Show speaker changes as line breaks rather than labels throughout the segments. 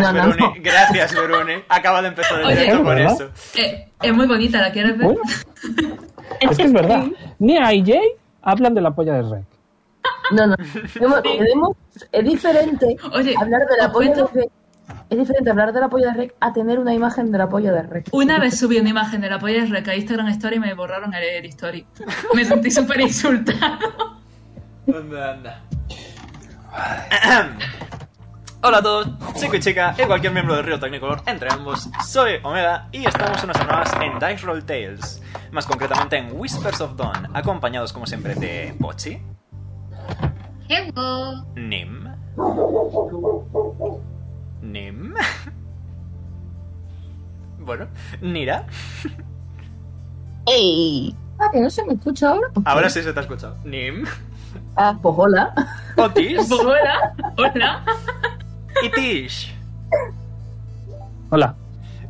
no, no,
Berone.
no.
Gracias, Berone. Acaba de empezar el
Oye,
directo por
¿verdad?
eso.
Eh, es muy bonita, ¿la quieres ver?
Bueno, es que es verdad. Nia y Jay hablan de la polla de Rek.
No, no. Tenemos- tenemos- es diferente
Oye,
hablar de la
¿os
polla de
cuento?
rec. Es diferente hablar de la polla de rec a tener una imagen de la polla de rec.
Una vez subí una imagen de la polla de Reca a Instagram Story y me borraron el, el Story. Me sentí súper insultada.
Anda, anda. Hola a todos, chico y chica, y cualquier miembro del Río Tecnicolor, entre ambos, soy Omega y estamos una semana más en Dice Roll Tales, más concretamente en Whispers of Dawn, acompañados como siempre de Pochi,
Hello.
Nim, Nim, bueno, Nira,
Ey.
Ah, que no se me escucha ahora.
ahora sí se te ha escuchado, Nim,
Ah, pues hola.
Otis
Hola, hola.
y Tish.
Hola.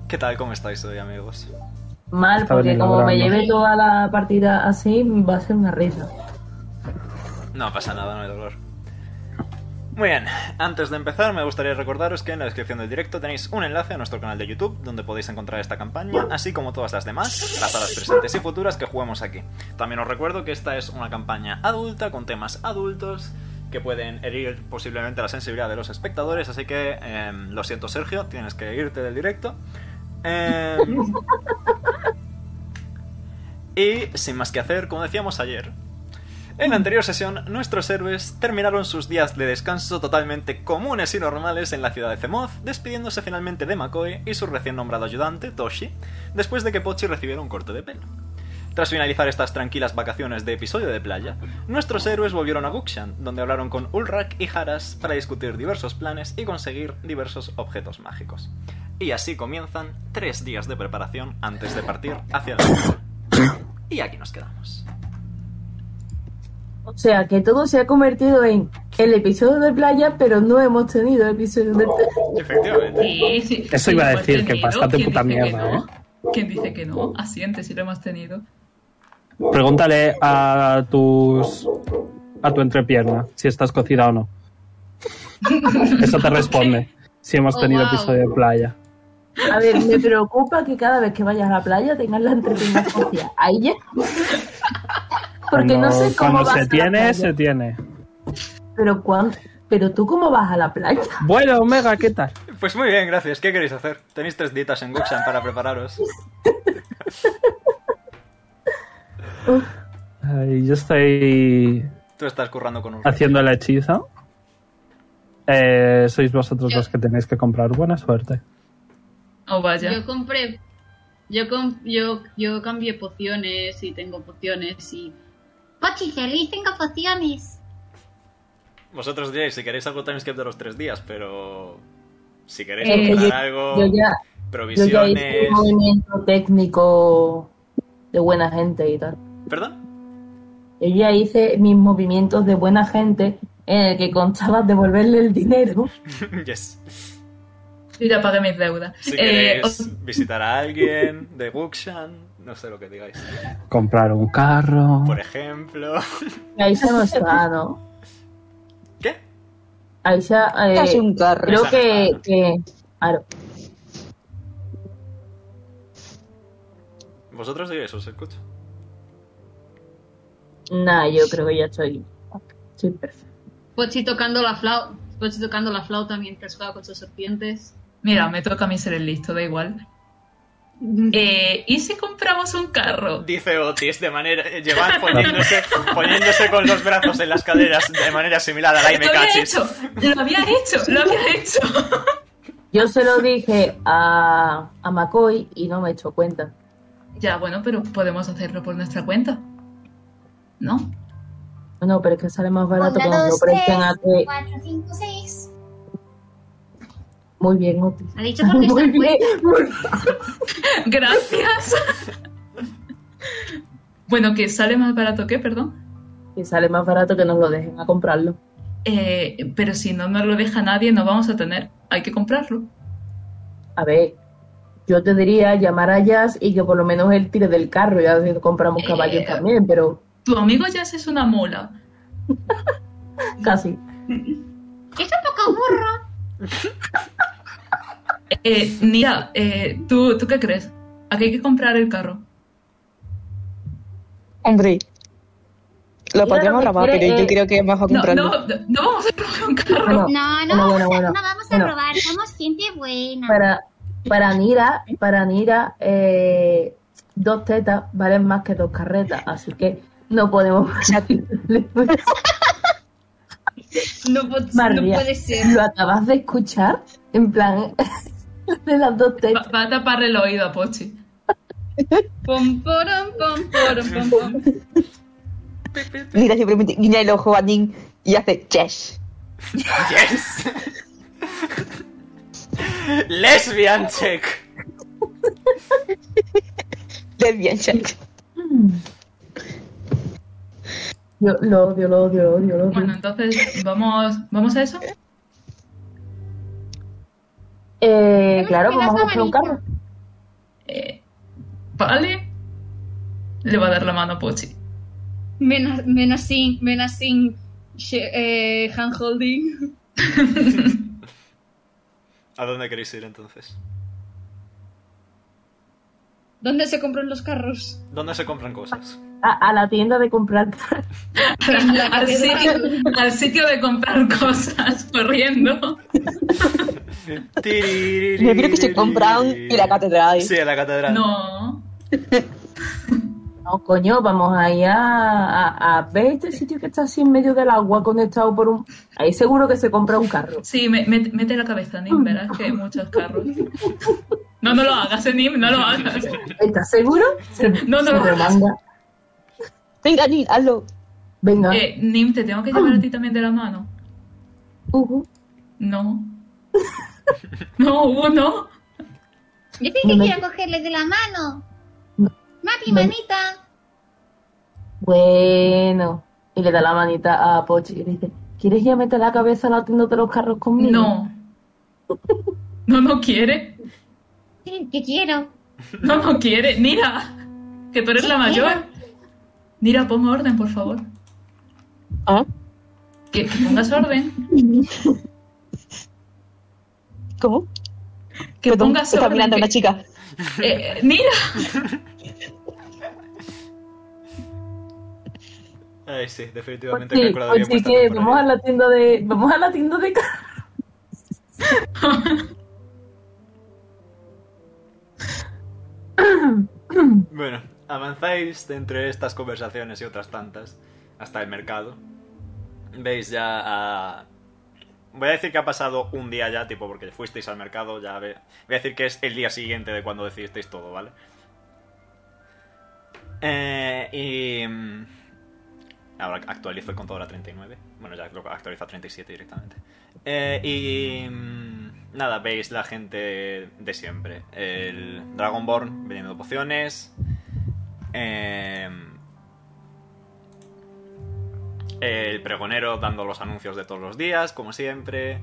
¿Qué tal? ¿Cómo estáis hoy, amigos?
Mal,
Está
porque
veniendo
como me
grabando.
llevé toda la partida así, va a ser una risa.
No pasa nada, no hay dolor. Muy bien, antes de empezar me gustaría recordaros que en la descripción del directo tenéis un enlace a nuestro canal de YouTube donde podéis encontrar esta campaña, así como todas las demás, las salas presentes y futuras que juguemos aquí. También os recuerdo que esta es una campaña adulta con temas adultos que pueden herir posiblemente la sensibilidad de los espectadores, así que em, lo siento Sergio, tienes que irte del directo. Em, y sin más que hacer, como decíamos ayer, en la anterior sesión, nuestros héroes terminaron sus días de descanso totalmente comunes y normales en la ciudad de Zemoth, despidiéndose finalmente de Makoe y su recién nombrado ayudante, Toshi, después de que Pochi recibiera un corte de pelo. Tras finalizar estas tranquilas vacaciones de episodio de playa, nuestros héroes volvieron a Gukshan, donde hablaron con Ulrak y Haras para discutir diversos planes y conseguir diversos objetos mágicos. Y así comienzan tres días de preparación antes de partir hacia la luna. Y aquí nos quedamos.
O sea, que todo se ha convertido en el episodio de playa, pero no hemos tenido episodio de playa.
Efectivamente.
Sí, sí,
Eso
sí,
iba a
lo hemos
decir, que
tenido.
bastante
¿Quién
puta
dice que
mierda, ¿eh?
no? ¿Quién dice que no? Asiente si lo hemos tenido.
Pregúntale a tus. a tu entrepierna si estás cocida o no. Eso te responde. Si hemos
Oh,
tenido
wow.
episodio de playa.
A ver, me preocupa que cada vez que vayas a la playa tengas la entrepierna cocida. Ahí ya. Porque
Cuando-
no sé cómo
Cuando
vas a
se
la
tiene,
playa.
se tiene.
Pero cuán- pero tú cómo vas a la playa?
Bueno, Omega, ¿qué tal?
Pues muy bien, gracias. ¿Qué queréis hacer? Tenéis tres dietas en Guxan para prepararos.
Ay, yo estoy
Tú estás currando con un...
haciendo la hechiza. Eh, sois vosotros los que tenéis que comprar. Buena suerte.
Oh, vaya.
Yo compré. Yo, com- yo, yo cambié pociones y tengo pociones y. Pochi, feliz, tengo pociones.
Vosotros diréis, si queréis algo timeskip de los tres días, pero... Si queréis
Eh,
comprar
yo-
algo,
Yo ya, yo ya hice
provisiones...
un movimiento técnico de buena gente y tal.
¿Perdón?
Yo ya hice mis movimientos de buena gente en el que constaba devolverle el dinero.
yes.
Yo ya pagué mis deudas.
Si
Eh,
queréis visitar a alguien de Guxan, no sé lo que digáis.
Comprar un carro.
Por ejemplo...
Y Ahí se nos va, ¿no?
¿Qué?
Ahí se, eh,
Casi un carro.
creo
Esa
que,
no.
que- claro,
Vosotros diréis, os escucho.
nada, yo creo que ya estoy, estoy perfecto.
Pochi tocando la flauta. Pochi tocando la flauta mientras juega con sus serpientes.
Mira, me toca a mí ser el listo, da igual.
Mm.
Eh, ¿Y si compramos un carro?
Dice Otis de manera... Llevan poniéndose, poniéndose con los brazos en las caderas de manera similar a la
Lo
Jaime
había
Cachis.
hecho, lo había hecho, lo había hecho.
Yo se lo dije a, a McCoy y no me he hecho cuenta.
Ya, bueno, pero podemos hacerlo por nuestra cuenta. ¿No?
No, pero es que sale más barato
Una,
cuando lo
dos,
prestan a
tres,
que...
cuatro, cinco, seis.
Muy bien, Otis.
Ha dicho porque está
Muy
en
bien.
cuenta.
Gracias. bueno, que sale más barato que, perdón.
Que sale más barato que nos lo dejen a comprarlo.
Eh, pero si no nos lo deja nadie, no vamos a tener. Hay que comprarlo.
A ver, yo te diría llamar a Jazz y que por lo menos él tire del carro. Ya si compramos caballos
Eh.
también, pero
Tu amigo ya es una mula.
casi.
Es un poco burro.
Eh, Nia, eh, ¿tú, ¿tú qué crees? Aquí hay que comprar el carro.
Hombre,
Mira
lo
lo
podríamos
que
robar,
quiere,
pero yo
eh,
creo que es mejor
No,
comprarlo.
no, no vamos a comprar un carro.
Bueno,
No, no,
Ah, bueno,
vamos,
bueno,
a,
bueno,
no vamos a
bueno.
robar, somos gente
eh.
buena.
para, para Nira, para Nira eh, dos tetas valen más que dos carretas, así que no podemos.
No, pot- no
María,
puede ser.
¿Lo acabas de escuchar? En plan, de las dos
Va,
tetas.
va a tapar el oído a Pochi.
Pom, porom, pom, porom, pom, pom.
Mira, simplemente guiña el ojo a Ning y hace chesh.
¡Yes! ¡Lesbian check!
Lesbian check.
Yo lo odio, lo odio, lo odio, lo odio.
Bueno, entonces, ¿vamos, ¿vamos a eso?
Eh,
Hemos
claro,
pegado
vamos a buscar un
abanico.
carro.
Eh, vale. Le va a dar la mano a Pochi.
Menos, menos sin, menos sin she- eh, handholding.
¿A dónde queréis ir entonces?
¿Dónde se compran los carros?
¿Dónde se compran cosas?
A, a la tienda de comprar carros.
al, sitio, al sitio de comprar cosas corriendo.
Yo
Yo
creo que se compran y la catedral.
Sí, a la catedral.
No.
No, coño, vamos ahí a, a, a ver este sitio que está así en medio del agua conectado por un... Ahí seguro que se compra un carro.
Sí, me- me- mete la cabeza, Nim, verás que hay muchos carros. No, no lo hagas, eh, Nim, no lo hagas.
¿Estás seguro? Se-
No, no.
se remanga.
Venga, Ning, hazlo.
Venga.
Eh, Nim, ¿te tengo que llevar a ti también de la mano?
Ujú.
No. No, Hugo, no.
Yo sí que
No me-
quiero cogerles de la mano.
No.
Mami,
No.
manita.
Bueno. Y le da la manita a Pochi y le dice, ¿quieres ir a meter la cabeza a la tienda de los carros conmigo?
No. No, no quiere.
Sí, Que quiero.
No, no quiere. Nira, que tú eres la mayor. Nira, pon orden, por favor.
¿Ah?
Que, que pongas orden.
¿Cómo?
Que
Perdón,
pongas
Está
orden.
mirando a
que-
una chica.
Eh, eh, Nira.
Ay, sí, definitivamente
Pochi,
calculadoría
pues
Pochi,
puesta
que
por
vamos
ahí.
a la tienda de... Vamos a la tienda de carros.
Bueno, avanzáis entre estas conversaciones y otras tantas hasta el mercado. Veis ya a... Voy a decir que ha pasado un día ya, tipo, porque fuisteis al mercado, ya ve... Voy a decir que es el día siguiente de cuando decidisteis todo, ¿vale? Eh, y... mm, Ahora actualizo el contador a 39. Bueno, ya lo actualizo a 37 directamente. Eh, y... mm, Nada, veis la gente de siempre. El Dragonborn vendiendo pociones. Eh, el pregonero dando los anuncios de todos los días, como siempre.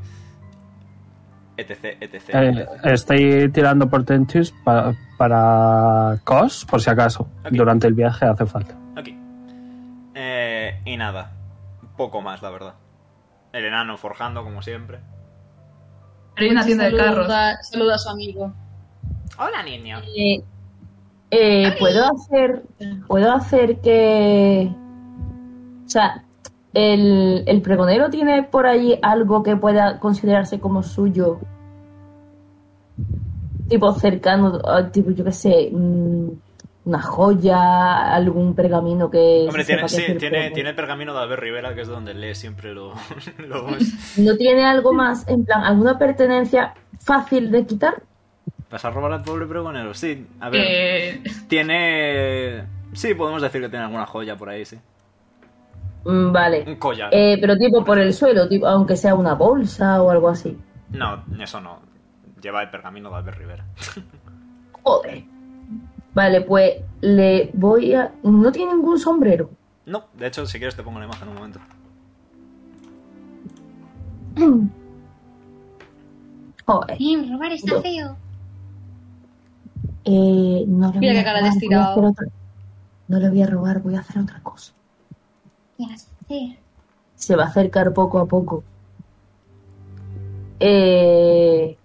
Etc, etc.
Eh, estoy tirando por Tenchis pa- para Cos, por si acaso.
Ok.
Durante el viaje hace falta.
Aquí. Eh, y nada. Poco más, la verdad. El enano forjando, como siempre.
Pero hay una tienda de carros.
Saluda, saluda a su amigo.
Hola, niño.
Eh, eh, puedo hacer puedo hacer que o sea el, el pregonero tiene por ahí algo que pueda considerarse como suyo tipo cercano eh, tipo yo qué sé mm, una joya algún pergamino que
Hombre,
se
tiene,
sepa que
sí,
es el
tiene,
pregonero.
tiene el pergamino de Albert Rivera, que es donde lee siempre lo- los...
no tiene algo más en plan alguna pertenencia fácil de quitar
¿Vas a robar al pobre pregonero? Sí, a ver.
Eh,
Tiene... Sí, podemos decir que tiene alguna joya por ahí, sí.
Mm, vale
Un collar.
Eh, pero tipo por el suelo tipo aunque sea una bolsa o algo así
No, eso no. Lleva el pergamino de Albert Rivera.
Joder. Vale, pues le voy a. No tiene ningún sombrero.
No, de hecho, si quieres te pongo la imagen un momento.
Joder.
Ven, robar está feo.
Eh, no lo
Mira
voy a
qué cara
robar,
de estirado.
voy a hacer otra- No le voy a robar, voy a hacer otra cosa.
¿Qué vas a hacer?
Se va a acercar poco a poco. Eh,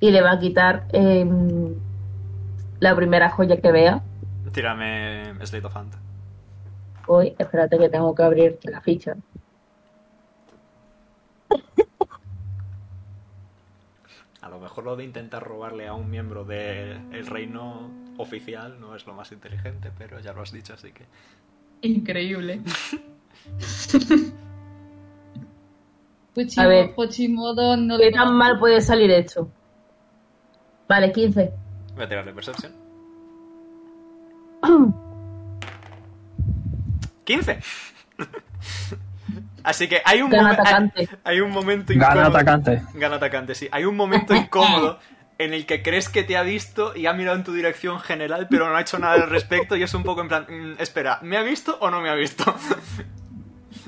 y le va a quitar em, la primera joya que vea.
Tírame Slate of Hand.
Hoy, espérate que tengo que abrir la ficha.
A lo mejor lo de intentar robarle a un miembro del reino oficial no es lo más inteligente, pero ya lo has dicho, así que...
Increíble.
Pochimo-
A ver.
Pochimodo no
¿Qué
le
tan mal puede salir esto? Vale, 15.
Voy a tirar de Perception. 15. Así que hay un, momen-
Gana
hay-
atacante.
hay un momento
Gana
incómodo.
atacante.
Gana atacante, sí. Hay un momento incómodo en el que crees que te ha visto y ha mirado en tu dirección general, pero no ha hecho nada al respecto y es un poco en plan, "Mm, espera, ¿me ha visto o no me ha visto?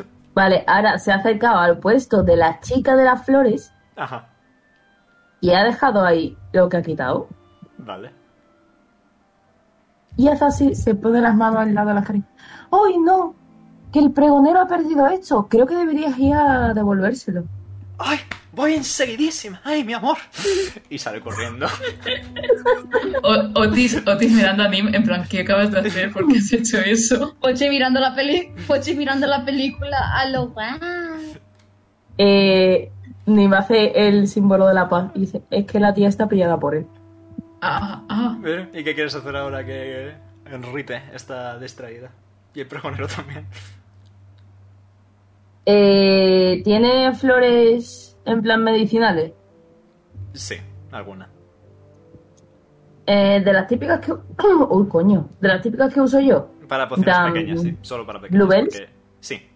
Vale, ahora se ha acercado al puesto de la chica de las flores
Ajá,
y ha dejado ahí lo que ha quitado.
vale.
Y hace así, se pone las manos al lado de la cariño. ¡Ay, no! Que el pregonero ha perdido esto. Creo que deberías ir a devolvérselo.
¡Ay! Voy enseguidísima, ay, mi amor. Y sale corriendo.
O- Otis, Otis mirando a Nim en plan, ¿qué acabas de hacer? ¿Por qué has hecho eso?
Pochi mirando la peli, Pochi mirando la película a lo guau.
Eh, ni me hace el símbolo de la paz. Y dice, es que la tía está pillada por él.
Ah, ah,
Bueno, ¿Y qué quieres hacer ahora que Enrite está distraída? Y el pregonero también.
Eh, ¿Tiene flores en plan medicinales?
Sí, alguna.
Eh, de las típicas que... Uy, coño. De las típicas que uso yo.
Para pociones
Dan-
pequeñas, sí. Solo para pequeñas.
¿Bluebells?
porque- Sí.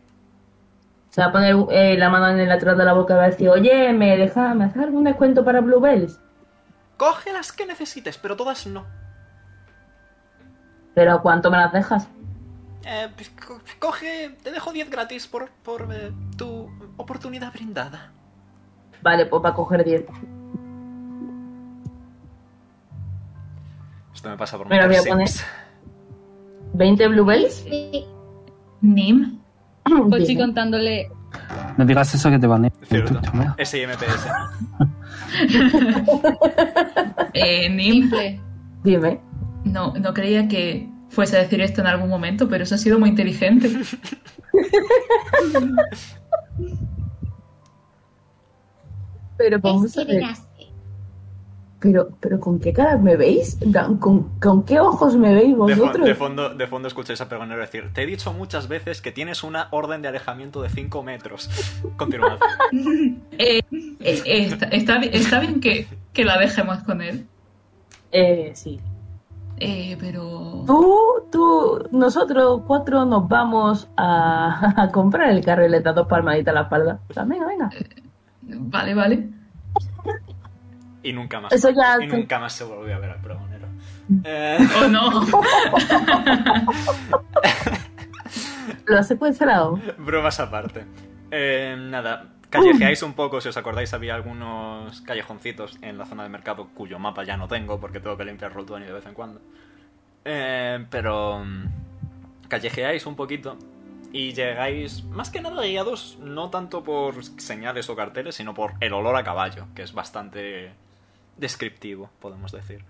Se va a poner eh, la mano en el lateral de la boca y va a decir, oye, ¿me deja, me haces algún descuento para Bluebells?
Coge las que necesites, pero todas no.
Pero ¿cuánto me las dejas?
Eh, pues, co- coge, te dejo 10 gratis por, por eh, tu oportunidad brindada.
Vale, pues va a coger 10.
Esto me pasa por
Me lo
meter
voy a poner.
sims.
¿20 Bluebells?
Este,
Nim.
Pochi
Bien.
contándole.
No digas eso que te van a
Cierto. SMPS.
Eh, Nim,
Simple.
Dime.
no, no creía que fuese a decir esto en algún momento, pero eso ha sido muy inteligente.
Pero
este,
vamos a ver. Pero, pero ¿con qué cara me veis? En plan, ¿Con, con qué ojos me veis
De, fo-
vosotros?
de fondo, de fondo escucháis a Pregonero decir: Te he dicho muchas veces que tienes una orden de alejamiento de 5 metros. Continuad.
Eh, eh, está, está bi- está bien que, que la dejemos con él,
Eh, sí.
eh, pero...
Tú, tú, nosotros cuatro nos vamos a, a comprar el carro y le da dos palmaditas a la espalda. O sea, venga, venga.
Vale, vale.
Y nunca más.
Eso ya- Mm.
Y nunca más se volvió a ver al pregonero. Eh,
¿O Oh, no?
Lo has secuestrado.
bromas aparte. Eh, nada, callejeáis un poco. Si os acordáis, había algunos callejoncitos en la zona de mercado cuyo mapa ya no tengo porque tengo que limpiar Roll20 de vez en cuando. Eh, pero mm, callejeáis un poquito y llegáis, más que nada guiados, no tanto por señales o carteles, sino por el olor a caballo, que es bastante descriptivo, podemos decir.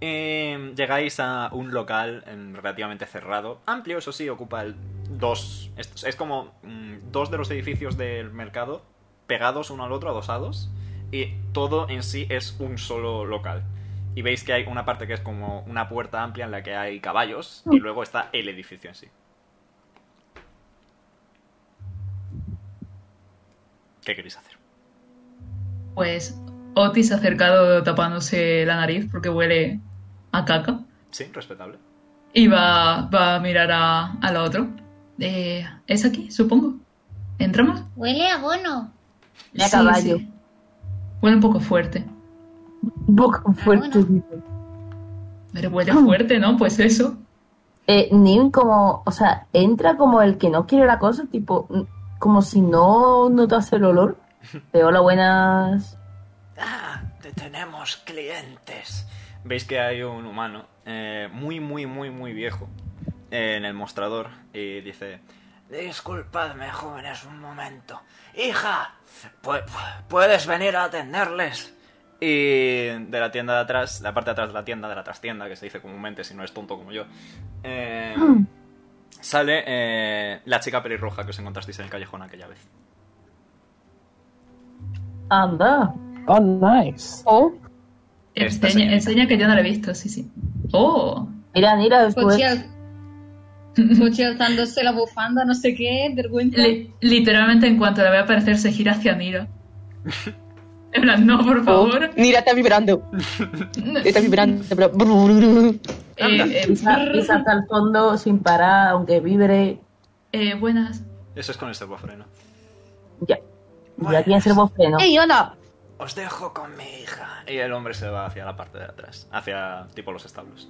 Eh, llegáis a un local em, relativamente cerrado, amplio, eso sí, ocupa el dos. Es, es como mm, dos de los edificios del mercado pegados uno al otro, adosados, y todo en sí es un solo local. Y veis que hay una parte que es como una puerta amplia en la que hay caballos, y luego está el edificio en sí. ¿Qué queréis hacer?
Pues Otis se ha acercado tapándose la nariz porque huele a caca.
Sí, respetable.
Y va, va a mirar a, a la otra. Eh, es aquí, supongo. ¿Entramos?
Huele a bono.
Y a caballo.
sí. Huele un poco fuerte.
Boca fuerte.
Ah,
dice.
Pero huele fuerte, ¿no? Pues eso.
Eh, Nim como, o sea, entra como el que no quiere la cosa, tipo, mm, como si no notase el olor. De hola, buenas.
¡Ah! te- ¡Tenemos clientes! Veis que hay un humano eh, muy, muy, muy, muy viejo eh, en el mostrador y dice: Disculpadme, jóvenes, un momento. ¡Hija! pu- pu- ¿Puedes venir a atenderles? Y de la tienda de atrás, la parte de atrás de la tienda, de la trastienda, que se dice comúnmente si no es tonto como yo, eh, sale eh, la chica pelirroja que os encontrasteis en el callejón aquella vez.
Anda.
Oh, nice.
Oh,
Esta
Enseña,
señorita.
enseña que yo no la he visto, sí, sí. ¡Oh!
Mira, mira, después.
Pochi, al- Pochi alzándose la bufanda, no sé qué, vergüenza.
Li- literalmente en cuanto la veo aparecer se gira hacia Nira. En plan, no, por
oh.
favor.
Mira, está vibrando.
No.
Está vibrando, pero. brr,
Eh, eh,
Pisa, pisa hasta el fondo sin parar, aunque vibre.
eh, buenas.
Eso es con el servofreno.
Ya. Ya tiene ser freno.
¡Ey, hola!
Os dejo con mi hija. Y el hombre se va hacia la parte de atrás, hacia tipo los establos.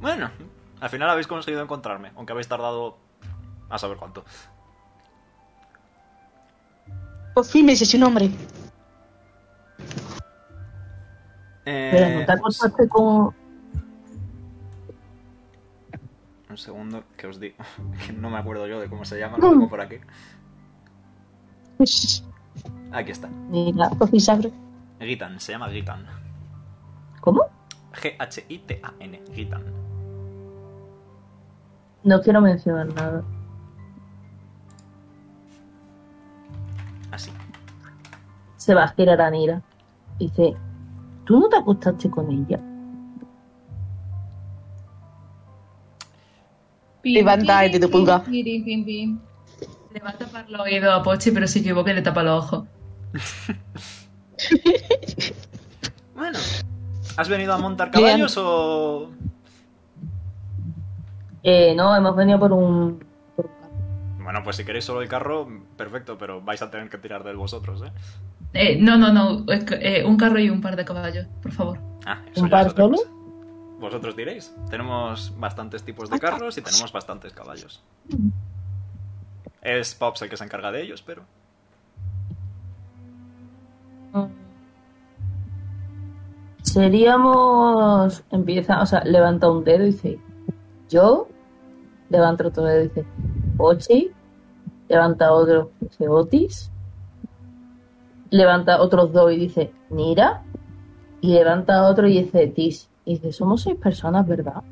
Bueno, al final habéis conseguido encontrarme, aunque habéis tardado a saber cuánto.
Por fin me dice su nombre.
Pero
Eh,
no te acostaste con.
un segundo, que os digo. Que no me acuerdo yo de cómo se llama, lo tengo por aquí. Aquí está.
Mira.
Por fin sabré.
Gitan, se llama Gitan.
¿Cómo?
G-H-I-T-A-N, Gitan.
No quiero mencionar nada.
Así.
Se va a girar a Nira. Dice: ¿Tú no te acostaste con ella?
Pim,
Levanta
pim,
el dedo
pim,
pulgar.
pim, pim, pim.
Le va a tapar el oído a Pochi, pero se equivoca y le tapa los ojos.
Bueno, ¿has venido a montar caballos o.?
Eh, no, hemos venido por un. por un carro.
Bueno, pues si queréis solo el carro, perfecto, pero vais a tener que tirar de él vosotros, ¿eh?
Eh, no, no, no. eh, eh, un carro y un par de caballos, por favor.
Ah,
¿Un
ya es
par
otra
solo?
cosa. Vosotros diréis. Tenemos bastantes tipos de carros y tenemos bastantes caballos. Es Pops el que se encarga de ellos, pero.
Seríamos. Empieza, o sea, levanta un dedo y dice: Yo. Levanta otro dedo y dice: Ochi. Levanta otro, dice Otis. Levanta otros dos y dice: Nira. Y levanta otro y dice: Tis. Y dice: Somos seis personas, ¿verdad?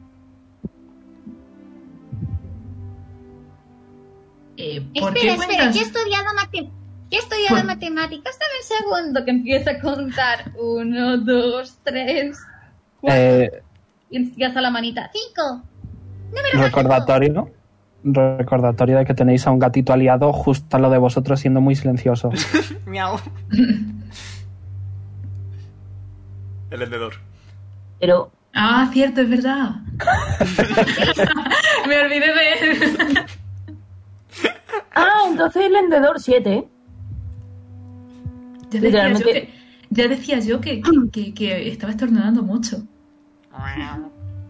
Eh, ¿Por
Espera,
qué
espera,
cuentas?
que he estudiado, mate- que he estudiado
Por-
matemáticas. Dame un segundo que empieza a contar. Uno, dos, tres.
Eh,
Y empieza la manita. Cinco.
recordatorio. Recordatorio de que tenéis a un gatito aliado justo a lo de vosotros siendo muy silencioso.
¡Miau! El vendedor.
Pero
Ah, cierto, es verdad. Me olvidé de él.
Ah, entonces el vendedor 7.
Ya decía yo
Literalmente.
que, ya decía yo que, que- que estaba estornudando mucho.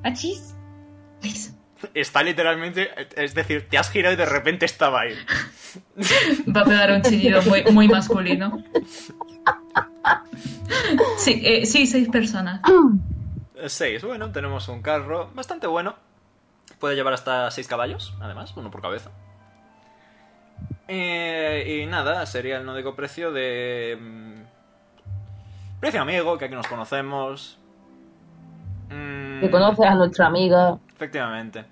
Achis.
Liz,
Está literalmente. Es decir, te has girado y de repente estaba ahí.
Va a pegar un chillido muy, muy masculino. Sí, eh, sí, seis personas.
Eh, Seis. Bueno, tenemos un carro bastante bueno. Puede llevar hasta seis caballos, además, uno por cabeza. Eh, y nada, sería el nódico precio de. mm, Precio amigo, que aquí nos conocemos. Mm,
Que conoces a nuestra amiga.
Efectivamente.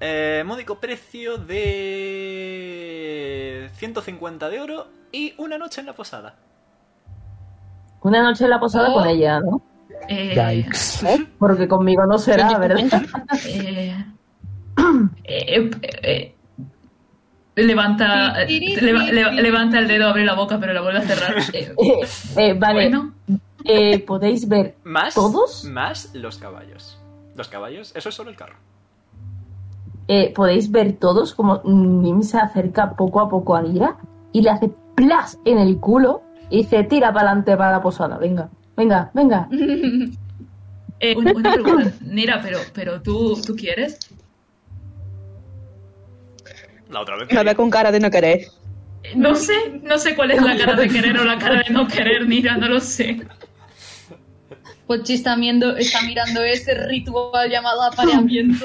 Eh, módico precio de. 150 de oro y una noche en la posada.
Una noche en la posada
Oh.
con ella, ¿no?
Eh,
Yikes.
Porque conmigo no será, ¿verdad?
eh, eh, eh, levanta, eh, leva- leva- levanta el dedo, abre la boca, pero la vuelve a cerrar. Eh,
Eh, eh, vale,
bueno,
eh, podéis ver.
Más.
¿Todos?
Más los caballos. Los caballos, eso es solo el carro.
eh, podéis ver todos como Nim se acerca poco a poco a Nira y le hace plas en el culo y dice, tira para adelante para la posada, venga, venga, venga.
eh, una, una pregunta. Nira, pero, pero tú, ¿tú quieres?
La otra vez. que
Me habla
vi-
con cara de no querer.
Eh, No sé, no sé cuál es la cara de querer o la cara de no querer, Nira, no lo sé.
Pochi Pues está mirando, está mirando este ritual llamado apareamiento.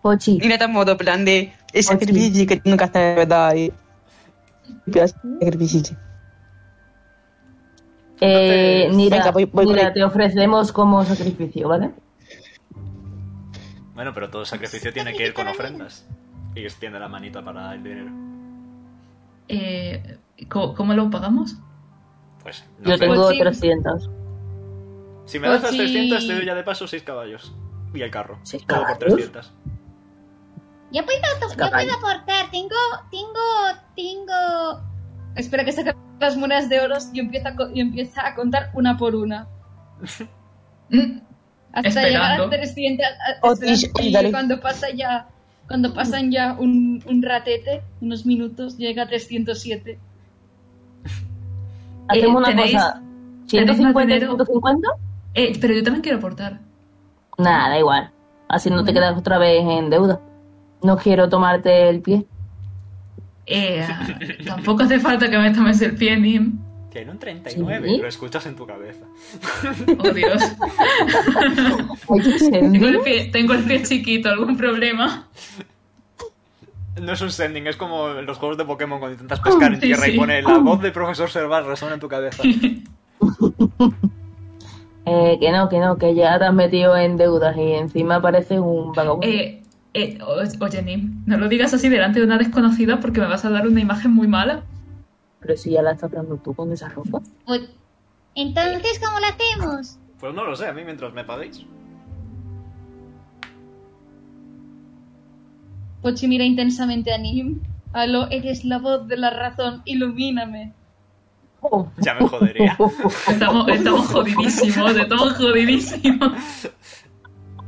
Pochi,
Y no está en modo plan de. El
Ochi.
sacrificio que nunca está de verdad. Y. Pero es sacrificio.
Eh,
Entonces-
Nira,
Venga, voy- voy con
Nira,
él.
te ofrecemos como sacrificio, ¿vale?
Bueno, pero todo sacrificio tiene que ir con ofrendas. Y extiende la manita para el dinero.
Eh, ¿co- ¿Cómo lo pagamos?
Pues, no
Yo
sé.
tengo
Pues sí.
300.
eh,
Si me das las
Pues sí.
300, te doy ya de paso 6 caballos. Y el carro.
¿Seis
Todo por
caballos?
300.
Yo puedo, yo
Caballo.
puedo aportar, tengo, tengo, tengo... Espera que saque las monedas de oros y empieza a, co- y empieza a contar una por una.
Mm,
Hasta llegar
Esperando.
a 300. a-
Oh,
esperando,
Tish, oh,
y
dale.
cuando pasa ya, cuando pasan ya un, un ratete, unos minutos, llega a 307.
Hacemos una
¿tenéis-
cosa.
tenéis
150
dinero?
150.
Eh, pero yo también quiero aportar.
Nada, da igual. Así no te quedas otra vez en deuda. No quiero tomarte el pie.
Eh, tampoco hace falta que me tomes el pie, Nim.
Tiene un 39,
Sí.
lo escuchas en tu cabeza.
Oh, Dios.
Ay, qué
Tengo el,
sentido.
pie, tengo el pie chiquito, ¿algún problema?
No es un sending, es como en los juegos de Pokémon cuando intentas pescar en
Sí,
tierra y
sí.
pone la voz del profesor Serval resona en tu cabeza.
Eh, que no, que no, que ya te has metido en deudas y encima pareces un
Oh.
vagabundo.
Eh, eh, o- oye, Nim, no lo digas así delante de una desconocida porque me vas a dar una imagen muy mala.
Pero si ya la estás dando tú con esa ropa.
Entonces, ¿cómo lo hacemos?
Pues no lo sé, a mí mientras me paguéis.
Pochi Pues mira intensamente a Nim. Aló, eres la voz de la razón, ilumíname.
Oh,
Ya me jodería.
Estamos, estamos jodidísimos, estamos jodidísimos.
Ah.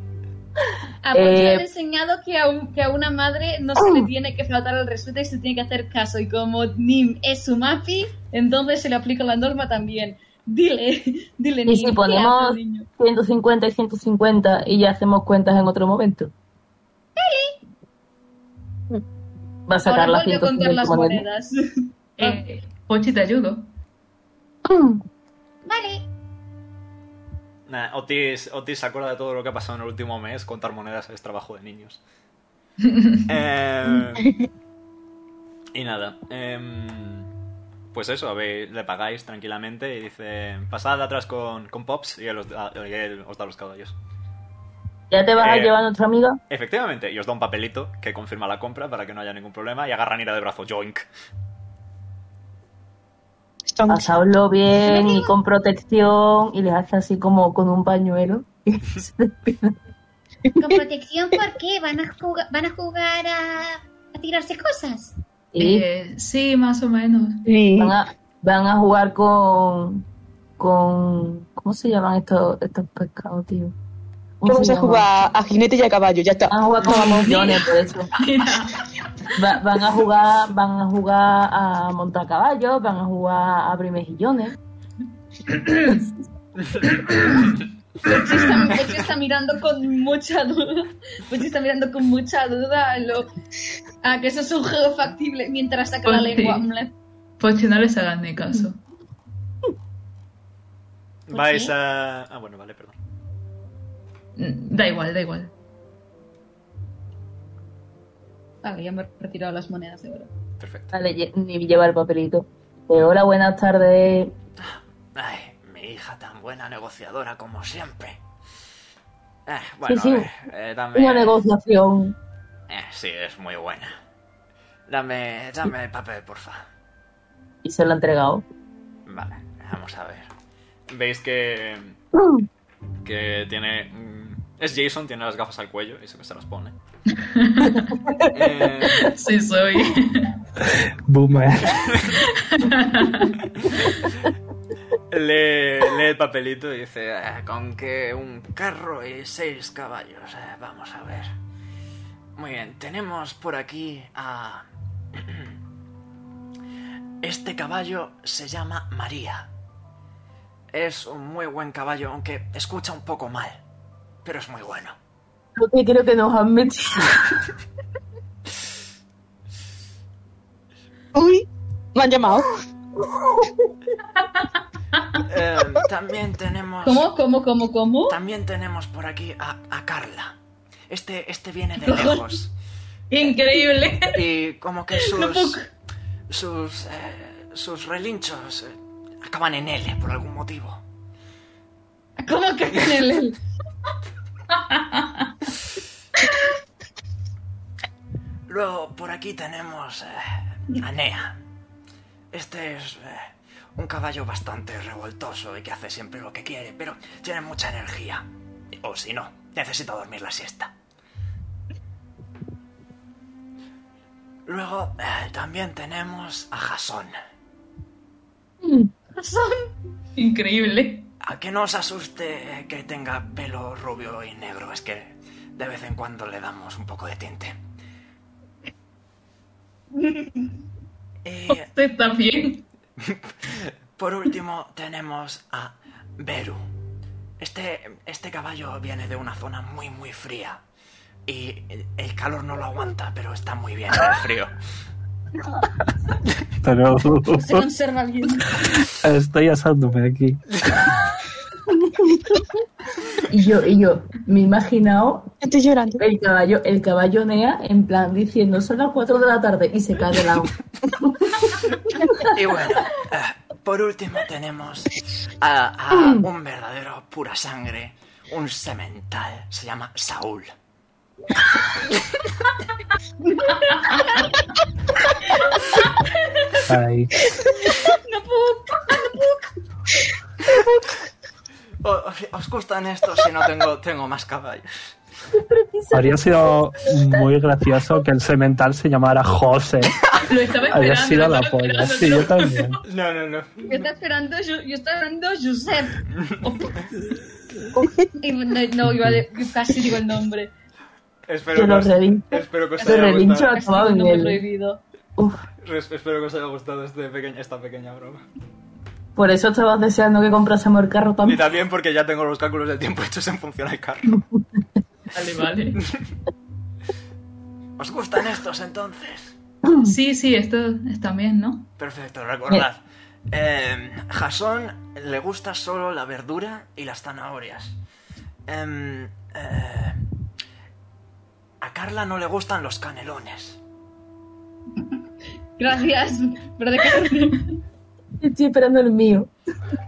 A Pochi
Eh,
le han enseñado que a, un- que a una madre no se le tiene que faltar el respeto y se tiene que hacer caso. Y como Nim es su mafi, entonces se le aplica la norma también. Dile, dile, Nim.
si
¿qué
ponemos-
hace el niño?
150 y 150 y ya hacemos cuentas en otro momento. Mm. Va a sacar
Ahora
las
vuelve a contar
150
las
monedas.
monedas.
Eh, Pochi, te ayudo.
Vale,
Nah, Otis, Otis se acuerda de todo lo que ha pasado en el último mes. Contar monedas es trabajo de niños. Eh, y nada. em, pues eso, a ver, le pagáis tranquilamente y dice: Pasad atrás con, con Pops y él os, da- y él os da los caballos.
¿Ya te vas a
Eh.
llevar a nuestra amiga?
Efectivamente, y os da un papelito que confirma la compra para que no haya ningún problema y agarran ira de brazo, joink.
Stonks.
Pasadlo bien y con protección y les hace así como con un pañuelo.
con protección, ¿por qué? ¿Van a, jugar, van a jugar a, a tirarse cosas?
Y
Eh, sí, más o menos.
Sí.
van, a, van a jugar con, con... ¿Cómo se llaman estos, estos pescados, tío? ¿Cómo
Vamos
se
a
llaman?
jugar a jinete y a caballo, ya está.
Van a jugar como a montones, por eso.
Mira,
Va- van a jugar, van a jugar a montar caballos, van a jugar a abrir mejillones.
Pochi está, Pochi está mirando con mucha duda. Pochi está mirando con mucha duda a, lo- a que eso es un juego factible mientras saca la
Pochi.
lengua.
Pochi, no les hagas ni caso.
¿Por
Vais
qué?
a. Ah, bueno, vale, perdón.
Mm, Da igual, da igual.
Vale, Ah, ya me he retirado las monedas de oro.
Perfecto.
Vale, lle- ni lleva el papelito. Eh, hola, buenas tardes.
Ay, mi hija tan buena negociadora como siempre. Eh, bueno,
sí.
eh, eh, dame.
Una negociación.
Eh, sí, es muy buena. Dame, dame el papel, porfa.
Y se lo ha entregado.
Vale, vamos a ver. Veis que. que tiene. mm, Es Jason, tiene las gafas al cuello y se se las pone. Eh,
Sí, soy.
Boomer.
Lee, lee el papelito y dice, "Ah, con que un carro y seis caballos. eh, vamos a ver. Muy bien, tenemos por aquí a... Este caballo se llama María. Es un muy buen caballo, aunque escucha un poco mal. Pero es muy bueno.
Creo que, creo que nos han metido.
Uy, me han llamado.
Eh, también tenemos...
¿Cómo, cómo, cómo, cómo?
También tenemos por aquí a, a Carla. Este, este viene de lejos.
Increíble.
y como que sus
puedo
sus eh, sus relinchos eh, Acaban en L por algún motivo.
¿Cómo que con el
Luego, por aquí tenemos eh, a Nea. Este es eh, un caballo bastante revoltoso y que hace siempre lo que quiere, pero tiene mucha energía. O si no, necesita dormir la siesta. Luego, eh, también tenemos a Jason.
Increíble.
A que no os asuste eh, que tenga pelo rubio y negro, es que de vez en cuando le damos un poco de tinte. Y
Usted también.
Eh, por último tenemos a Beru. Este, este caballo viene de una zona muy muy fría y el- el calor no lo aguanta, pero está muy bien el frío.
Pero
Se conserva bien.
estoy asándome aquí.
Y yo, y yo, me he imaginado
Estoy llorando.
el caballo, el caballo Nea en plan diciendo son las 4 de la tarde y se cae de lado.
Y bueno, eh, por último tenemos a, a un verdadero pura sangre, un semental, se llama Saúl.
Ay.
O- ¿Os, os gustan estos si no tengo, tengo más caballos?
Habría sido muy gracioso que el semental se llamara José.
Lo estaba esperando.
Habría sido
lo
la
estaba
polla.
esperando,
Sí,
te lo
yo también.
juro.
No, no, no.
Yo estaba esperando, yo, yo estaba esperando Joseph. Y no, no, iba de- casi digo el nombre.
Espero
Yo lo revincho.
Espero que os
Lo
haya
revincho
gustado,
a
Casi digo el
en
nombre
el.
prohibido.
Uf,
res- espero que os haya gustado este pequeña- esta pequeña broma.
por eso estabas deseando que comprásemos el carro para
Y también porque ya tengo los cálculos del tiempo hechos en función al carro.
Vale, vale.
¿Os gustan estos entonces?
Mm.
Sí, sí, esto están bien, ¿no?
Perfecto, recordad. Eh, Jason le gusta solo la verdura y las zanahorias. Em, eh, a Carla no le gustan los canelones.
Gracias. ¿Verdad que
Estoy esperando el mío.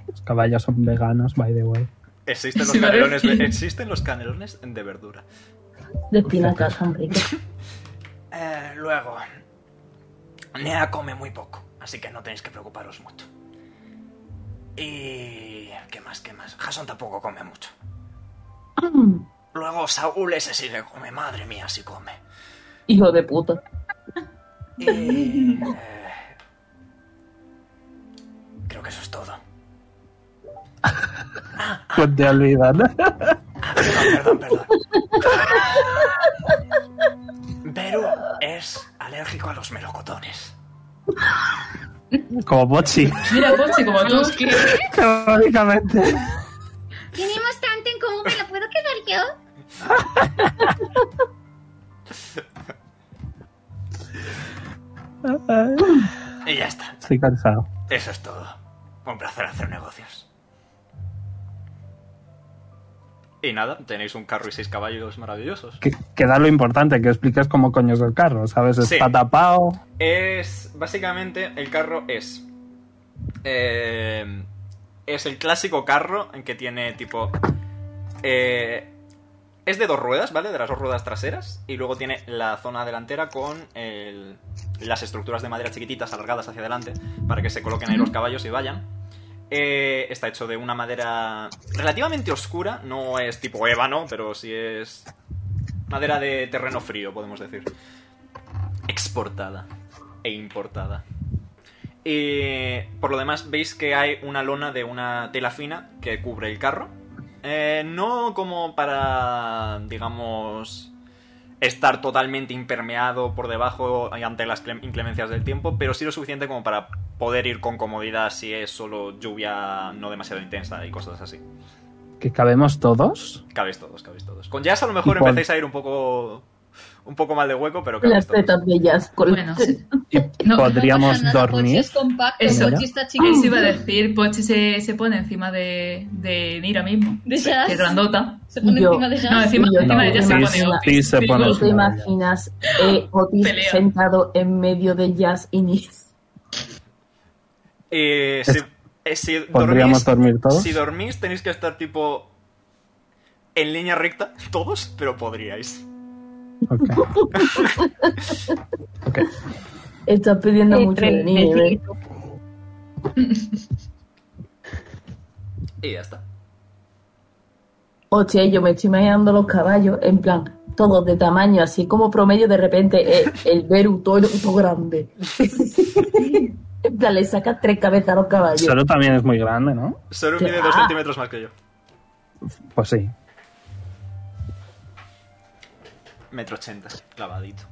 Los caballos son veganos, by the way.
Existen
los Sí, vale. canelones de-
existen los canelones de verdura.
De espinacas, tan rico.
Eh, luego, Nea come muy poco, así que no tenéis que preocuparos mucho. Y... ¿Qué más? ¿Qué más? Jason tampoco come mucho. Luego Saúl ese sí que come, madre mía, sí come.
Hijo de puta.
Y... eh, Creo que eso es todo.
Pues te olvidas.
Ah, perdón, perdón, perdón. Beru es alérgico a los melocotones.
Como Bochi.
Mira, Pochi, como tú.
Básicamente.
Tenemos tanto en común, ¿me lo puedo quedar yo?
Y ya está,
Estoy cansado.
eso es todo. Un placer hacer negocios. Y nada, tenéis un carro y seis caballos maravillosos.
Que- Queda lo importante, que expliques cómo coño es el carro, ¿sabes?
Sí.
Está tapado.
Es. Básicamente, el carro es. eh, es el clásico carro en que tiene tipo. eh, es de dos ruedas, ¿vale? De las dos ruedas traseras. Y luego tiene la zona delantera con el- las estructuras de madera chiquititas alargadas hacia adelante para que se coloquen ahí los caballos y vayan. Eh, está hecho de una madera relativamente oscura, no es tipo ébano, pero sí es madera de terreno frío, podemos decir exportada e importada. Y por lo demás veis que hay una lona de una tela fina que cubre el carro. Eh, no como para, digamos, estar totalmente impermeado por debajo ante las clem- inclemencias del tiempo, pero sí lo suficiente como para poder ir con comodidad si es solo lluvia no demasiado intensa y cosas así.
Que cabemos todos.
Cabéis todos, cabéis todos. Con Jazz a lo mejor
¿Y cuál?
empecéis a ir un poco, un poco mal de hueco, pero cabéis
Las
todos.
tetas bellas. Con las
Bueno,
tetas.
sí.
Y
No,
podríamos
no pasa nada, Pochi
dormir.
pues, es compacto,
Eso.
Pochi
Eso
está
iba
chiquísimo.
a decir, Pochi se, se pone encima de, de Nira mismo.
De
Que es
Jazz.
grandota.
Se pone
Yo.
encima de Jazz.
No, encima,
Ah, Sí, yo
encima de ella se
no,
pone
sí,
Otis.
sí, se
Digo,
pone
¿No te
encima.
imaginas eh, Otis
Pelea.
sentado en medio de Jazz y Nis?
Eh, sí, Eh, si
¿Podríamos
dormís,
dormir todos?
Si dormís, tenéis que estar tipo. En línea recta, todos, pero podríais.
Ok. Ok.
Estás pidiendo
Sí,
mucho
tres,
de mí,
tres,
¿eh?
Y ya está.
Hostia, yo me estoy imaginando los caballos, en plan, todos de tamaño, así como promedio, de repente el, el Beru todo, todo grande. en plan, le saca tres cabezas a los caballos.
Solo también es muy grande, ¿no?
Solo
¿Qué
mide dos
va?
centímetros más que yo.
Pues sí.
Metro ochenta, clavadito.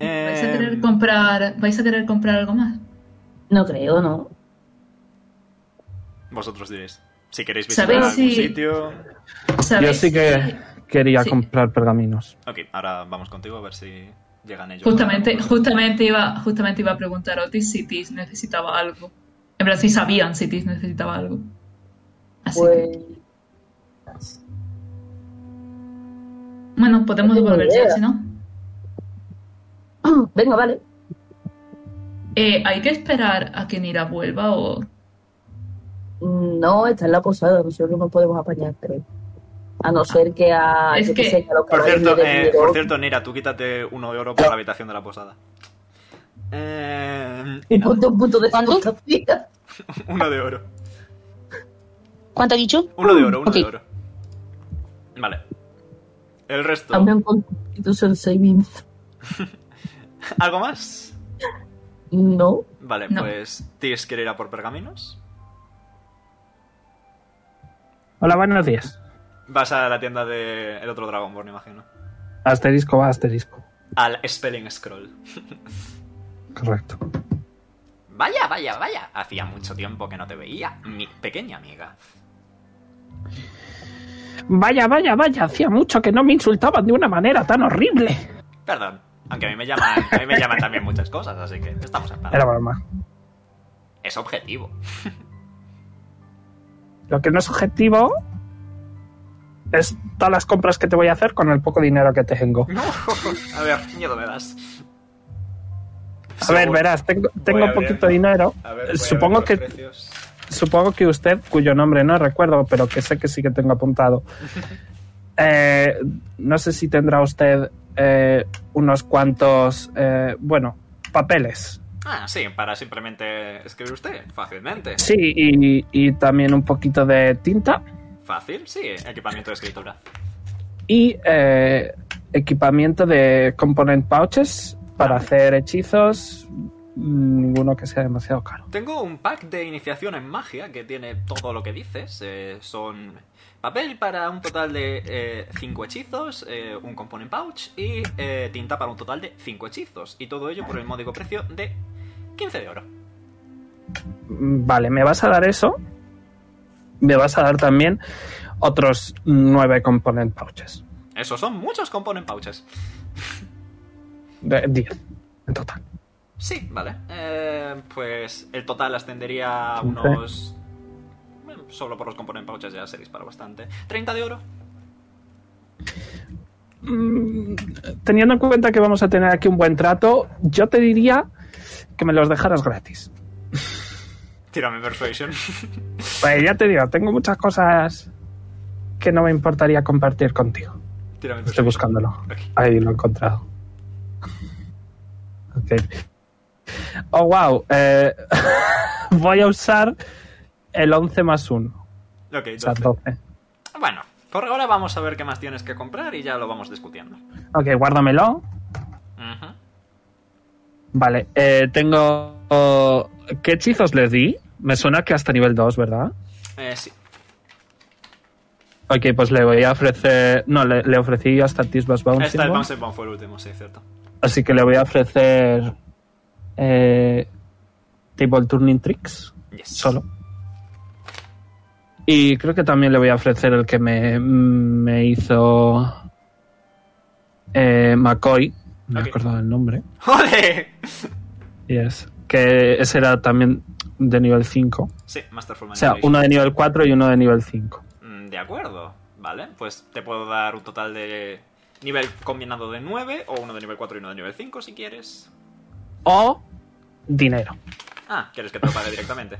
¿Vais
Em,
a querer comprar, ¿vais a querer comprar algo más?
No creo, ¿no?
Vosotros diréis. Si queréis visitar
¿Sabéis
algún
si-
sitio.
Yo
¿Sabéis?
sí que quería
Sí.
comprar pergaminos.
Ok, ahora vamos contigo a ver si llegan ellos.
Justamente, justamente, iba, justamente iba a preguntar a Otis si Tis necesitaba algo. En verdad, si sabían si Tis necesitaba algo. Así.
Pues.
bueno, podemos
no tengo
devolver ya,
idea.
si no.
Venga, vale.
Eh, ¿Hay que esperar a que Nira vuelva o...?
No, está en la posada, nosotros no podemos apañar, creo. A no ser que a.
Es
yo qué
que-
sé, que a los
Por
caballos
cierto,
les
eh,
miro.
por cierto, Nira, tú quítate uno de oro por la habitación de la posada. Eh, y
Y
nada,
ponte un punto de
¿Cuánto?
fantasía.
uno de oro.
¿Cuánto ha dicho?
Uno de oro, uno
Ok.
de oro. Vale. El resto.
Hazme un Constitution Saving.
¿Algo más?
No.
Vale,
No.
pues Tis quiere ir a por pergaminos.
Hola, buenos días.
Vas a la tienda de el otro Dragonborn, imagino.
Asterisco va asterisco.
Al Spelling Scroll.
Correcto.
Vaya, vaya, vaya. Hacía mucho tiempo que no te veía, mi pequeña amiga.
Vaya, vaya, vaya. Hacía mucho que no me insultaban de una manera tan horrible.
Perdón. Aunque a mí me llaman, a mí me llaman también muchas cosas, así que estamos en paz.
Era broma.
Es objetivo.
Lo que no es objetivo es todas las compras que te voy a hacer con el poco dinero que tengo.
A ver, miedo me das.
A ver, verás, tengo,
Voy
tengo
a
poquito
abrir-
dinero.
a ver, voy a ver
Supongo
los
que-
precios.
Supongo que usted, cuyo nombre no recuerdo, pero que sé que sí que tengo apuntado, eh, no sé si tendrá usted eh, unos cuantos, eh, bueno, papeles.
Ah, sí, para simplemente escribir usted. Fácilmente.
Sí, y, y también un poquito de tinta
Fácil, sí. Equipamiento de escritura.
y eh, equipamiento de component pouches para hacer hechizos, mm, ninguno que sea demasiado caro.
Tengo un pack de iniciación en magia que tiene todo lo que dices. eh, son papel para un total de eh, cinco hechizos, eh, un component pouch y eh, tinta para un total de cinco hechizos. Y todo ello por el módico precio de 15 de oro.
Mm, Vale, me vas a dar eso. Me vas a dar también otros nueve component pouches.
Esos son muchos component pouches.
De 10 en total.
Sí, vale. Eh, pues el total ascendería a
Quince.
unos... bueno, Solo por los component pouches ya se dispara bastante. 30 de oro.
Mm, Teniendo en cuenta que vamos a tener aquí un buen trato, yo te diría que me los dejaras gratis.
Tírame persuasion.
Pues ya te digo, tengo muchas cosas que no me importaría compartir contigo.
Tírame persuasion.
Estoy buscándolo.
Ok.
Ahí lo he encontrado. Ok. Oh, wow. eh, voy a usar el 11 más 1.
Ok,
O sea,
12.
12.
Bueno, por ahora vamos a ver qué más tienes que comprar y ya lo vamos discutiendo.
Ok, guárdamelo.
Ujú.
Vale, eh, tengo... oh, ¿Qué hechizos le di? Me suena que hasta nivel 2, ¿verdad?
Eh, sí.
Ok, pues le voy a ofrecer... No, le, le ofrecí hasta Tisbas Bounce.
Esta, el Bounce Bomb fue el último, sí, cierto.
Así que le voy a ofrecer... Eh, table Turning Tricks.
Yes.
Solo. Y creo que también le voy a ofrecer el que me, me hizo... Eh, McCoy. No
Ok.
me acuerdo del nombre.
¡Ole!
Yes. Que ese era también de nivel 5.
Sí, Masterful
O sea,
Manipulation.
uno de nivel 4 y uno de nivel 5.
Mm, De acuerdo, vale. Pues te puedo dar un total de nivel combinado de 9 o uno de nivel 4 y uno de nivel 5 si quieres.
O dinero.
Ah, ¿quieres que te lo pague directamente?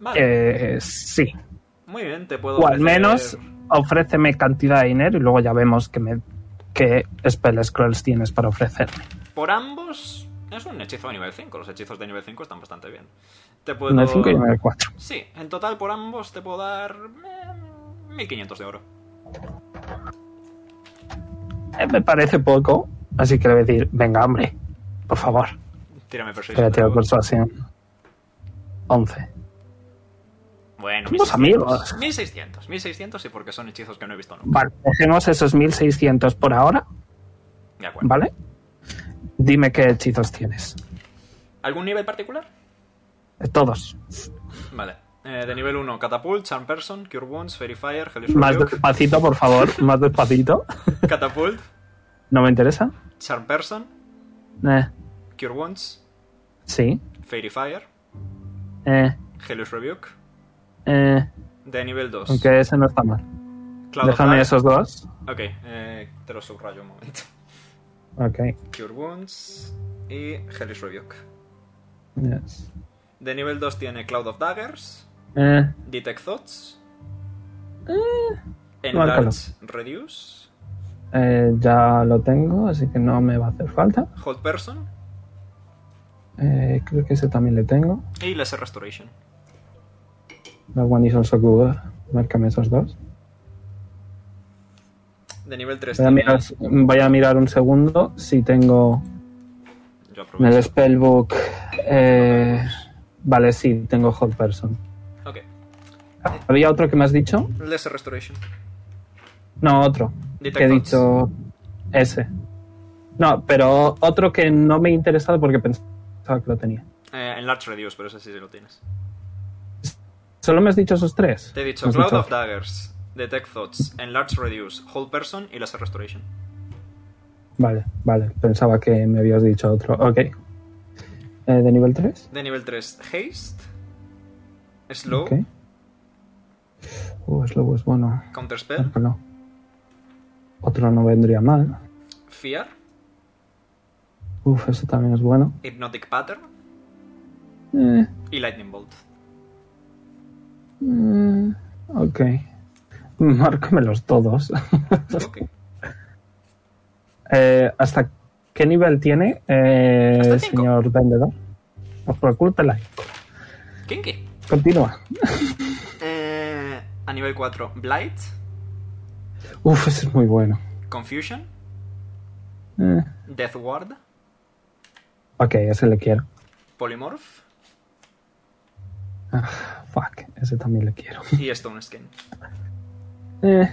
Vale,
Eh, sí.
muy bien, te puedo
O al
ofrecer-
menos ofréceme cantidad de dinero y luego ya vemos qué, me, qué spell scrolls tienes para ofrecerme.
Por ambos, es un hechizo de nivel 5. Los hechizos de nivel 5 están bastante bien. Te puedo...
Uno de 5 y uno de 4.
Sí, en total por ambos te puedo dar... eh, 1500 de oro.
Eh, me parece poco, así que le voy a decir, venga, hombre, por favor,
Tírame
que le
persuasión.
tiro
por favor.
persuasión. 11.
Bueno,
Somos
1600.
amigos.
1600, 1600 y porque son hechizos que no he visto nunca.
Vale, dejemos esos 1600 por ahora,
De acuerdo.
¿vale? Dime qué hechizos tienes.
¿Algún nivel particular?
Eh, Todos.
Vale. Eh, de nivel 1, Catapult, Charm Person, Cure Wounds, Fairy Fire, Hellish
Más
Rebuke.
despacito, por favor, más despacito.
Catapult,
¿No me interesa?
Charm Person,
Eh,
Cure Wounds,
sí.
Fairy Fire,
Eh,
Hellish Rebuke.
eh,
De nivel 2,
aunque ese no está mal.
Cloud of
Déjame
Dark.
esos dos.
Ok, eh, te lo subrayo un momento.
Ok.
Cure Wounds y Hellish Rebuke.
yes.
De nivel 2 tiene Cloud of Daggers,
Eh,
Detect Thoughts,
márcalo.
Enlarge Reduce,
eh, ya lo tengo, así que no me va a hacer falta.
Hold Person
Eh, creo que ese también le tengo.
y Lesser Restoration.
La One is also good. Márcame esos dos.
De nivel 3
Voy a,
tiene...
mirar, voy a mirar un segundo si tengo
Yo
en el
aprovecho.
spellbook. eh, vale, sí, tengo Hot Person.
Ok,
¿Había otro que me has dicho?
Lesser Restoration.
No, otro.
Detect
Que he
Thoughts.
dicho ese. No, pero otro que no me he interesado porque pensaba que lo tenía.
Eh, enlarge Reduce, pero ese sí lo tienes.
¿Solo me has dicho esos tres?
Te he dicho
Me has
Cloud
dicho-
of Daggers, Detect Thoughts, Enlarge Reduce, Hold Person y Lesser Restoration.
Vale, vale. Pensaba que me habías dicho otro. Ok. Eh, ¿De nivel 3?
De nivel 3, Haste, Slow,
Ok. Uh, Slow es bueno.
¿Eh? Counterspell,
Márcalo. Otro no vendría mal.
Fear,
Uf, eso también es bueno.
Hypnotic Pattern
Eh,
y Lightning Bolt.
mm, ok. Márcamelos todos.
Ok.
Eh, ¿Hasta qué nivel tiene, eh,
Hasta cinco.
señor vendedor? Pues procúrtela.
Kinky.
Continúa.
Eh, a nivel 4, Blight,
Uf, eso es muy bueno.
Confusion,
Eh,
Death Ward,
ok, ese le quiero.
Polymorph
Fuck, ese también le quiero.
y Stone Skin.
Eh,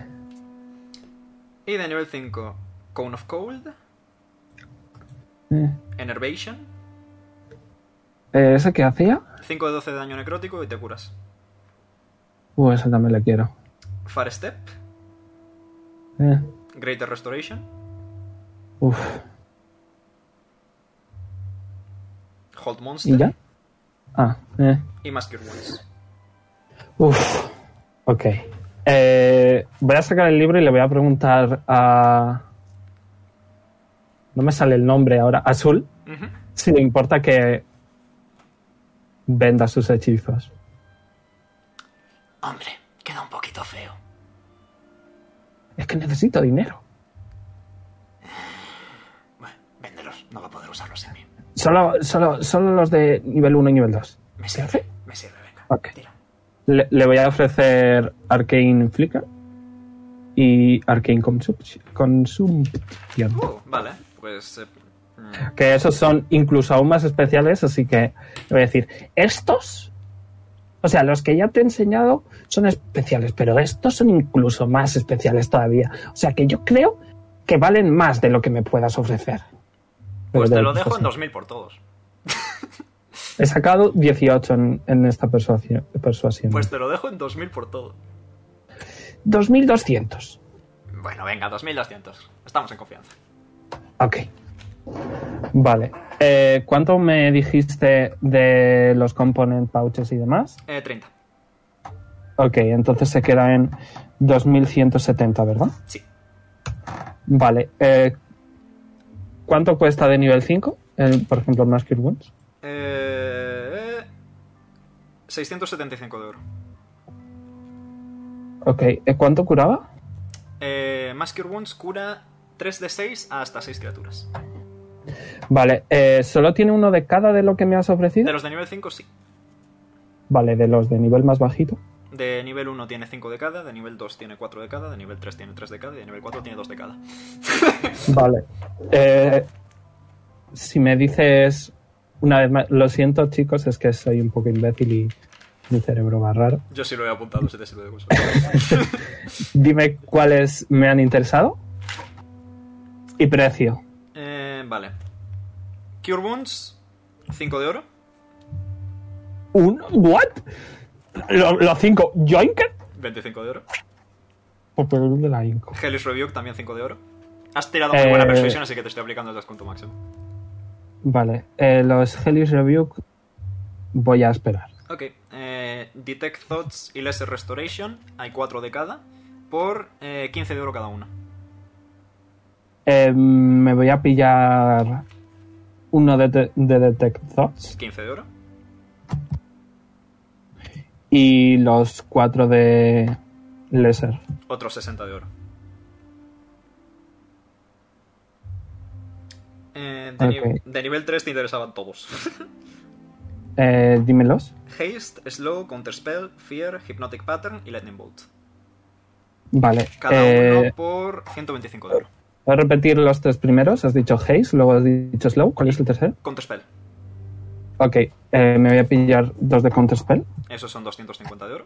Y de nivel 5, Cone of Cold,
eh.
Enervation,
Eh, ¿Ese qué hacía?
5 de 12 de daño necrótico y te curas.
Uh, ese también le quiero.
Far Step,
Eh,
Greater Restoration,
uf,
Hold Monster
¿y ya? Ah, eh.
y Mask Your Wounds.
Uf, ok. Eh, voy a sacar el libro y le voy a preguntar a... No me sale el nombre ahora, Azul,
Ujú.
si le importa que venda sus hechizos.
Hombre, queda un poquito feo.
Es que necesito dinero.
Bueno, véndelos, no va a poder usarlos en mí.
Solo, solo, solo los de nivel 1 y nivel 2.
Me
sirve,
me sirve, venga.
Ok. Le, le voy a ofrecer Arcane Flicker y Arcane Consumption. Consumption.
vale, pues. eh, mm,
que esos son incluso aún más especiales, así que le voy a decir, estos, o sea, los que ya te he enseñado son especiales, pero estos son incluso más especiales todavía. O sea que yo creo que valen más de lo que me puedas ofrecer.
Pues
Pero
te
de-
lo dejo en
pues,
2000 por todos.
He sacado 18 en, en esta persuasión. persuasión.
Pues te lo dejo en 2000 por todo.
2200.
Bueno, venga, 2200. Estamos en confianza.
Ok. Vale. Eh, ¿Cuánto me dijiste de los component pouches y demás?
Eh, 30.
Ok, entonces se queda en 2170, ¿verdad?
Sí.
Vale. eh, ¿Cuánto cuesta de nivel 5? El, por ejemplo, el Master Wounds.
Eh, 675 de oro.
Ok, ¿eh, ¿cuánto curaba?
Eh, Mass Cure Wounds cura 3 de 6 a hasta 6 criaturas.
Vale, eh, ¿solo tiene uno de cada de lo que me has
De
ofrecido?
los de nivel 5, sí.
Vale, de los de nivel más bajito.
De nivel 1 tiene 5 de cada, de nivel 2 tiene 4 de cada, de nivel 3 tiene 3 de cada y de nivel 4 tiene 2 de cada.
Vale. Eh, si me dices una vez más, lo siento chicos, es que soy un poco imbécil y mi cerebro va raro.
Yo sí lo he apuntado, si te sirve de consuelo.
Dime cuáles me han interesado y precio.
Eh, vale. Cure Wounds, 5 de oro.
¿Un? ¿What? Lo- Los cinco. ¿Joinker?
25 de oro.
Porque Pues el de la Inco.
Hellish Rebuke, también 5 de oro. Has tirado muy buena
Eh.
persuasión, así que te estoy aplicando el descuento máximo.
Vale, eh, los Hellish Rebuke voy a esperar.
Ok. Eh, Detect Thoughts y Lesser Restoration, hay 4 de cada, por eh, 15 de oro cada una.
Eh, me voy a pillar uno de, de- de Detect Thoughts
15 de oro.
y los cuatro de Lesser.
Otros 60 de oro. Eh, de, ni-
Ok.
de nivel 3 te interesaban todos.
Eh, dímelos.
Haste, Slow, Counterspell, Fear, Hypnotic Pattern y Lightning Bolt.
Vale.
Cada
eh,
uno por 125 de oro.
voy a repetir los tres primeros. Has dicho Haze, luego has dicho Slow. ¿Cuál es el tercero?
Counterspell.
Ok, eh, me voy a pillar dos de Counterspell.
Esos son 250 de oro.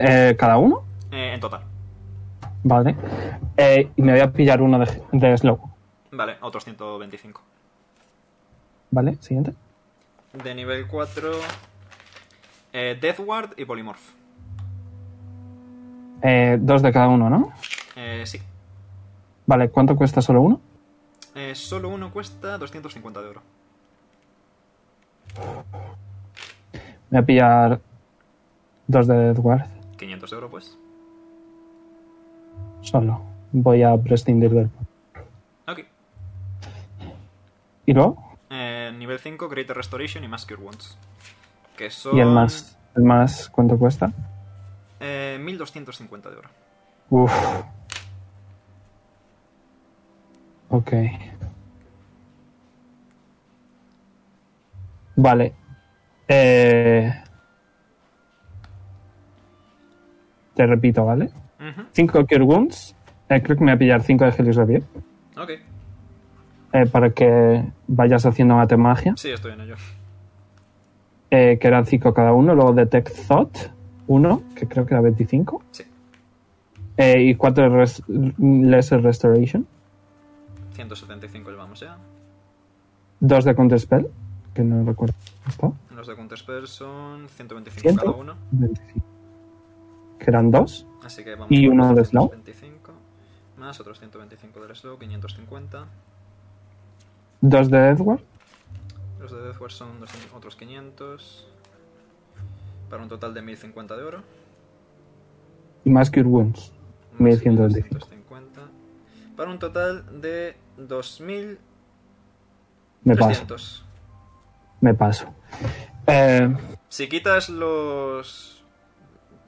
eh, cada uno.
Eh, en total.
Vale. Eh, y me voy a pillar uno de, de Slow.
Vale, otros 125.
Vale, siguiente.
De nivel 4. Eh, Death Ward y Polymorph.
Eh, dos de cada uno, ¿no?
Eh, sí.
Vale, ¿cuánto cuesta solo uno?
Eh, solo uno cuesta 250 de oro.
Me voy a pillar dos de Edward
500 de oro, pues.
solo. Voy a prescindir del.
Ok.
¿Y luego?
Eh, nivel 5, Greater Restoration y Mass Cure Wounds. Que son.
¿Y el más? ¿El más cuánto cuesta?
eh, 1250 de oro.
Uf. Ok. Vale. Eh, te repito, ¿vale?
Ujú.
5 Cure Wounds. Eh, creo que me voy a pillar 5 de Helios Revier.
Ok.
eh, para que vayas haciendo matemagia.
Sí, estoy en ello.
eh, que eran 5 cada uno. Luego Detect Thought, 1, que creo que era 25.
Sí.
eh, y 4 Lesser Restoration.
175 llevamos ya.
2 de Counterspell, que no recuerdo. ¿Está?
Los de Counterspell son 125
¿Ciento?
cada uno.
25. Que eran 2.
Así que vamos
Y
por
uno de
los
slow.
125, Más otros 125 del slow, 550.
2 de Edward.
Los de Deathward son 200 otros 500. Para un total de 1050 de oro.
Y más Cure Wounds.
más
1125.
1250, Para un total de 2300.
Me paso. Me paso. Eh,
Si quitas los.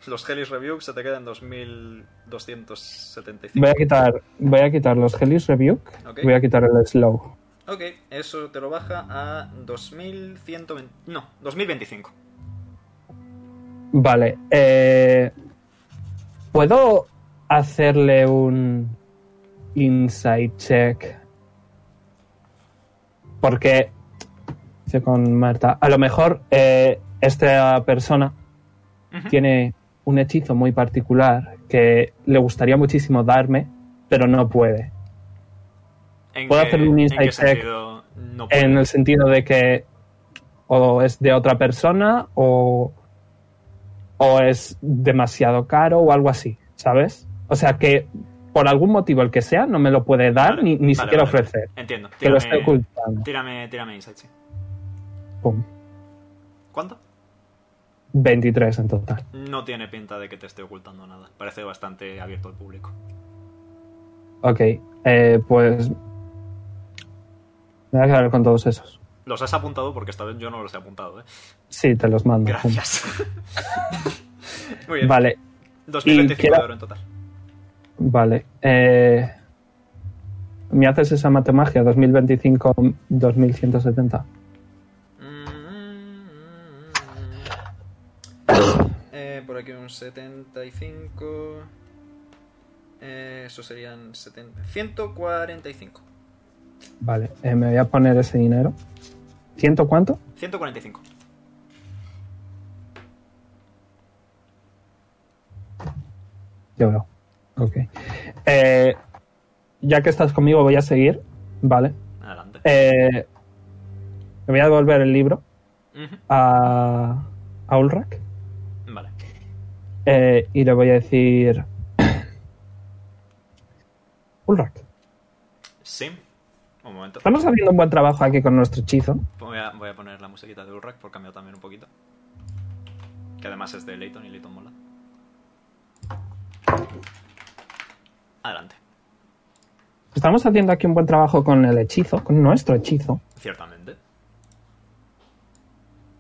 Los Hellish Review, se te quedan 2275.
voy, a quitar, voy a quitar los Hellish Rebuke.
Ok.
Voy a quitar el Slow.
Ok, eso te lo baja a 2120. No, 2025.
Vale. eh, ¿Puedo hacerle un inside check? Porque, estoy con Marta, a lo mejor eh, esta persona
Ujú.
tiene un hechizo muy particular que le gustaría muchísimo darme, pero no puede.
¿En
¿Puedo
qué-
hacer un
en
insight
qué
check?
sentido No puedo.
En el sentido de que o es de otra persona o, o es demasiado caro o algo así, ¿sabes? O sea que por algún motivo el que sea no me lo puede dar
Vale,
ni, ni
vale,
siquiera
vale.
ofrecer.
Entiendo.
Que lo
Tírame,
está ocultando.
tírame, tírame insight check.
Pum.
¿Cuánto?
23 en total.
No tiene pinta de que te esté ocultando nada. Parece bastante abierto al público.
Ok, eh, pues... Me voy a quedar con todos esos.
Los has apuntado porque esta vez yo no los he apuntado, ¿eh?
Sí, te los mando.
Gracias. Muy bien.
Vale,
2025
Y
de
quiero-
oro en total.
vale. Eh, ¿Me haces esa matemagia 2025-2170?
Mm. Eh, por aquí un 75. Eh, eso serían 70, 145.
Vale, eh, me voy a poner ese dinero. ¿Ciento cuánto?
145.
Yo veo. Ok. Eh, ya que estás conmigo, voy a seguir. Vale.
Adelante.
Eh, le voy a devolver el libro
Ujú.
a, a Ulrak
Vale.
eh, y le voy a decir... Ulrak,
Sí. Un momento.
estamos haciendo un buen trabajo aquí con nuestro hechizo.
Voy a, voy a poner la musiquita de Ulrak por cambiar también un poquito. Que además es de Leighton y Leighton mola. Adelante.
Estamos haciendo aquí un buen trabajo con el hechizo, con nuestro hechizo.
Ciertamente.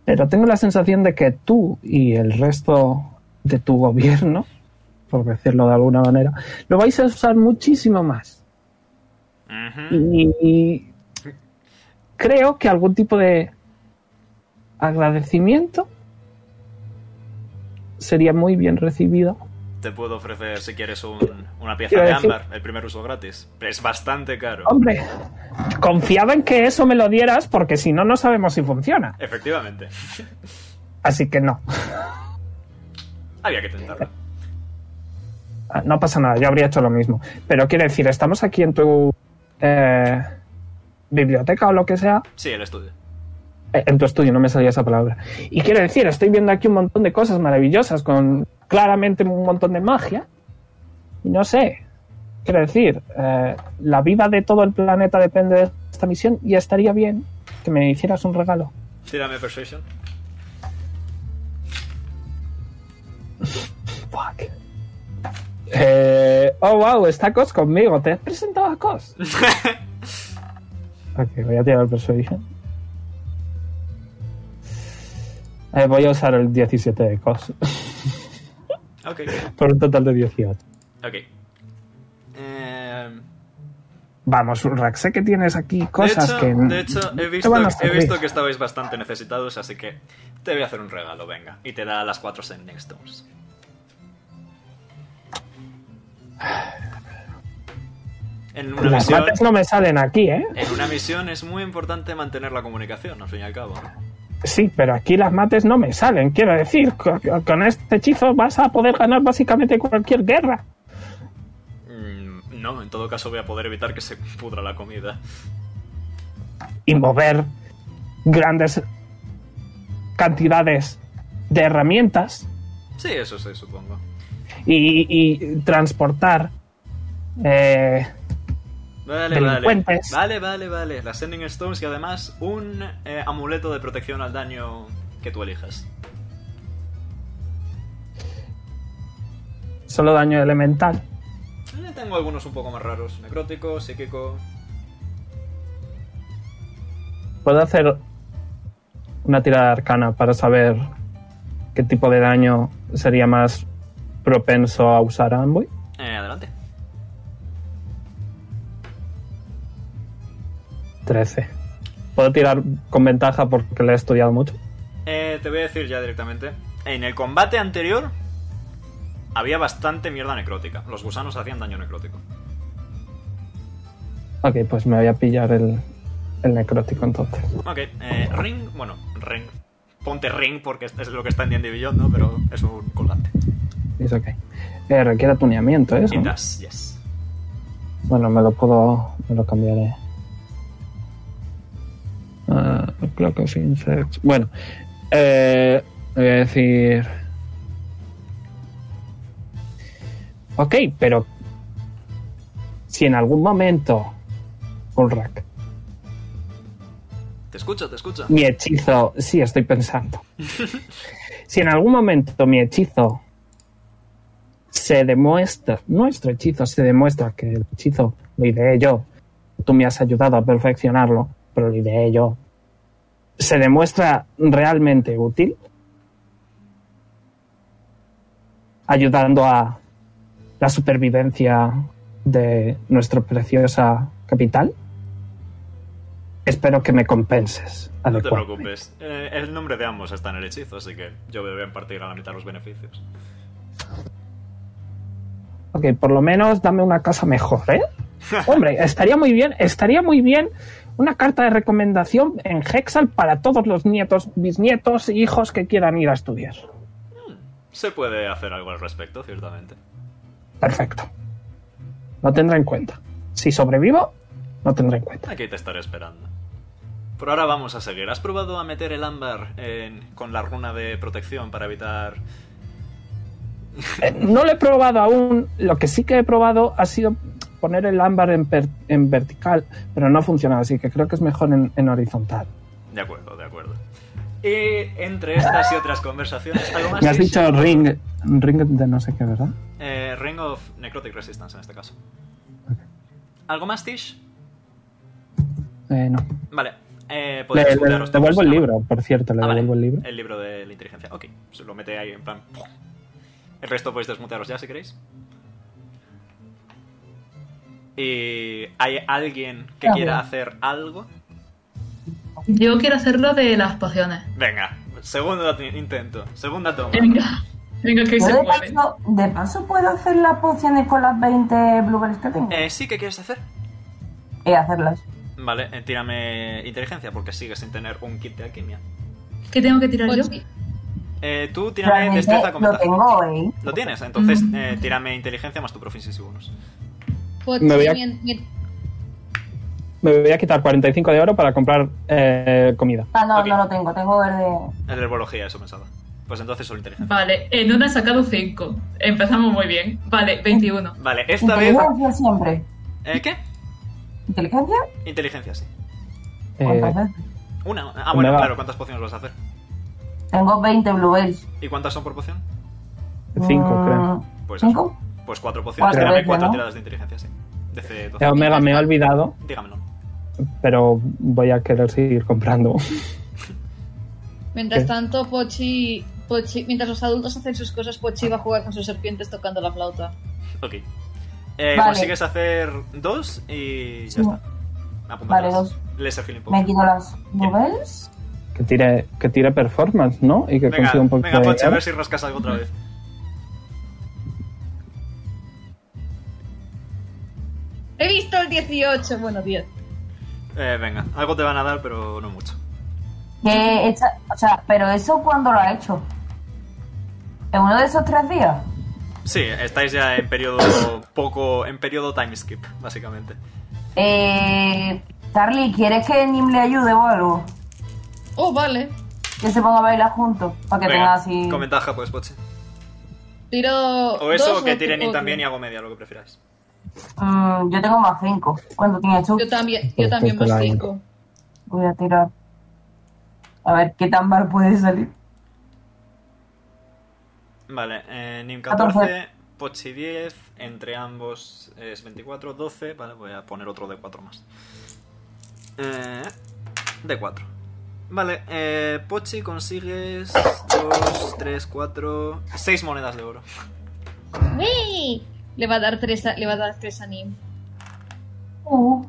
Pero tengo la sensación de que tú y el resto de tu gobierno, por decirlo de alguna manera, lo vais a usar muchísimo más.
Ujú.
Y, y creo que algún tipo de agradecimiento sería muy bien recibido.
Te puedo ofrecer, si quieres, un- una pieza
Quiero
de
decir-
ámbar, el primer uso gratis. Pero Es bastante caro.
Hombre, confiaba en que eso me lo dieras porque si no, no sabemos si funciona.
Efectivamente.
Así que no,
Había que tentarlo.
Ah, no pasa nada, yo habría hecho lo mismo. Pero quiero decir, estamos aquí en tu eh, biblioteca o lo que sea,
Sí, el estudio.
Eh, en tu estudio, no me salía esa palabra. Y quiero decir, estoy viendo aquí un montón de cosas maravillosas con claramente un montón de magia. Y no sé, quiero decir, eh, la vida de todo el planeta depende de esta misión y estaría bien que me hicieras un regalo.
Tírame Persuasion.
Fuck. Eh, oh, wow, está Cos conmigo. ¿Te has presentado a Cos? ok, voy a tirar el persuasion. Eh, voy a usar el 17 de Cos.
Ok.
por un total de 18.
Ok. Eh,
Vamos, Urrak, sé que tienes aquí cosas
de hecho,
que.
de hecho, he,
te
visto,
van a
he
servir.
visto que estabais bastante necesitados, así que te voy a hacer un regalo, venga. Y te da las cuatro Sending Stones. En una,
Las
misión,
ratas no me salen aquí, ¿eh?
en una misión es muy importante mantener la comunicación, al fin y al cabo. ¿no?
Sí, pero aquí las mates no me salen. Quiero decir, co- co- con este hechizo vas a poder ganar básicamente cualquier guerra.
Mm, no, en todo caso voy a poder evitar que se pudra la comida.
Y mover grandes cantidades de herramientas
Sí, eso sí, supongo.
y, y transportar. Eh,
Vale, vale.
Delincuentes.
Vale, vale, vale. Las Sending Stones y además un eh, amuleto de protección al daño que tú elijas.
solo daño elemental.
Eh, Tengo algunos un poco más raros. Necrótico, psíquico.
Puedo hacer una tirada arcana para saber qué tipo de daño sería más propenso a usar Amboy.
Eh, adelante.
13. Puedo tirar con ventaja porque le he estudiado mucho.
Eh, te voy a decir ya directamente. En el combate anterior había bastante mierda necrótica. Los gusanos hacían daño necrótico.
Ok, pues me voy a pillar el, el necrótico entonces.
Ok, eh, ring. Bueno, ring. Ponte ring porque es es lo que está en D&D Beyond, ¿no? Pero es un colgante.
Es ok. Eh, requiere tuneamiento eso.
Y
¿no?
das, yes.
Bueno, me lo puedo. Me lo cambiaré. Ah, clock of Insects. Bueno, eh, voy a decir. Ok, pero. Si en algún momento. Ulrak,
Te escucho, te escucho.
mi hechizo. Sí, estoy pensando. si en algún momento mi hechizo. Se demuestra. Nuestro hechizo se demuestra que el hechizo lo ideé yo. Tú me has ayudado a perfeccionarlo, pero lo ideé yo. se demuestra realmente útil ayudando a la supervivencia de nuestra preciosa capital. Espero que me compenses.
No te
adecuadamente.
preocupes. Eh, el nombre de ambos está en el hechizo, así que yo voy a partir a la mitad los beneficios.
Ok, por lo menos dame una casa mejor, ¿eh? Hombre, estaría muy bien, estaría muy bien una carta de recomendación en Hexal para todos los nietos, bisnietos, hijos que quieran ir a estudiar.
Se puede hacer algo al respecto, ciertamente.
Perfecto. Lo tendré en cuenta. Si sobrevivo, lo tendré en cuenta.
Aquí te estaré esperando. Por ahora vamos a seguir. ¿Has probado a meter el ámbar en- con la runa de protección para evitar...
Eh, no lo he probado aún. Lo que sí que he probado ha sido poner el ámbar en, per- en vertical, pero no ha funcionado, así que creo que es mejor en, en horizontal.
De acuerdo, de acuerdo. Y entre estas y otras conversaciones, algo más...
Me has
Chris?
dicho ring, ring de no sé qué, ¿verdad?
Eh, Ring of Necrotic Resistance en este caso. ¿Algo más, Tish?
Eh, no.
Vale. Eh,
Le,
podéis
le-
juntaros todos.
devuelvo el
Ah,
libro, por cierto, le
Ah, vale.
devuelvo el libro.
El libro de la inteligencia. Ok, se lo mete ahí en plan. ¡pum! El resto podéis desmutearos ya si queréis. ¿Y hay alguien que
Ah,
quiera
bueno.
hacer algo?
Yo quiero hacer lo de las pociones.
Venga, segundo at- intento, segunda toma.
Venga, venga, que
Yo
se
de,
mueve.
paso, de paso puedo hacer las pociones con las 20 blueberries que tengo.
Eh, ¿Sí que quieres hacer?
Y hacerlas.
Vale, eh, tírame inteligencia porque sigues sin tener un kit de alquimia.
¿Qué tengo que tirar yo?
Ocho.
Eh, tú tírame
Realmente
destreza con
lo
ventaja.
tengo, ¿eh?
Lo tienes, entonces
Mm.
eh, tírame inteligencia más tu proficiency bonus.
Me voy a-
Mien- mien-
Me voy a quitar 45 de oro para comprar eh, comida.
Ah, no,
Ok.
no lo tengo, tengo el de...
El de herbología, eso pensaba. Pues entonces solo inteligencia.
Vale, en una he sacado 5. Empezamos muy bien. Vale, 21.
Vale, esta vez.
Inteligencia siempre.
¿Eh, ¿Qué?
¿Inteligencia?
Inteligencia, sí.
Eh,
¿Cuántas veces?
Una.
Pues
Ah, bueno,
Me va.
claro, ¿cuántas pociones vas a hacer?
Tengo 20 blueberries. Mm,
¿Y cuántas son por poción?
cinco, creo.
Pues,
¿Cinco?
pues cuatro pociones.
Cuatro,
Tírame
veces,
cuatro
¿no?
tiradas de inteligencia, sí. DC 12.
Eh, Omega me he olvidado,
Dígamelo.
pero voy a querer seguir comprando.
Mientras
¿Qué?
tanto, Pochi, Pochi- Mientras los adultos hacen sus cosas, Pochi va a jugar con sus serpientes tocando la flauta.
Ok. Eh,
Vale.
Consigues hacer dos y ya
Sí.
está. Apúntatelas.
Vale, dos.
Lees el healing
Me
potion.
quito las blueberries.
Que tire, que tire performance, ¿no? Y que
Venga,
consiga un poco
venga,
de
Pochi, a
oro.
ver si rascas algo otra vez.
He visto el 18, bueno, 10.
Eh, venga, algo te van a dar, pero no mucho.
Que hecha- o sea, pero eso cuando lo ha hecho. En uno de esos tres días.
Sí, estáis ya en periodo poco. en periodo time skip, básicamente.
Eh, Carly, ¿quieres que Nim le ayude o algo?
Oh, vale.
Que se ponga a bailar juntos. Para que tenga
Venga,
así.
con ventaja, pues, Pochi.
Tiro.
O eso,
dos,
o que
otro-
tiren y
otro.
también y hago media, lo que prefiráis.
Mm, yo tengo más cinco. ¿Cuánto tienes tú?
Yo también, yo también
Perfecto,
más
la
5.
Voy a tirar. A ver qué tan mal puede salir.
Vale, eh, Nim
14.
14, Pochi 10, entre ambos es 24, 12. Vale, voy a poner otro de 4 más. Eh, de 4. Vale, eh, Pochi consigues 2, 3, 4, 6 monedas de oro.
¡Wey!
Le va a dar 3 a, le va a, dar tres a Nim.
Uh,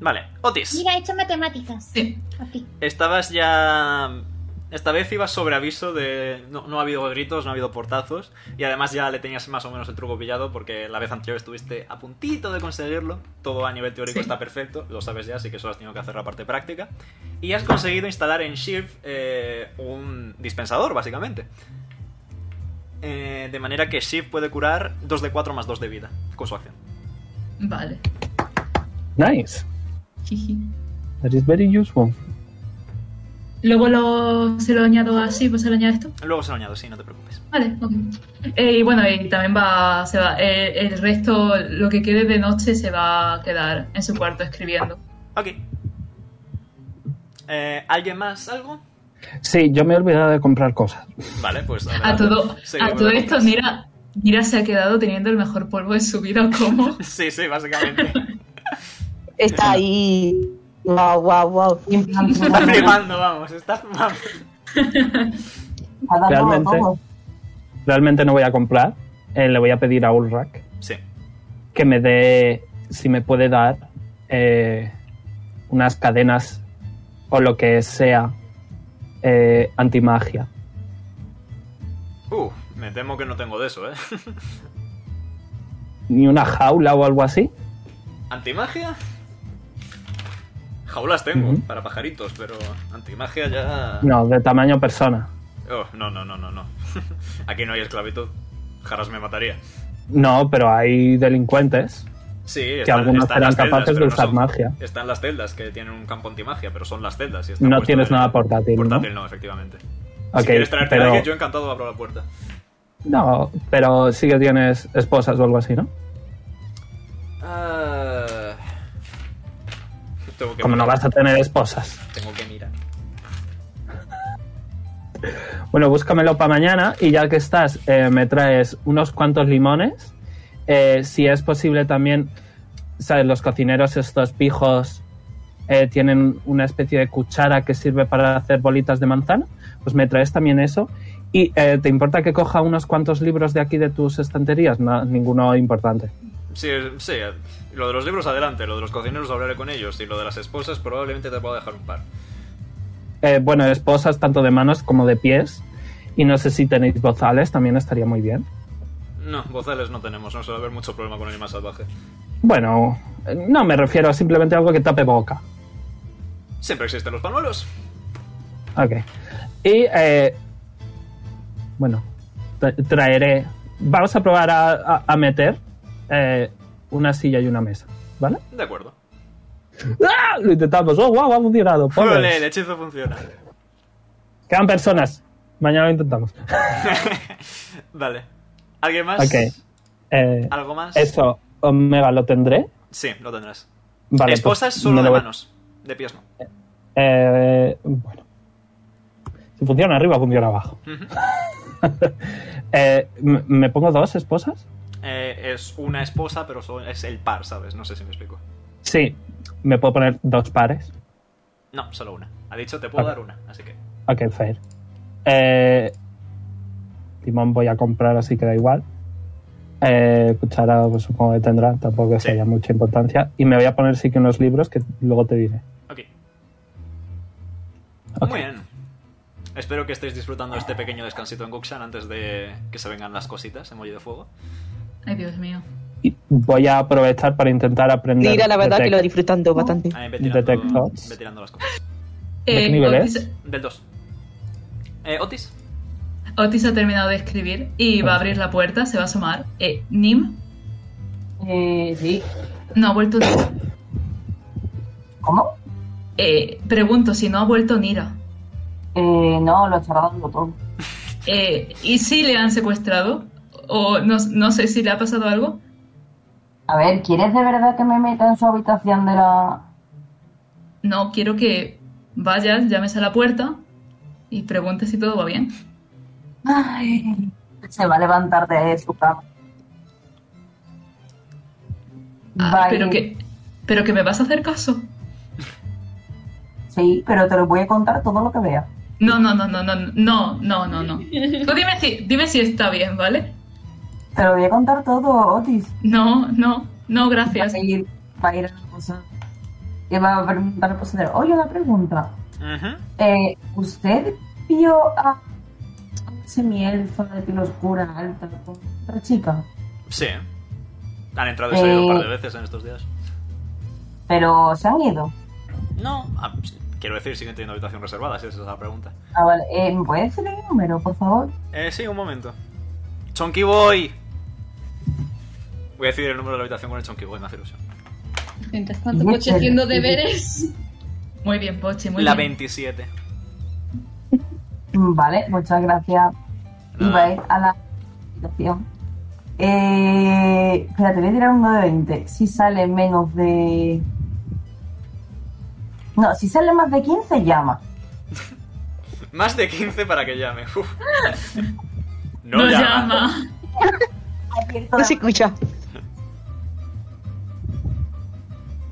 Vale, Otis,
Mira, he hecho matemáticas.
Sí.
Papi.
estabas ya... Esta vez ibas sobre aviso de... No, no ha habido gritos, no ha habido portazos. Y además ya le tenías más o menos el truco pillado porque la vez anterior estuviste a puntito de conseguirlo. Todo a nivel teórico
Sí.
está perfecto, lo sabes ya, así que solo has tenido que hacer la parte práctica. Y has conseguido instalar en Shift eh, un dispensador, básicamente. Eh, de manera que Shift puede curar 2 de 4 más 2 de vida con su acción.
Vale.
Nice.
Jiji.
That is very useful.
Luego lo, se lo añado así, pues se lo añade esto.
Luego se lo añado, sí, no te preocupes.
Vale, ok. Eh, y bueno, y también va, se va, eh, el resto, lo que quede de noche se va a quedar en su cuarto escribiendo.
Ok. Eh, ¿Alguien más? ¿Algo?
Sí, yo me he olvidado de comprar cosas.
Vale, pues
A
adelante.
todo,
Seguimos
a todo
con
esto,
Otis.
Nira, Nira se ha quedado teniendo el mejor polvo de su vida como...
Sí, sí, básicamente.
Está ahí. Wow, wow, wow.
Está flipando, vamos. Está... vamos.
Realmente. Realmente no voy a comprar. Eh, le voy a pedir a Ulrak
Sí.
que me dé, si me puede dar, eh, unas cadenas o lo que sea eh, antimagia.
Uh, me temo que no tengo de eso, ¿eh?
Ni una jaula o algo así.
¿Antimagia? Jaulas tengo
Ujú.
para pajaritos, pero antimagia ya...
No, de tamaño persona.
Oh, no, no, no, no, no. Aquí no hay esclavitud. Jaras me mataría.
No, pero hay delincuentes.
Sí,
algunos
en las
eran capaces
celdas,
de
pero
usar
son-
magia.
Están las celdas que tienen un campo antimagia, pero son las celdas. y está
No
puesto
tienes
en-
nada portátil, ¿no?
Portátil no, efectivamente.
Ok,
si quieres traerte a
pero-
alguien, yo encantado abro la puerta.
No, pero sí que tienes esposas o algo así, ¿no?
Ah, Tengo que
Como no vas a tener esposas.
Tengo que mirar.
Bueno, búscamelo para mañana y ya que estás, eh, me traes unos cuantos limones. Eh, si es posible también, ¿sabes? Los cocineros, estos pijos, eh, tienen una especie de cuchara que sirve para hacer bolitas de manzana. Pues me traes también eso. ¿Y eh, te importa que coja unos cuantos libros de aquí de tus estanterías? No, ninguno importante.
Sí, sí. Lo de los libros, adelante. Lo de los cocineros, hablaré con ellos. Y lo de las esposas, probablemente te puedo dejar un par.
Eh, bueno, esposas tanto de manos como de pies. Y no sé si tenéis bozales, también estaría muy bien.
No, bozales no tenemos. No suele haber mucho problema con el animal salvaje.
Bueno, eh, no me refiero a simplemente algo que tape boca.
Siempre existen los panuelos.
Ok. Y, eh, bueno, tra- traeré... Vamos a probar a, a- a meter eh, una silla y una mesa, ¿vale?
De acuerdo.
¡Ah! Lo intentamos. ¡Oh, wow! Ha funcionado. Pobres.
Ole, el hechizo funciona.
Quedan personas. Mañana lo intentamos.
Vale. ¿Alguien más?
Ok. Eh,
¿Algo más?
eso, Omega, lo tendré.
Sí, lo tendrás.
Vale, pues
esposas solo
me
de
lo voy-
manos. De pies no.
Eh, bueno. Si funciona arriba, funciona abajo.
Ujú.
Eh, m- ¿Me pongo dos esposas?
Eh, es una esposa, pero solo- es el par, ¿sabes? No sé si me explico.
Sí, me puedo poner dos pares.
No, solo una. Ha dicho, te puedo
Ok.
dar una, así que.
Ok, fair. Eh, timón voy a comprar, así que da igual. Eh, cuchara, pues, supongo que tendrá, tampoco que
Sí.
haya mucha importancia. Y me voy a poner sí que unos libros que luego te diré.
Ok.
Ok.
Muy bien. Espero que estéis disfrutando este pequeño descansito en Guxan antes de que se vengan las cositas en Mollo de Fuego.
Ay, Dios mío.
Y voy a aprovechar para intentar aprender.
Mira, la verdad que lo
detect-
disfrutan todo bastante.
Ahí ve tirando,
Detector.
ve tirando las cosas.
Eh,
¿De qué nivel
Otis,
es?
Del 2. Eh, Otis.
Otis ha terminado de escribir y va a abrir la puerta, se va a asomar. Eh, Nim
Eh, sí.
no ha vuelto Nira.
¿Cómo?
Eh, pregunto si no ha vuelto Nira.
Eh, no, lo estará dando todo.
Eh, ¿Y si le han secuestrado? O no, no sé si le ha pasado algo.
A ver, ¿quieres de verdad que me meta en su habitación de la...
No, quiero que vayas, llames a la puerta y preguntes si todo va bien.
Ay, se va a levantar de su cama.
Ah,
Va
pero
y-
que, pero que me vas a hacer caso.
Sí, pero te lo voy a contar todo lo que vea.
No, no, no, no, no, no, no, no, no. Tú dime si, dime si está bien, ¿vale?
Te lo voy a contar todo, Otis.
No, no, no, gracias.
Va a ir, va a ir a la cosa. Y va a preguntar al posadero. Oye, una pregunta.
Ujú.
Eh, ¿Usted vio a a una semielfa de piel oscura alta con otra chica?
Sí. Han entrado y salido un par de
Eh.
veces en estos días.
Pero se han ido.
No. ah, sí. quiero decir, siguen teniendo habitación reservada, si esa es la pregunta.
Ah, vale. Eh, ¿Me puede decir el número, por favor?
Eh, sí, un momento. Chonky Boy. Voy a decidir el número de la habitación con el Chonky Boy, me hace ilusión.
Mientras tanto,
Yo
Pochi
sé.
haciendo deberes.
Muy bien, Pochi, muy
la
bien.
27.
Mm, Vale, muchas gracias. Y va a ir a la habitación. Eh, espérate, voy a tirar uno de 20. Si sale menos de... No, si sale más de 15, llama.
Más de 15 para que llame. Uf.
No, llama.
Abierto
No
la-
se escucha.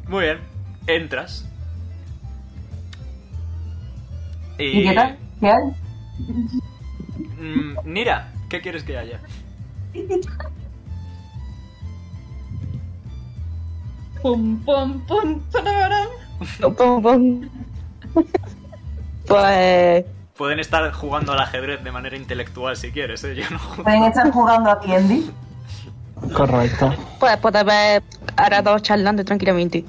Muy bien. Entras. Y,
¿Y qué tal? ¿Qué hay?
mm, Nira, ¿qué quieres que haya?
Pum, pum, pum, pararam.
Pum, pum. pues.
Pueden estar jugando al ajedrez de manera intelectual si quieres, ¿eh? Yo no juego.
Pueden estar jugando a Candy.
Correcto.
Pues, pues tal vez ahora dos charlando tranquilamente.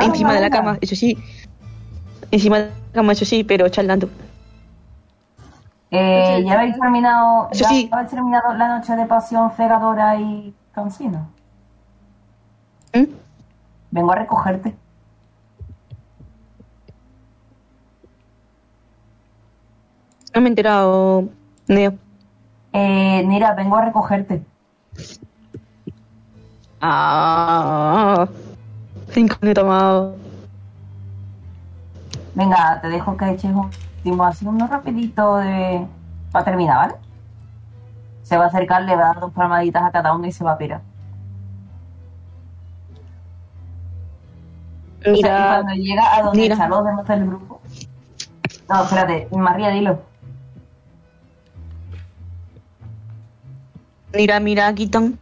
encima de la cama, eso sí. Encima de la cama, eso sí, pero charlando.
Eh, ya habéis terminado,
Sí,
ya
sí.
habéis terminado la noche de pasión cegadora y cansina.
¿Mm?
Vengo a recogerte.
No me he enterado, Neo.
Eh, Nira, vengo a recogerte.
Ah, cinco minutos más.
Venga, te dejo que eches un último así, uno rapidito de... para terminar, ¿vale? Se va a acercar, le va a dar dos palmaditas a cada uno y se va a pirar. O sea, y
Mira,
cuando llega a donde
Nira.
están los demás del grupo... No, espérate, María, dilo.
mira, mira, aquí están.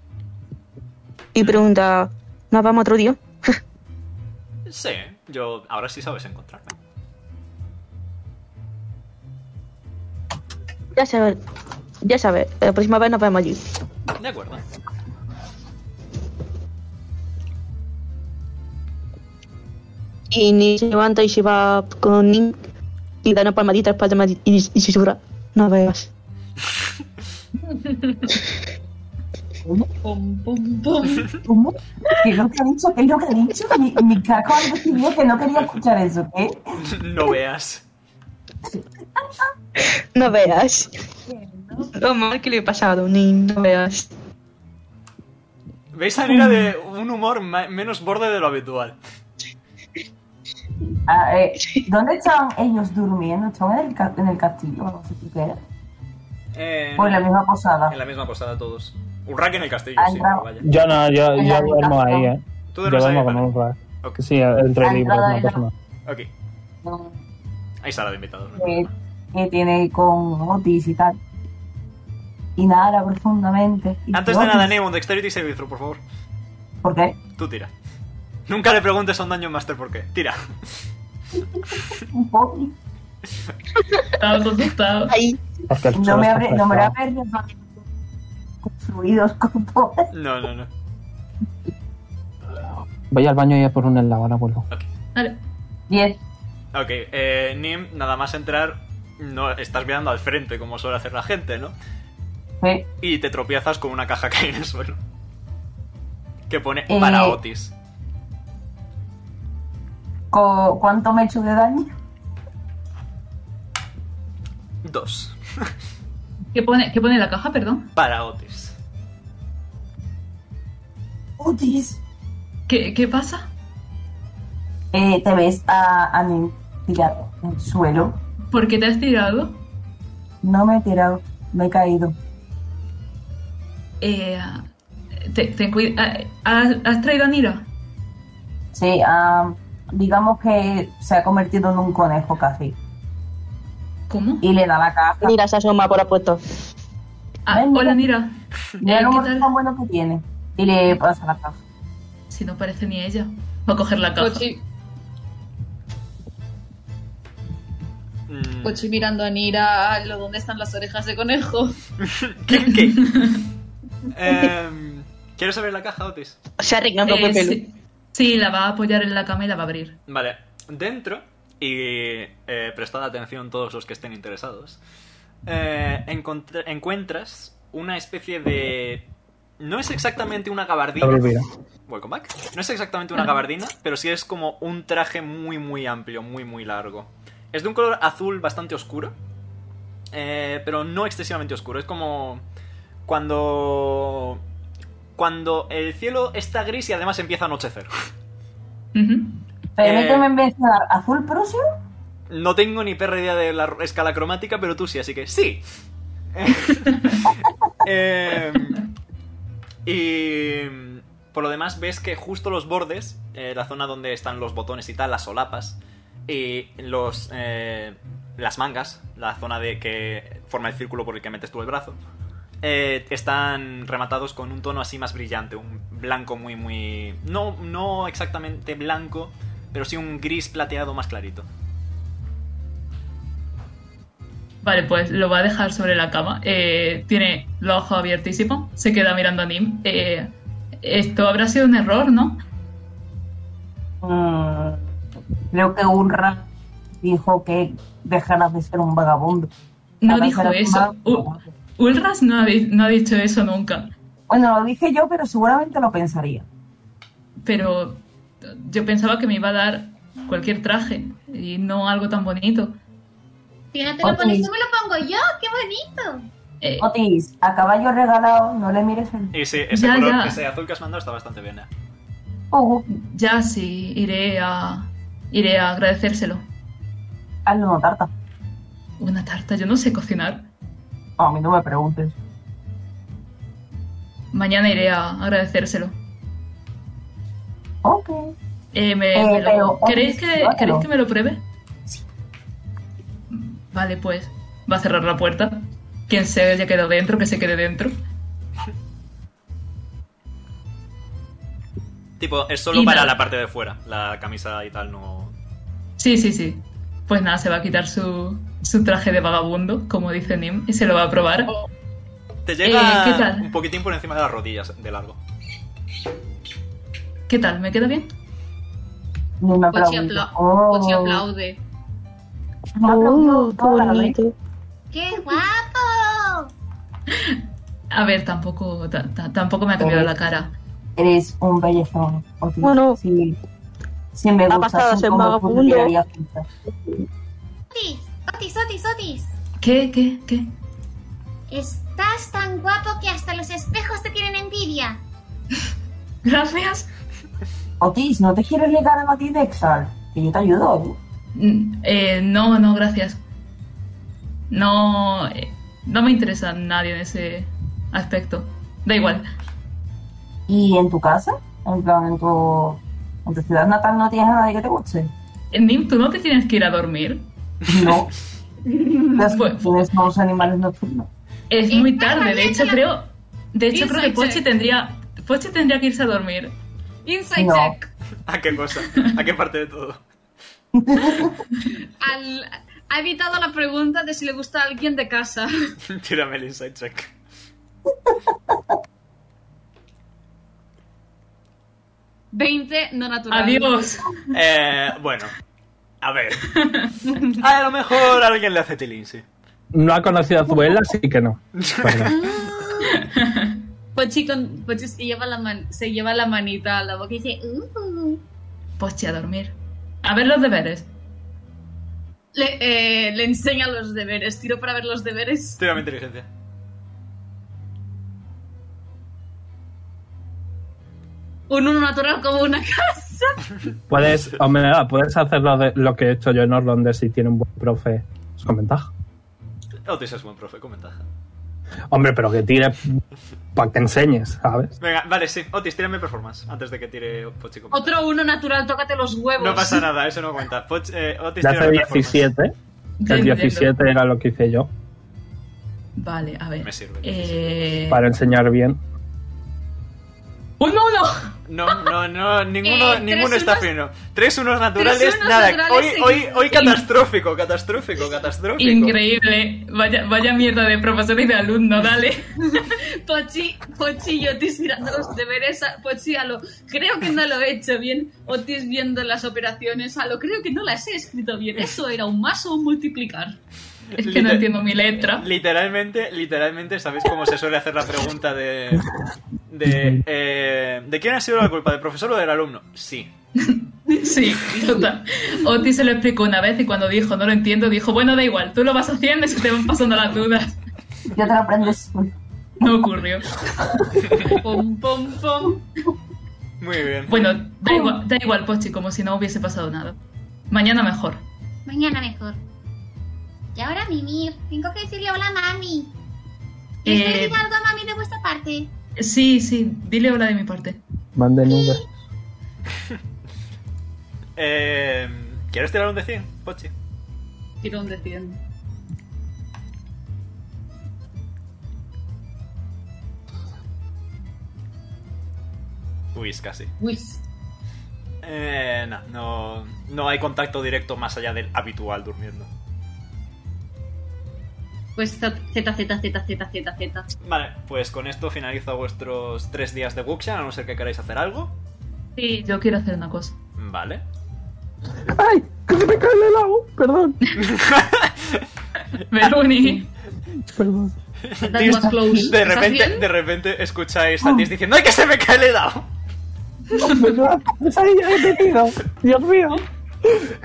Y pregunta, ¿nos vamos otro día?
Sí, yo ahora sí sabes encontrarme.
Ya sabes, ya sabes, la próxima vez nos vemos allí.
De acuerdo.
Y ni se levanta y se va con Nin y da una palmadita, palmadita y, y susurra, no veas.
Pum, pum, pum.
¿Cómo? ¿Qué es lo que ha dicho? ¿Qué es lo que ha dicho? Mi, mi caco ha decidido que no quería escuchar eso, ¿qué?
No veas.
No veas. Lo mal que le he pasado, Nin, no veas.
Veis a Nira de un humor ma- menos borde de lo habitual.
Ah, eh, ¿Dónde están ellos durmiendo? ¿Están en el, ca- en el castillo? No sé qué era.
Eh,
O en la misma posada.
en la misma posada todos. Urrak en el castillo,
Ah,
sí,
claro.
pero vaya.
Yo no, yo,
En la
yo duermo
habitación.
ahí, ¿eh?
Tú
Yo
duermes ahí,
duermo con
vale.
un rack.
Ok.
Sí, entre
Ah,
libros,
entrada
no
en
pasa
la-
nada.
Ok,
No,
hay sala de invitados. ¿no?
que, Eh, que tiene con Otis y tal. Inhala profundamente. Y pues,
Antes
dice,
de nada,
"Otis,
Nemo, Dexterity Saving Throw, por favor.
¿Por qué?
Tú tira. Nunca le preguntes a un Dungeon Master por qué. Tira.
Un poco.
Estaba asustado.
Ahí,
Porque el
No
chorro
me
está
habré, no me lo
pesado.
habré resbalado con fluidos con poder.
No, no, no.
Voy al baño y a por un helado, ahora vuelvo.
Vale.
Diez.
Ok, eh, Nim, nada más entrar, no estás mirando al frente, como suele hacer la gente, ¿no?
Sí.
Y te tropiezas con una caja que hay en el suelo. Que pone para
Eh.
Otis.
Co- ¿Cuánto me he hecho de daño?
Dos.
¿Qué pone, ¿Qué pone en la caja, perdón?
Para Otis.
Otis.
¿Qué, qué pasa?
Eh, te ves a, a mí tirado en el suelo.
¿Por qué te has tirado?
No me he tirado, me he caído.
Eh, te, te cuida- ah, ¿Has, has traído a Nira?
Sí, ah, digamos que se ha convertido en un conejo casi.
¿Cómo?
Y le da la caja.
mira, se asoma por la puerta.
Ah,
Ven,
hola, Nira.
Mira el
Eh, ¿qué
humor
tal?
tan bueno que tiene. Y le pasa la caja.
Si no parece ni ella. Va a coger la caja.
Pochi,
Mm,
Pochi mirando a Nira, "Ah, lo- ¿dónde están las orejas de conejo?
¿Qué? qué? Em, ¿Quieres abrir la caja, Otis?
Se arregla un poco
Eh,
el pelo.
sí, sí, la va a apoyar en la cama y la va a abrir.
Vale, dentro, y eh, prestad atención todos los que estén interesados, eh, encontr- encuentras una especie de... No es exactamente una gabardina.
Abre el vidrio.
Welcome back. No es exactamente una gabardina, pero sí es como un traje muy, muy amplio, muy, muy largo. Es de un color azul bastante oscuro, eh, pero no excesivamente oscuro. Es como cuando... Cuando el cielo está gris y además empieza a anochecer.
Ujú.
Permíteme mencionar azul próximo.
No tengo ni perra idea de la escala cromática, pero tú sí, así que sí. Eh, y por lo demás ves que justo los bordes, eh, la zona donde están los botones y tal, las solapas, Y los, eh, las mangas, la zona de que forma el círculo por el que metes tú el brazo, eh, están rematados con un tono así más brillante, un blanco muy, muy... No, no exactamente blanco, pero sí un gris plateado más clarito.
Vale, pues lo va a dejar sobre la cama. Eh, tiene los ojos abiertísimos. Se queda mirando a Nim. Eh, esto habrá sido un error, ¿no?
Mm, creo que Unra dijo que dejarás de ser un vagabundo.
No
Ahora
dijo
serás un
eso. Uh.
vagabundo.
U- Ulras no ha, di- no ha dicho eso nunca.
Bueno, lo dije yo, pero seguramente lo pensaría.
Pero yo pensaba que me iba a dar cualquier traje y no algo tan bonito.
Si no te lo pones
Ok.
tú, me lo pongo yo. ¡Qué bonito!
Eh,
Otis, a caballo regalado, no le mires el...
Y sí, ese
Ya,
color,
ya.
ese azul que has mandado está bastante bien. ¿eh?
Oh,
ya sí, iré a, iré a agradecérselo.
hazle una tarta.
Una tarta, yo no sé cocinar.
A mí Oh, no me preguntes.
Mañana iré a agradecérselo.
Ok.
Eh, me-
Eh,
me lo-
pero,
¿queréis,
Otis,
que,
llévatelo.
¿Queréis que me lo pruebe? Vale, pues va a cerrar la puerta. Quien se haya quedado dentro, que se quede dentro.
Tipo, es solo
Y
para
nada.
la parte de fuera. La camisa y tal no...
Sí, sí, sí. Pues nada, se va a quitar su, su traje de vagabundo, como dice Nim, y se lo va a probar.
Oh.
Te
Eh, ¿qué
llega
tal?
un poquitín por encima de las rodillas, de largo.
¿Qué tal? ¿Me queda bien?
Ni me
Pochi
preguntes.
apla-
Oh.
Pochi aplaude.
Me ha aplaudido
Oh, qué
toda la vez.
bonito.
¡Qué guapo!
A ver, tampoco, ta- ta- tampoco me ha cambiado la cara.
Eres un bellezón, Otis.
Bueno.
sí. Sí me
Ha
gusta
pasado a ser vagabundo.
Otis, Otis, Otis, Otis.
¿Qué, qué, qué?
Estás tan guapo que hasta los espejos te tienen envidia.
Gracias.
Otis, ¿no te quieres ligar a Mati Dexal? Que yo te ayudo. ¿eh?
Mm, eh, no, no, gracias. No, eh, no me interesa nadie en ese aspecto. Da igual.
¿Y en tu casa? En plan, en tu, en tu ciudad natal no tienes a nadie que te guste.
Eh, Nim, ¿tú no te tienes que ir a dormir?
No. Las
Bueno.
tienes malos animales nocturnos.
Es
Está
muy tarde, de
bien,
hecho
ya.
creo, de hecho creo que
Insight
Pochi
check.
tendría, Pochi tendría que irse a dormir.
Insight
No.
check.
¿A qué cosa? ¿A qué parte de todo?
Al- ha evitado la pregunta de si le gusta a alguien de casa.
Tírame el inside check.
Veinte no natural.
Adiós.
Eh, bueno, a ver. A lo mejor alguien le hace tilín, sí.
No ha conocido a Zuela, así que no. Perdón.
Pochi, con- Pochi se, lleva la man- se lleva la manita a la boca y dice...
Uh,
Pochi a dormir. A ver los deberes.
Le, eh, le enseña los deberes. Tiro para ver los deberes.
Tírame inteligencia.
Un uno natural como una casa.
Puedes, hombre, nada, puedes hacer lo, de- lo que he hecho yo en Orlando si tiene un buen profe. Es con ventaja.
Otis es buen profe, con ventaja.
Hombre, pero que tire para que enseñes, ¿sabes?
Venga, vale, sí. Otis, tírame performance antes de que tire Pochi. con
Otro uno natural, tócate los huevos.
No pasa nada, eso no cuenta. Poch- eh, Otis
Ya
tiene
hace
una performance.
17. El
Entiendo.
17 era lo que hice yo
Vale, a ver.
Me sirve,
Eh,
para enseñar bien.
Un uno.
No, no, no, ninguno,
Eh,
ninguno
tres
está
unos-
fino. Tres unos naturales,
tres unos
nada.
naturales
hoy, hoy,
seguidos.
hoy catastrófico, catastrófico, catastrófico.
Increíble. Vaya, vaya mierda de profesor y de alumno, dale.
Pochi, Pochi y Otis mirando los deberes. a- Pochi a lo... Creo que no lo he hecho bien. Otis viendo las operaciones. A lo creo que no las he escrito bien. Eso era un más o un multiplicar.
Es que no
Liter-
entiendo mi letra.
Literalmente, literalmente, ¿sabéis cómo se suele hacer la pregunta de. de. eh, ¿De quién ha sido la culpa? ¿Del profesor o del alumno? Sí.
Sí, total. Otis se lo explicó una vez y cuando dijo no lo entiendo, dijo, bueno, da igual, tú lo vas haciendo y se te van pasando las dudas.
Ya te lo aprendes.
No ocurrió.
Pom, pom, pom.
Muy bien.
Bueno, da igual, da igual, Pochi, como si no hubiese pasado nada. Mañana mejor.
mañana mejor. Y ahora, Mimir, tengo que decirle hola a mami. ¿Les
Eh,
digo algo a mami de vuestra parte?
Sí, sí, dile hola de mi parte.
Manden nubes.
Eh, ¿Quieres tirar un de 100, Pochi?
Tiro un de 100.
Uy, es casi.
Uy,
Eh, no, no, no hay contacto directo más allá del habitual durmiendo.
pues Z, Z, Z, Z, Z, Z, Z.
Vale, pues con esto finalizo vuestros tres días de Wuxian, a no ser que queráis hacer algo.
Sí, yo quiero hacer una cosa.
Vale.
¡Ay! ¡Que se me cae el helado! Perdón,
Veroni.
perdón.
That's what's close.
De
¿Estás
repente,
bien?
de repente escucháis a Tis diciendo ¡Ay, que se me cae el helado!
Perdón. Es pues ahí, ya he tenido. Dios mío.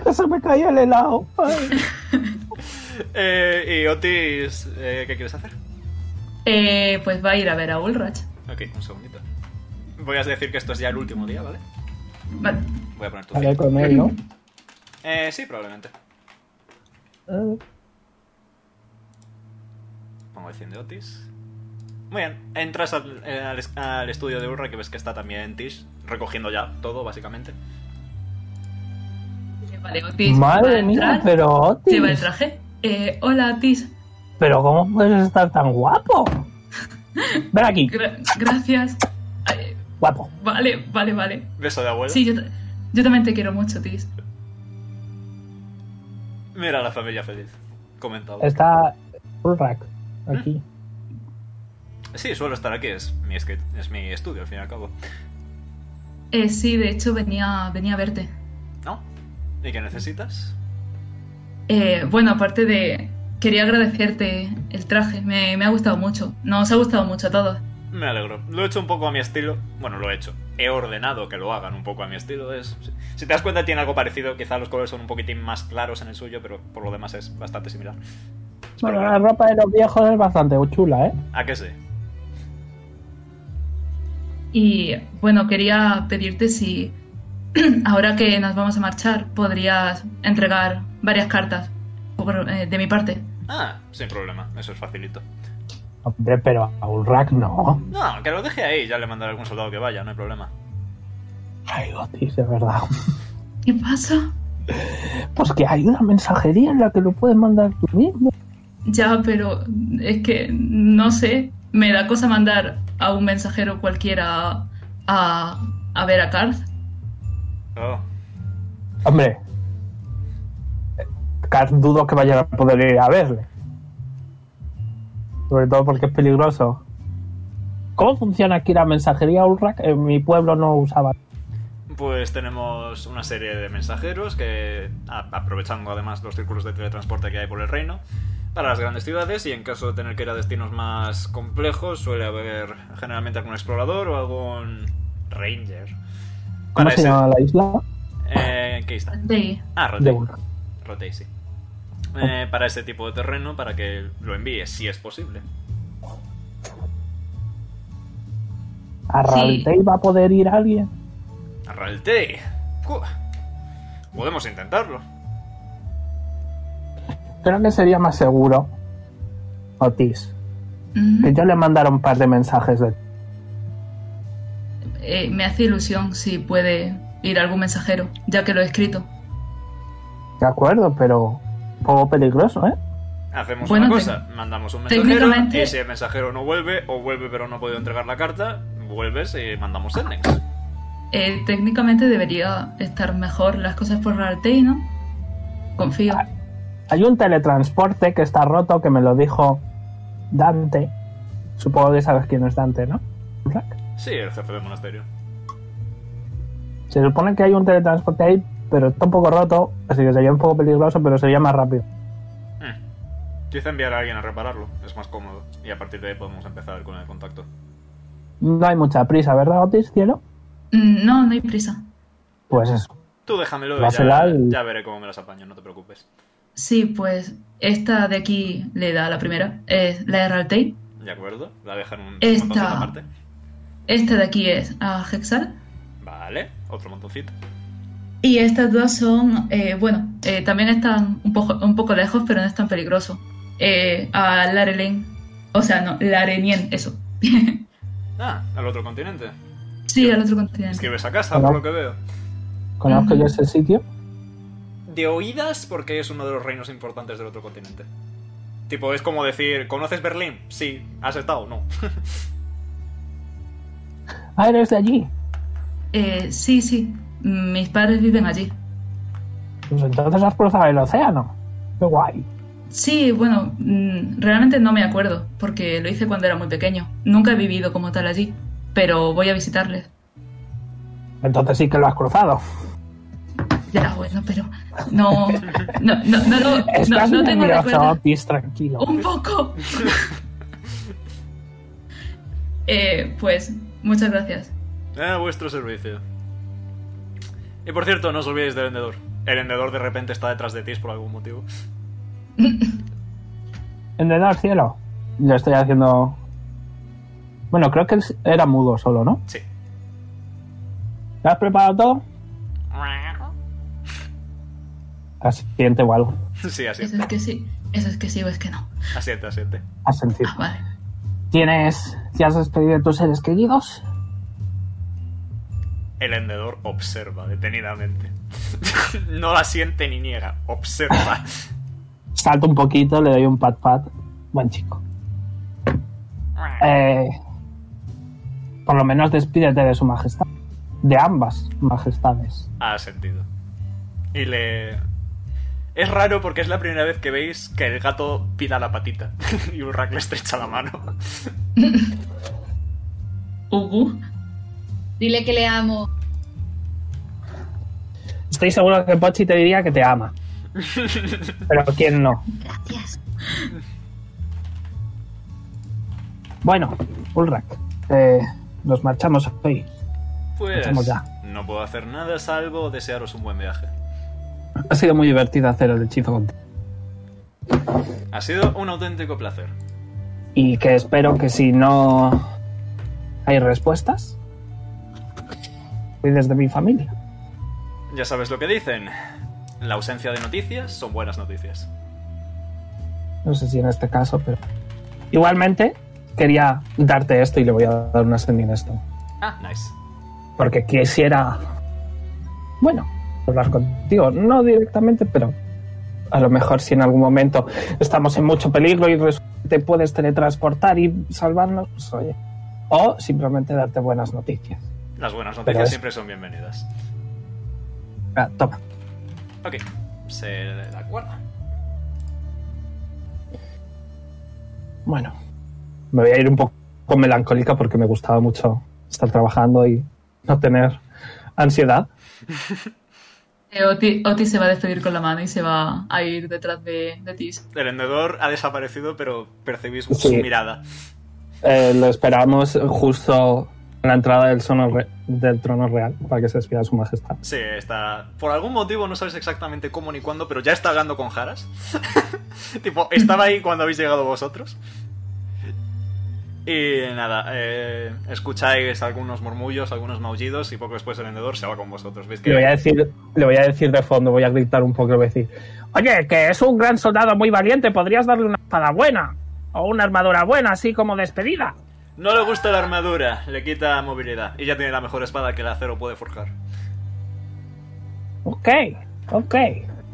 Que se me cae el helado. Ay.
Eh, y Otis, eh, ¿qué quieres hacer?
Eh, pues va a ir a ver a Ulrach.
Ok, un segundito. Voy a decir que esto es ya el último día, ¿vale?
Vale.
Voy a poner tu
Vale, pues.
feed.
con él, ¿no?
Eh, sí, probablemente.
Eh,
Pongo el 100 de Otis. Muy bien, entras al, eh, al es- al estudio de Urra que ves que está también Tish recogiendo ya todo, básicamente.
Vale, Otis. va a
Madre
entrar,
mía, pero Otis.
Lleva el traje. Eh, hola, Otis.
Pero ¿cómo puedes estar tan guapo? Ven aquí,
Gra- gracias. Ay,
guapo.
vale, vale, vale.
Beso de abuelo.
Sí, yo, ta- yo también te quiero mucho, Tis.
Mira a la familia feliz. Comentado.
Está Ulrak aquí.
Sí, suelo estar aquí, es mi, esque- es mi estudio, al fin y al cabo.
Eh, sí, de hecho venía, venía a verte.
¿No? ¿Y qué necesitas?
Eh, bueno, aparte de... Quería agradecerte el traje, me, me ha gustado mucho. Nos ha gustado mucho a todos.
Me alegro. Lo he hecho un poco a mi estilo. Bueno, lo he hecho. He ordenado que lo hagan un poco a mi estilo. Es... Si te das cuenta, tiene algo parecido. Quizá los colores son un poquitín más claros en el suyo, pero por lo demás es bastante similar. Espero
Bueno,
que
la
no.
ropa de los viejos es bastante chula, ¿eh?
¿A qué sí?
Y bueno, quería pedirte si ahora que nos vamos a marchar podrías entregar varias cartas por, eh, de mi parte.
Ah, sin problema. Eso es facilito.
Hombre, pero a Ulrak no.
No, que lo deje ahí. Ya le mandaré algún soldado que vaya, no hay problema.
Ay, Otis, de verdad.
¿Qué pasa?
Pues que hay una mensajería en la que lo puedes mandar tú mismo.
Ya, pero es que no sé. Me da cosa mandar a un mensajero cualquiera a, a ver a Karth.
Oh.
Hombre. eh, Kat, dudo que vayan a poder ir a verle. Sobre todo porque es peligroso. ¿Cómo funciona aquí la mensajería Ulrak? En mi pueblo no usaba.
Pues tenemos una serie de mensajeros que, a- aprovechando además los círculos de teletransporte que hay por el reino, para las grandes ciudades y en caso de tener que ir a destinos más complejos suele haber generalmente algún explorador o algún ranger.
¿Cómo
Para
se
ese-
llama la isla?
Eh, ¿Qué está?
De,
Ah,
De Oh.
Rotei.
Ulrak.
Rotei, sí. Eh, para ese tipo de terreno, para que lo envíes, si es posible.
¿A
Sí.
Raltei va a poder ir alguien?
A Raltei. Cu- Podemos intentarlo.
Creo que sería más seguro, Otis,
mm,
que yo le mandara un par de mensajes de...
eh, me hace ilusión si puede ir algún mensajero, ya que lo he escrito.
De acuerdo, pero un poco peligroso, ¿eh?
Hacemos
Bueno,
una
te-
cosa, mandamos un mensajero
técnicamente-
y si el mensajero no vuelve o vuelve pero no ha podido entregar la carta, vuelves y mandamos el next.
Eh, técnicamente debería estar mejor las cosas por Rartei, ¿no? Confío.
Hay un teletransporte que está roto, que me lo dijo Dante. Supongo que sabes quién es Dante, ¿no? Ulrak.
Sí, el jefe del monasterio.
Se supone que hay un teletransporte ahí, pero está un poco roto, así que sería un poco peligroso, pero sería más rápido.
Mm. Quizá enviar a alguien a repararlo, es más cómodo y a partir de ahí podemos empezar con el contacto.
No hay mucha prisa, ¿verdad, Otis, cielo?
Mm, No, no hay prisa.
Pues eso.
Tú déjamelo y ya,
Dásela y-
ya veré cómo me las apaño, no te preocupes.
Sí, pues esta de aquí le da la primera, es la de Rartei.
¿De acuerdo? La dejan un
Esta.
montoncito aparte.
Esta de aquí es a Hexar.
Vale, otro montoncito.
Y estas dos son, eh, bueno, eh, también están un poco, un poco lejos, pero no es tan peligroso. Eh, a Larelin, o sea, no, Larenien, eso.
Ah, al otro continente.
Sí, al otro continente.
Escribes a casa,
Hola.
por lo que veo.
Conozco
Ujú.
yo ese sitio.
de oídas porque es uno de los reinos importantes del otro continente. Tipo, es como decir, ¿conoces Berlín? Sí, ¿has estado? No.
Ah, eres de allí.
Eh, sí, sí, mis padres viven allí.
Pues entonces has cruzado el océano. Qué guay.
Sí, bueno, mm, realmente no me acuerdo, porque lo hice cuando era muy pequeño. Nunca he vivido como tal allí, pero voy a visitarles.
Entonces sí que lo has cruzado.
Ya, bueno, pero no, no, no, no, no, no,
Estás
no tengo
nervioso,
recuerdo.
Otis, tranquilo.
Un poco. Eh, pues, muchas gracias.
A Eh, vuestro servicio. Y por cierto, no os olvidéis del vendedor. El vendedor de repente está detrás de ti por algún motivo.
Vendedor cielo. Lo estoy haciendo. Bueno, creo que es- era mudo solo, ¿no?
Sí.
¿Lo has preparado todo? Asiente o algo.
Sí,
Eso
asiente.
es que sí, eso es que sí o es que no.
Asiente, asiente.
Asentir.
Ah, vale.
¿Tienes. ¿Te has despedido de tus seres queridos?
El vendedor observa detenidamente. no la siente ni niega. Observa.
Salto un poquito, le doy un pat pat. Buen chico. Eh, por lo menos despídete de su majestad. De ambas majestades.
ha sentido. Y le... Es raro porque es la primera vez que veis que el gato pila la patita y un rack le estrecha la mano.
Ugu.
Dile que le amo.
Estoy seguro que Pochi te diría que te ama. Pero ¿quién no?
Gracias.
Bueno, Ulrak, eh, nos marchamos hoy.
Pues
Estamos ya.
no puedo hacer nada salvo desearos un buen viaje.
Ha sido muy divertido hacer el hechizo contigo.
Ha sido un auténtico placer.
Y que espero que si no hay respuestas, cuides de mi familia.
Ya sabes lo que dicen. La ausencia de noticias son buenas noticias.
No sé si en este caso, pero... Igualmente, quería darte esto y le voy a dar una sending esto.
Ah, nice.
Porque quisiera... Bueno, hablar contigo. No directamente, pero... A lo mejor si en algún momento estamos en mucho peligro y resulta que te puedes teletransportar y salvarnos, pues oye. O simplemente darte buenas noticias.
Las buenas
Pero
noticias
es-
siempre son bienvenidas.
Ah, toma.
Ok, se la guarda.
Bueno, me voy a ir un poco melancólica porque me gustaba mucho estar trabajando y no tener ansiedad.
Eh, Oti, Oti se va a despedir con la mano y se va a ir detrás de, de Tis.
El vendedor ha desaparecido, pero percibís su
Sí.
mirada.
Eh, lo esperamos justo en la entrada del, sono re- del trono real para que se despida su majestad.
Sí, está. Por algún motivo no sabes exactamente cómo ni cuándo, pero ya está hablando con Jaras. tipo, estaba ahí cuando habéis llegado vosotros. Y nada, eh, escucháis algunos murmullos, algunos maullidos y poco después el vendedor se va con vosotros. ¿Veis que
Le voy a decir, le voy a decir de fondo, voy a gritar un poco, le voy a decir, oye, que es un gran soldado muy valiente, podrías darle una espada buena o una armadura buena, así como despedida.
no le gusta la armadura, le quita movilidad y ya tiene la mejor espada que el acero puede forjar.
Ok, ok.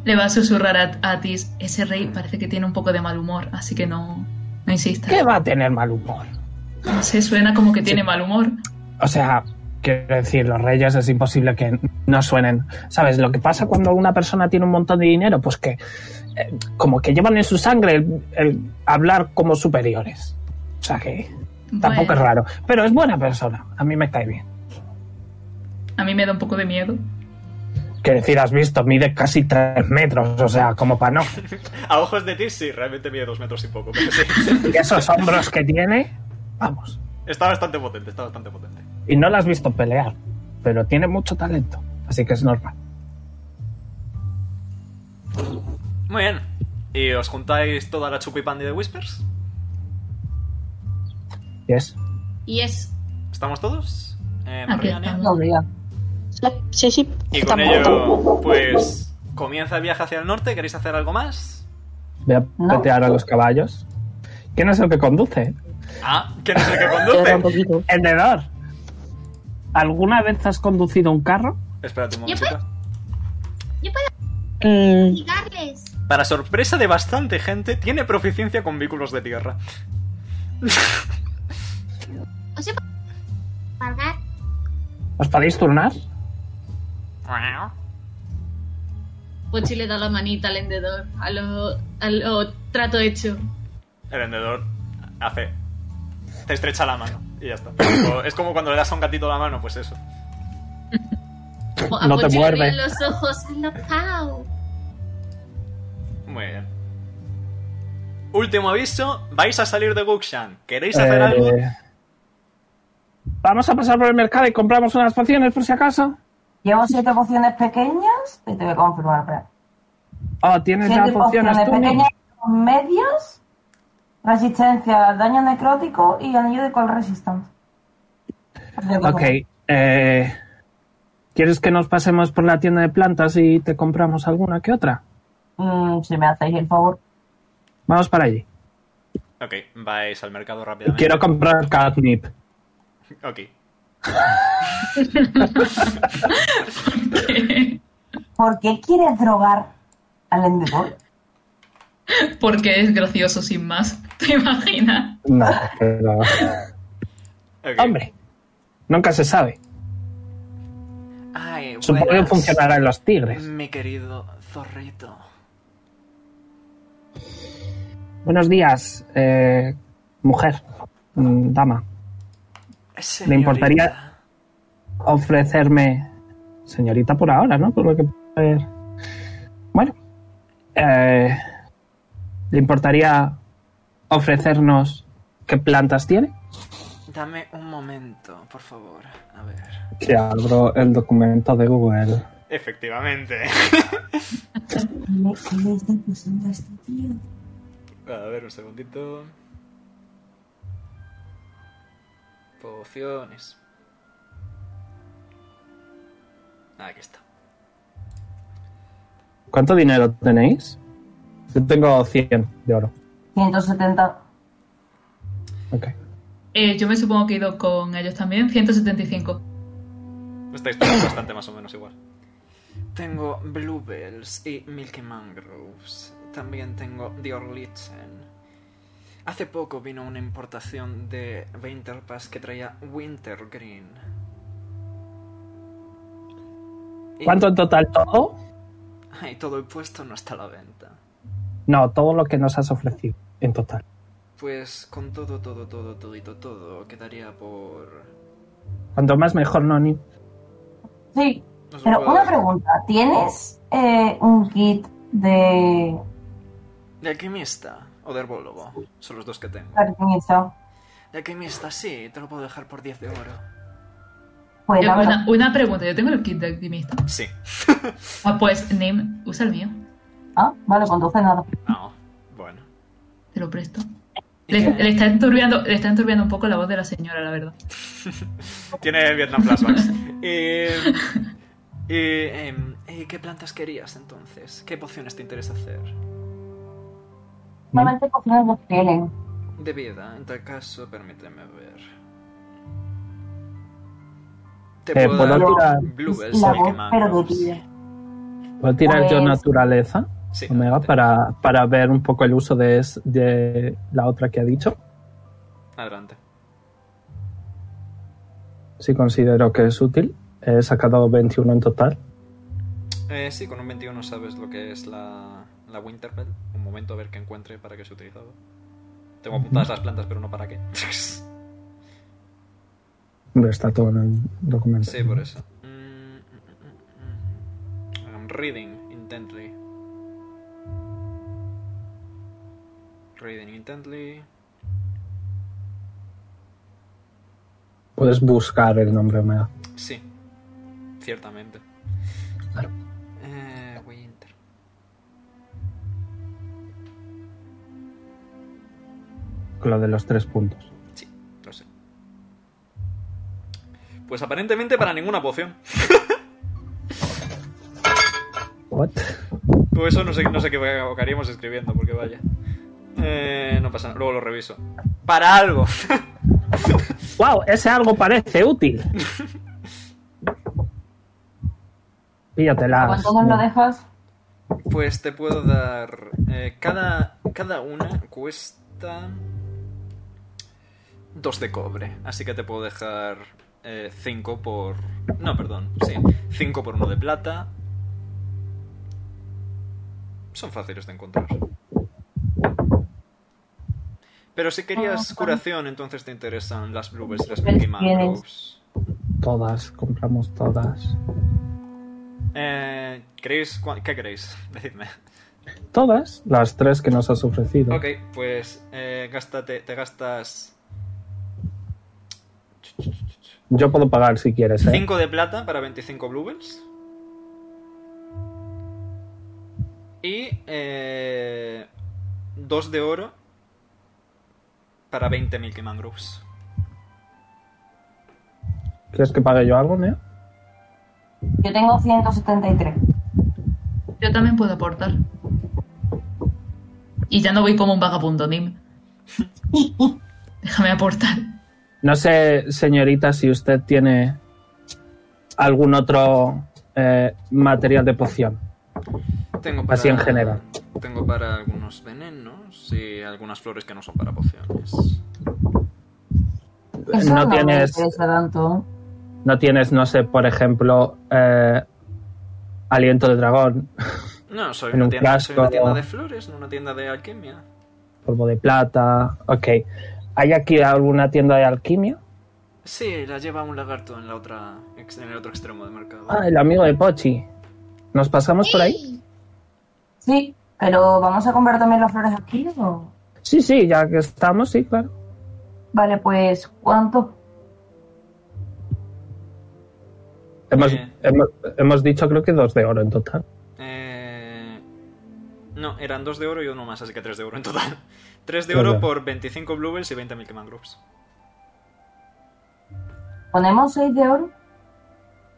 Le va a susurrar a, a Tis. Ese rey parece que tiene un poco de mal humor, así que no, no insista.
¿Qué va a tener mal humor?
No sé, suena como que tiene mal humor.
O sea, quiero decir, los reyes es imposible que no suenen. ¿Sabes? Lo que pasa cuando una persona tiene un montón de dinero, pues que eh, como que llevan en su sangre el, el hablar como superiores. O sea que tampoco
Bueno,
es raro. Pero es buena persona. A mí me cae bien.
A mí me da un poco de miedo.
Quiero decir, has visto, mide casi tres metros. O sea, como para no.
A ojos de ti, sí, realmente mide dos metros y poco, pero sí.
Y esos hombros que tiene, vamos.
Está bastante potente, está bastante potente.
Y no la has visto pelear. Pero tiene mucho talento. Así que es normal.
Muy bien. ¿Y os juntáis toda la chupipandi de Whispers?
Y es.
Y es.
¿Estamos todos? Eh,
Aquí
Mariana.
estamos.
No, mira.
Sí, sí,
Y con
estamos.
ello, pues, comienza el viaje hacia el norte. ¿Queréis hacer algo más?
Voy a
No.
patear a los caballos. ¿Quién es el que conduce?
Ah, ¿quién es el que
Espera un
conduce?
poquito.
Vendedor. ¿Alguna vez has conducido un carro?
Espérate un
Yo
momentito.
Yo puedo.
Mm,
Y darles.
Para sorpresa de bastante gente, tiene proficiencia con vehículos de tierra.
O sea, cargar.
¿Os podéis turnar?
Pochi le da la manita al vendedor, a lo, a lo trato hecho.
El vendedor hace. Te estrecha la mano y ya está. O- Es como cuando le das a un gatito la mano, pues eso.
Po- A
No te
Pochi le
muerde.
brillan los ojos.
Hazlo, pau.
Muy bien. Último aviso: vais a salir de Gukshan. ¿Queréis hacer
Eh,
algo?
Vamos a pasar por el mercado y compramos unas pociones por si acaso.
Llevo siete pociones pequeñas y te voy a confirmar. espera.
Oh, tienes
Siete
las
pociones
pociones tú.
pequeñas con medias, resistencia al daño necrótico y anillo de call resistant.
Ok. eh, ¿Quieres que nos pasemos por la tienda de plantas y te compramos alguna que otra?
Mm, si me hacéis el favor.
Vamos para allí.
Ok, vais al mercado rápidamente.
Quiero comprar catnip.
Ok.
¿Por qué quieres drogar al Endeavor?
Porque es gracioso sin más. ¿Te imaginas?
No, pero...
ok.
Hombre, nunca se sabe.
Ay,
Supongo que
buenas,
funcionará en los tigres.
Mi querido zorrito.
Buenos días, eh, mujer, mm, dama.
Señorita,
importaría- ofrecerme señorita por ahora, ¿no? Por lo que puedo ver. Bueno, eh, ¿le importaría ofrecernos qué plantas tiene?
Dame un momento, por favor. A ver.
Que abro el documento de Google.
Efectivamente.
¿Qué le qué le está pasando a este tío?
A ver, un segundito. Pociones. Ah, Aquí está.
¿Cuánto dinero tenéis? Yo tengo 100 de oro.
170.
Ok.
Eh, yo me supongo que he ido con ellos también. 175.
Estáis todos bastante más o menos igual. Tengo Bluebells y Milky Mangroves. También tengo Diorlitzen. Hace poco vino una importación de Winterpass que traía Wintergreen. Y-
¿Cuánto en total todo?
Y todo el puesto no está a la venta.
No, todo lo que nos has ofrecido en total.
Pues con todo, todo, todo, todito, todo, quedaría por...
Cuanto más mejor, no ni.
Sí,
no se
pero
puede
una
dar.
pregunta. ¿Tienes eh, un kit de
De alquimista o de herbólogo. Son los dos que tengo.
alquimista?
De alquimista, sí, te lo puedo dejar por 10 de oro.
Pues
Eh,
la verdad,
una, una pregunta. Yo tengo el kit de alquimista.
Sí.
Ah, pues, Nim, usa el mío.
Ah, vale, pues entonces nada.
No, bueno.
Te lo presto.
¿Y
Le,
qué?
le está enturbiando, le está enturbiando un poco la voz de la señora, la verdad.
Tiene Vietnam flashbacks. Eh, eh, em, eh, ¿Qué plantas querías entonces? ¿Qué pociones te interesa hacer?
Solamente cocinas de Helen.
De vida, en tal caso, permíteme ver. Te
Eh,
puedo
¿puedo
dar
tirar?
Bluebells,
La
Milky
voz
Mangroves.
perdida.
Voy a tirar yo
Pues-
naturaleza,
Sí,
Omega,
adelante.
para, para ver un poco el uso de, es- de la otra que ha dicho.
Adelante.
si considero que es útil. He sacado 21 en total.
Eh, sí, con un 21 sabes lo que es la, la Winterpell. Un momento a ver qué encuentre para que se utilizaba. Tengo apuntadas las plantas, pero no para qué. sí,
Hombre, está todo en el documento.
por eso. Mm, mm, mm, mm. I'm reading intently. Reading intently.
Puedes buscar el nombre Omega.
Sí, ciertamente.
Claro.
Eh, Winter.
Con lo de los tres puntos.
Sí, lo sé. Pues aparentemente para ninguna poción.
What?
Pues eso no sé, no sé qué acabaríamos escribiendo, porque vaya. Eh, no pasa nada, luego lo reviso. Para algo.
¡Wow! Ese algo parece útil. Píllatela.
Pues
¿Cuánto nos lo dejas?
Pues te puedo dar. eh, cada, cada una cuesta. Dos de cobre. Así que te puedo dejar. eh, cinco por. No, perdón. Sí. Cinco por uno de plata. Son fáciles de encontrar. Pero si querías curación, entonces te interesan las bluebells, las
Bluebells
Mickey Mangroves.
Todas, compramos todas.
Eh, ¿queréis cua- ¿Qué queréis? Decidme.
Todas, las tres que nos has ofrecido.
Ok, pues eh, gástate, te gastas
Yo puedo pagar si quieres, ¿eh?
5 de plata para 25 bluebells. Y 2 de oro para 20 Milky Mangroves.
¿Quieres que pague yo algo, Neo?
Yo tengo 173.
Yo también puedo aportar. Y ya no voy como un vagabundo, Nim. Déjame aportar.
No sé, señorita, si usted tiene algún otro eh, material de poción.
Tengo para,
Así en general.
Tengo para algunos venenos y algunas flores que no son para pociones.
Eso
no,
no, me
tienes,
interesa tanto.
no tienes, no sé, por ejemplo, eh, aliento de dragón,
No, soy
En
una,
un
tienda, soy
frasco.
una tienda de flores, no una tienda de alquimia.
polvo de plata. Ok. ¿Hay aquí alguna tienda de alquimia?
Sí, la lleva un lagarto en la otra ex- en el otro extremo del mercado.
Ah, el amigo de Pochi. ¿Nos pasamos por ahí?
Sí, pero ¿vamos a comprar también las flores aquí o...?
Sí, sí, ya que estamos, sí, claro.
Vale, pues, ¿cuánto?
Hemos,
Eh.
hemos, hemos dicho creo que dos de oro en total.
Eh, No, eran dos de oro y uno más, así que tres de oro en total. Tres de
Claro.
oro por 25 bluebells y 20 Milky Mangroves.
¿Ponemos 6 de oro?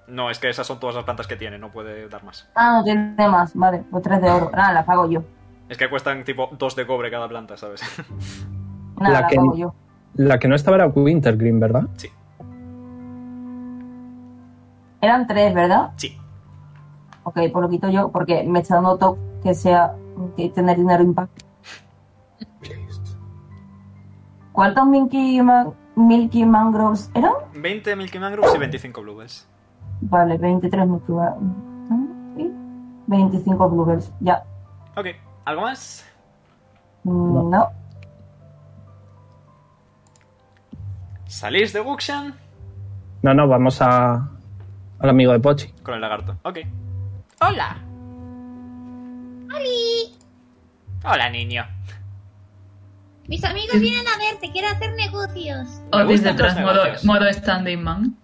No, es que esas son todas las plantas que tiene, no puede dar más.
Ah, no tiene más, vale, pues 3 de oro. Nada, las pago yo.
Es que cuestan tipo dos de cobre cada planta, ¿sabes?
Nada,
La
las
que-
pago yo.
La que no estaba era Wintergreen, ¿verdad?
Eran 3, ¿verdad?
Sí.
Ok, pues lo quito yo, porque me está dando toque que sea que tener dinero impacto. ¿Cuántos Milky, Man- Milky Mangroves eran?
20 Milky Mangroves y 25 bluebells.
Vale, 23 Milky Mangroves. 25 Bluebells, ya.
Ok, ¿algo más?
Mm, No.
¿Salís de Wuxian?
No, no, vamos a al amigo de Pochi.
Con el lagarto. Ok.
¡Hola!
Hola, niño.
Mis amigos vienen a verte, quiero hacer negocios.
Me
Otis
gustan
detrás,
los
modo,
negocios.
modo standing man.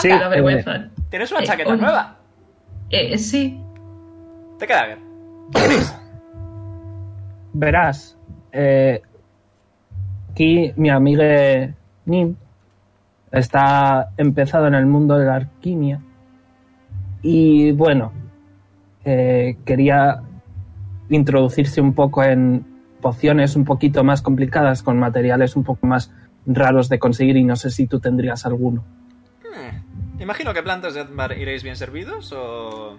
Sí,
Pero
eh,
vergüenza.
¿Tienes una
Eh,
chaqueta
hola.
nueva?
Eh, sí,
Te queda bien.
verás, eh, aquí mi amiga Nim está empezado en el mundo de la alquimia y bueno, eh, quería introducirse un poco en pociones un poquito más complicadas con materiales un poco más raros de conseguir y no sé si tú tendrías alguno.
Hmm. Imagino que plantas de Atmar iréis bien servidos o...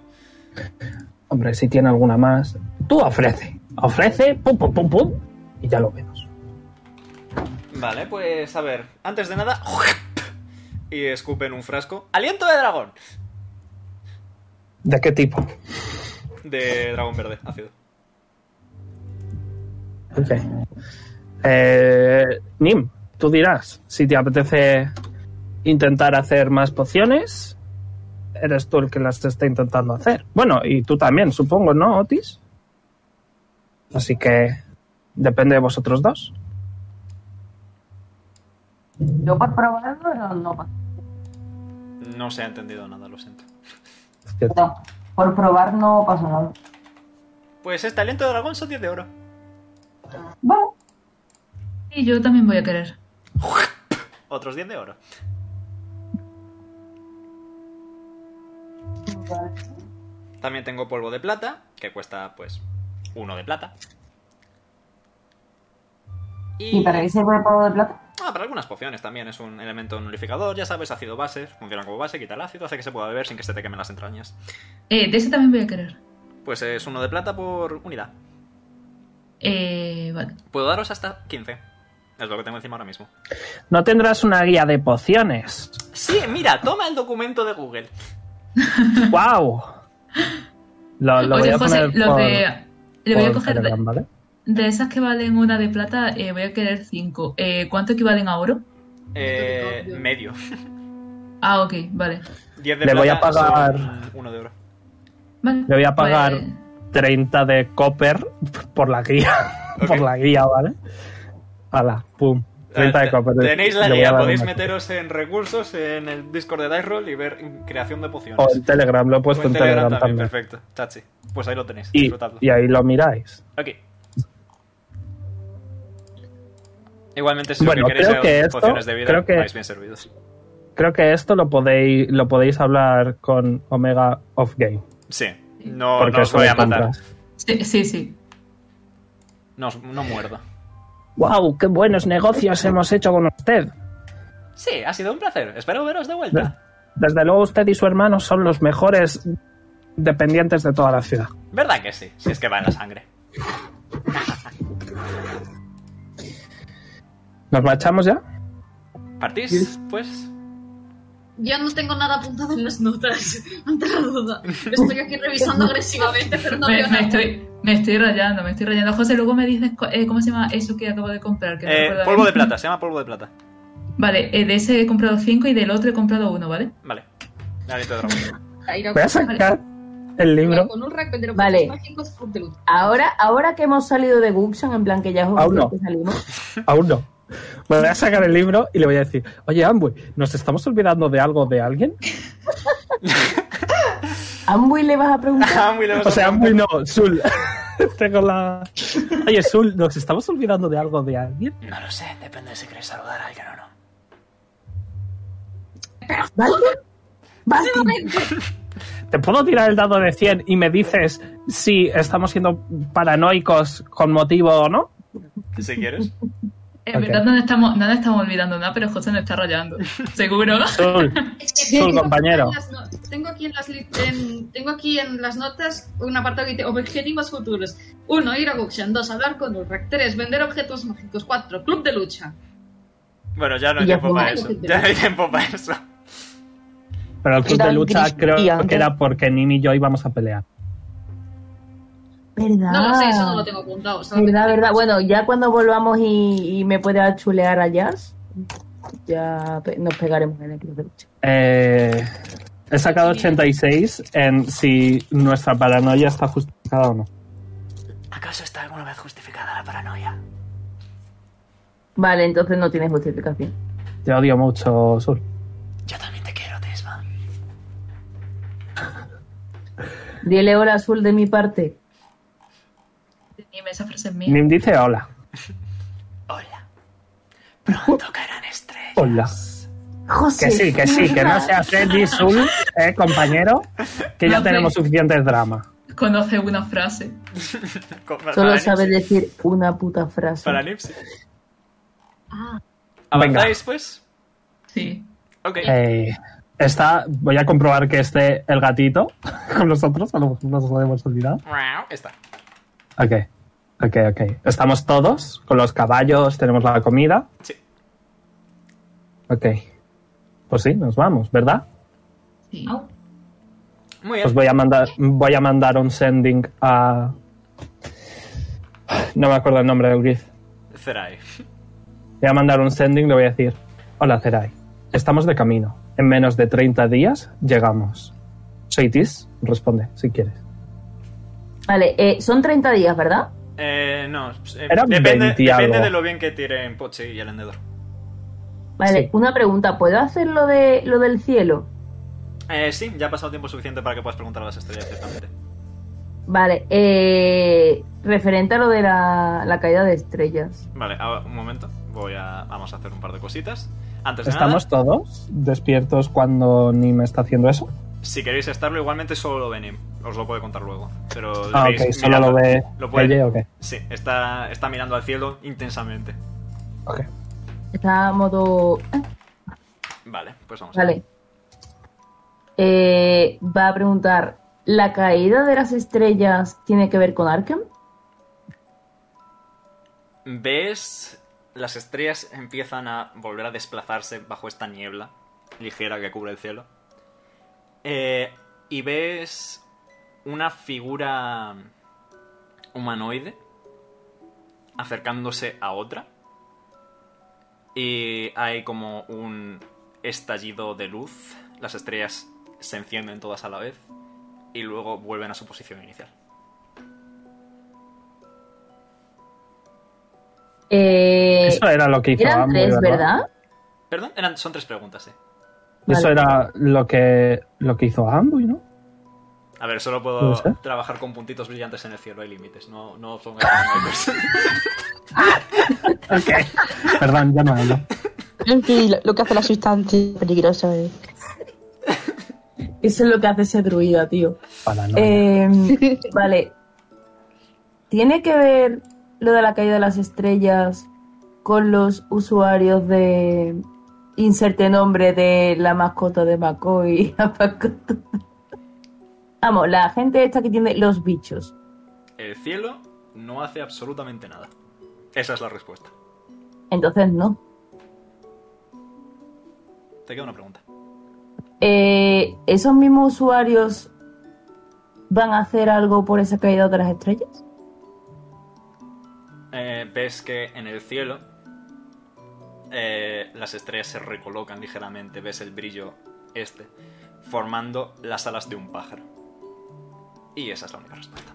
Hombre, si tiene alguna más, tú ofrece, ofrece, pum, pum, pum, pum, y ya lo vemos.
Vale, pues a ver, antes de nada. Y escupen un frasco. ¡Aliento de dragón!
¿De qué tipo?
De dragón verde, ácido.
Ok. Eh, Nim, tú dirás si te apetece intentar hacer más pociones. Eres tú el que las está intentando hacer. Bueno, y tú también, supongo, ¿no, Otis? Así que depende de vosotros dos.
Yo por probarlo, pero no pa-
No se ha entendido nada, lo siento.
No, por probar no pasa nada.
Pues este aliento de dragón son 10 de oro.
Vale,
y yo también voy a querer.
Otros 10 de oro. También tengo polvo de plata, que cuesta, pues, uno de plata.
¿y para qué sirve el polvo de plata?
Ah, para algunas pociones también es un elemento nulificador, ya sabes, ácido base, funciona como base, quita el ácido, hace que se pueda beber sin que se te quemen las entrañas.
Eh, de ese también voy a querer.
Pues es uno de plata por unidad.
Eh, vale.
Puedo daros hasta 15. Es lo que tengo encima ahora mismo.
No tendrás una guía de pociones.
Sí, mira, toma el documento de Google.
¡Wow! Ah, Lo, lo voy
Oye,
a
José,
poner
lo
por-
de... Le voy a
por
coger de,
Telegram, ¿vale?
de esas que valen una de plata, eh, voy a querer cinco. Eh, ¿Cuánto equivalen a oro?
Eh, medio.
Ah, ok, vale.
10 de
Le
plata
voy a pagar-
son uno de oro.
Vale,
Le voy a pagar
pues-
30 de copper por la guía.
Ok.
Por la guía, ¿vale? Ala, pum. 30 de
Eh,
copper.
Tenéis la
Le voy a
guía,
dar
podéis
una-
meteros en recursos en el Discord de Dice Roll y ver creación de pociones.
O en Telegram, lo he
O
Oh, puesto en Telegram, también.
perfecto. Chachi. Pues ahí lo tenéis,
Y,
disfrutadlo.
y ahí lo miráis.
Ok. Igualmente, si
Bueno,
lo que queréis
creo
es
que esto-
pociones de vida,
creo que-
vais bien servidos.
Creo que esto lo podéis, lo podéis hablar con Omega Off Game.
Sí, Oh, no,
porque
no os
eso
voy
lo
a matar.
compras.
pues, Sí, sí, sí.
No, os- no muerdo.
¡Wow! ¡Qué buenos negocios hemos hecho con usted!
Sí, ha sido un placer. Espero veros de vuelta.
Desde luego usted y su hermano son los mejores dependientes de toda la ciudad.
¿Verdad que sí? Si es que va en la sangre.
¿Nos marchamos ya?
¿Partís? Pues.
Ya no tengo nada apuntado en las notas, ante la duda. Estoy aquí revisando agresivamente, pero no
me,
veo
me
nada.
estoy, me estoy rayando, me estoy rayando. José, luego me dices co- eh, cómo se llama eso que acabo de comprar. Que no
Eh,
recuerdo
polvo
ahora
de
mismo.
plata, se llama polvo de plata.
Vale, eh, de ese he comprado cinco y del otro he comprado uno, ¿vale?
Vale. Aliento de dragón.
Ahí va.
Voy a sacar el libro.
Con un rack de los
Vale.
mágicos por de luz.
Ahora, ahora que hemos salido de Guxan, en plan que ya es
Aún no.
que salimos.
Aún no. Me voy a sacar el libro y le voy a decir, oye, Ambu, ¿nos estamos olvidando de algo de alguien?
¿A Amway le vas a preguntar?
Ah, muy lejos.
O sea, Ambu no, Sul. Tengo la... Oye, Sul, ¿nos estamos olvidando de algo de alguien?
No lo sé, depende de si queréis saludar a alguien o no.
¿Vale? ¿Vale?
¿Te puedo tirar el dado de 100 y me dices si estamos siendo paranoicos con motivo o no?
Si quieres.
En
Ok.
verdad no nos estamos, no nos estamos olvidando nada, pero José nos está rayando. Seguro.
Sul,
Es que
Sul,
tengo aquí
compañero.
en las no- Tengo aquí en las, li- en- tengo aquí en las notas un apartado que dice objetivos futuros. 1. Ir a Guxian. 2. Hablar con Urrak. 3. Vender objetos mágicos. 4. Club de lucha.
Bueno, ya no hay
Ya
tiempo para
fue.
eso. Ya no hay tiempo para eso.
pero el club
Era
de
un
lucha
gris
creo que
brillante.
era porque Nini y yo íbamos a pelear.
¿Verdad?
No lo sé, eso no lo tengo apuntado. solamente-
Verdad, verdad. Bueno, ya cuando volvamos y, y me pueda chulear a Jazz, ya pe- nos pegaremos en el club de lucha.
Eh, he sacado 86 en si nuestra paranoia está justificada o no.
¿Acaso está alguna vez justificada la paranoia?
Vale, entonces no tiene justificación.
Te odio mucho, Sul.
Yo también te quiero, Tesma.
Dile hola azul de mi parte.
Dime, esa frase es mía.
Nim dice hola.
Hola. Pronto caerán estrellas.
Hola.
José.
Que sí, que sí, que no seas Freddy, Sul, eh, compañero, que ya
No,
tenemos
pero-
suficientes drama.
Conoce una frase.
Co- para-
Solo
para
sabe
Nipsey.
decir una puta frase.
Para Nipsey.
Venga.
¿Avanzáis, pues?
Sí.
Ok.
Eh, está, voy a comprobar que esté el gatito con nosotros, a lo mejor nos lo hemos olvidado.
Miau, Está.
Ok, ok, ok. Estamos todos con los caballos, tenemos la comida.
Sí.
Ok. Pues sí, nos vamos, ¿verdad?
sí.
Muy bien.
Pues voy a mandar, voy a mandar un sending a. No me acuerdo el nombre de Griff.
Zerai.
Voy a mandar un sending, le voy a decir: Hola, Zerai. Estamos de camino. En menos de 30 días llegamos. Soitis, responde si quieres.
Vale, eh, son 30 días, ¿verdad?
Eh, no. eh,
Era
depende
20
depende
algo.
de lo bien que tiren Pochi y el Endedor.
Vale,
Sí.
una pregunta. ¿Puedo hacer lo, de, lo del cielo?
Eh, sí, ya ha pasado tiempo suficiente para que puedas preguntar a las estrellas, ciertamente.
Vale, eh, referente a lo de la, la caída de estrellas.
Vale, ahora, un momento. Voy a... Vamos a hacer un par de cositas. Antes de
¿Estamos
Pues nada,
todos despiertos cuando ni me está haciendo eso?
si queréis estarlo, igualmente solo lo ven. Os lo puedo contar luego. Pero
Ah,
veis
ok, solo lo
mirando-
ve
lo puede-
ella o qué.
Sí, está, está mirando al cielo intensamente.
Ok.
Está modo...
Vale, pues vamos. a ver.
Vale. Eh, va a preguntar, ¿La caída de las estrellas tiene que ver con Arkham?
¿Ves? Las estrellas empiezan a volver a desplazarse bajo esta niebla ligera que cubre el cielo. Eh, y ves una figura humanoide acercándose a otra. Y hay como un estallido de luz. Las estrellas se encienden todas a la vez y luego vuelven a su posición inicial.
Eh,
Eso era lo que hizo
eran
Amway,
tres,
¿verdad?
¿verdad?
Perdón, eran, son tres preguntas, eh. sí.
Eso
Vale.
era lo que, lo que hizo Ambuy, ¿no?
A ver, solo
No
puedo
sé.
trabajar con puntitos brillantes en el cielo, hay límites, no, no son económicos.
Ok. Perdón, ya no hablo.
Tranquilo, lo que hace la sustancia peligrosa es. eh.
Eso es lo que hace ese druida, tío.
Para no.
Eh, vale. ¿Tiene que ver lo de la caída de las estrellas con los usuarios de inserte nombre de la mascota de McCoy? la mascota- Vamos, la gente esta que tiene los bichos.
El cielo no hace absolutamente nada. Esa es la respuesta.
Entonces no.
Te queda una pregunta.
Eh, ¿Esos mismos usuarios van a hacer algo por esa caída de las estrellas?
Eh, ves que en el cielo eh, las estrellas se recolocan ligeramente, ves el brillo este, formando las alas de un pájaro. Y esa es la única respuesta.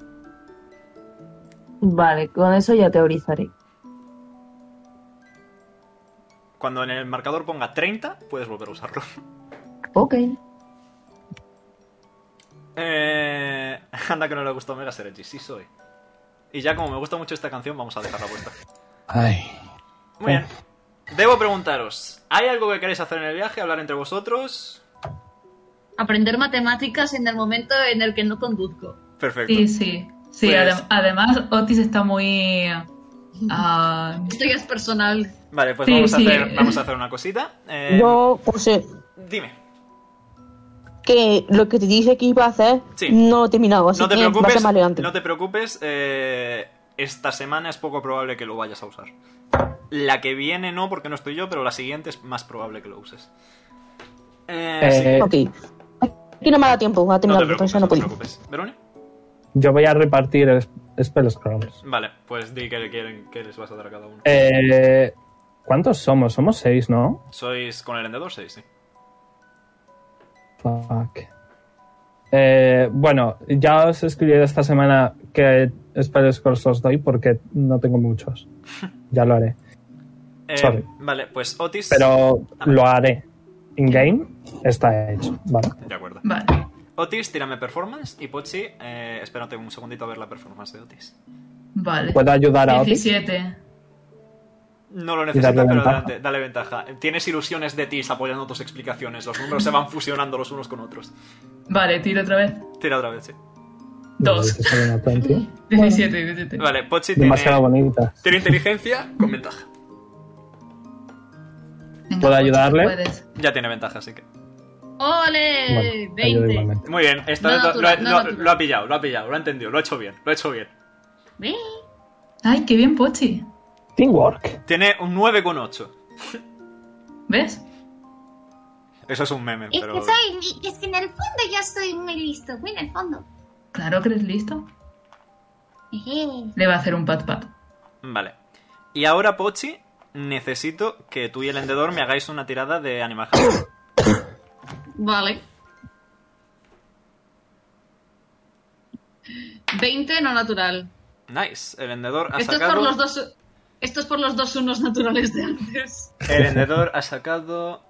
Vale, con eso ya teorizaré.
Cuando en el marcador ponga 30, puedes volver a usarlo.
Ok.
Eh, anda que no le gustó Mega Serenji, sí soy. Y ya como me gusta mucho esta canción, vamos a dejarla puesta.
Ay.
Muy bien. Debo preguntaros, ¿hay algo que queréis hacer en el viaje? ¿Hablar entre vosotros?
Aprender matemáticas en el momento en el que no conduzco.
Perfecto.
Sí, sí. Sí,
Pues-
adem- además Otis está muy... ah,
Esto ya es personal.
Vale, pues
Sí,
vamos,
sí.
A hacer, vamos a hacer una cosita. Eh,
Yo puse
Dime.
que lo que te dije que iba a hacer
Sí.
no lo he terminado, así
No te
que va a ser
preocupes.
más elegante.
No te preocupes. eh, esta semana es poco probable que lo vayas a usar. La que viene no, porque no estoy yo, pero la siguiente es más probable que lo uses. Eh,
Eh,
sí,
Ok. Aquí no me ha dado tiempo a
no te
terminarlo, por
preocupes,
eso
no
no
te
podía.
preocupes. ¿Verone?
Yo voy a repartir es- spell scrolls.
Vale, pues di que, que- que les vas a dar a cada uno.
Eh, ¿Cuántos somos? Somos seis, ¿no?
Sois con el vendedor 6, sí.
Fuck. Eh, bueno, ya os escribiré esta semana que spell scrolls os doy porque no tengo muchos. Ya lo haré.
Eh,
Sorry.
vale, pues Otis.
Pero lo haré. In-game está hecho. Vale.
De acuerdo.
vale.
Otis, tírame performance. Y Pochi, eh, espérate un segundito a ver la performance de Otis.
Vale.
¿Puedo ayudar a Otis?
17.
No lo
Y
necesitas,
darle
pero
ventaja.
adelante, dale ventaja. Tienes ilusiones de ti apoyando tus explicaciones. Los números se van fusionando los unos con otros.
Vale, tiro otra vez.
Tira otra vez, sí.
Dos.
Yo soy una 20.
17, 17.
Vale, Pochi tiene,
Demasiado bonita.
tiene inteligencia con ventaja.
Venga,
¿Puedo
Pochi,
ayudarle?
tú puedes.
Ya tiene ventaja, así que.
¡Ole! Eh,
Bueno, ayuda
20.
igualmente.
Muy bien, esta
No
vez lo-
natural,
lo,
no
lo-
natural.
lo ha pillado, lo ha pillado, lo ha entendido, lo ha hecho bien, lo ha hecho bien.
Ve,
Ay, qué bien, Pochi.
Teamwork.
Tiene un 9,8.
¿Ves?
Eso es un meme,
Es
pero.
que soy, es que en el fondo yo soy muy listo, muy en el fondo.
Claro que eres listo.
Eje.
Le va a hacer un pat pat.
Vale. Y ahora, Pochi, necesito que tú y el vendedor me hagáis una tirada de Animal Handling.
Vale. 20 no natural.
Nice. El vendedor ha
Esto es,
sacado.
por los dos, esto es por los dos unos naturales de antes.
El vendedor ha sacado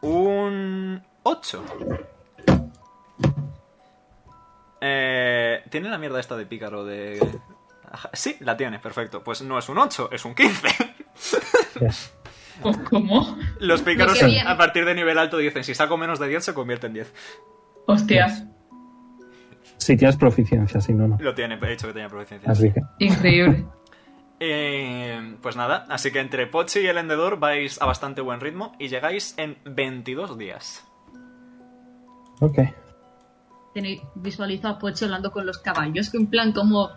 un 8. Eh, ¿Tiene la mierda esta de pícaro de...? Ajá, Sí, la tiene, perfecto. Pues no es un 8, es un 15.
¿Cómo?
Los pícaros
Lo que bien.
a partir de nivel alto dicen, si saco menos de 10 se convierte en 10.
Hostia,
Si tienes proficiencia, si no, no.
Lo tiene, he dicho que tenía proficiencia.
Así que.
increíble.
Eh, pues nada, así que entre Pochi y el vendedor vais a bastante buen ritmo y llegáis en 22 días.
Ok.
tenéis visualizado a Pochi hablando con los caballos, que en plan como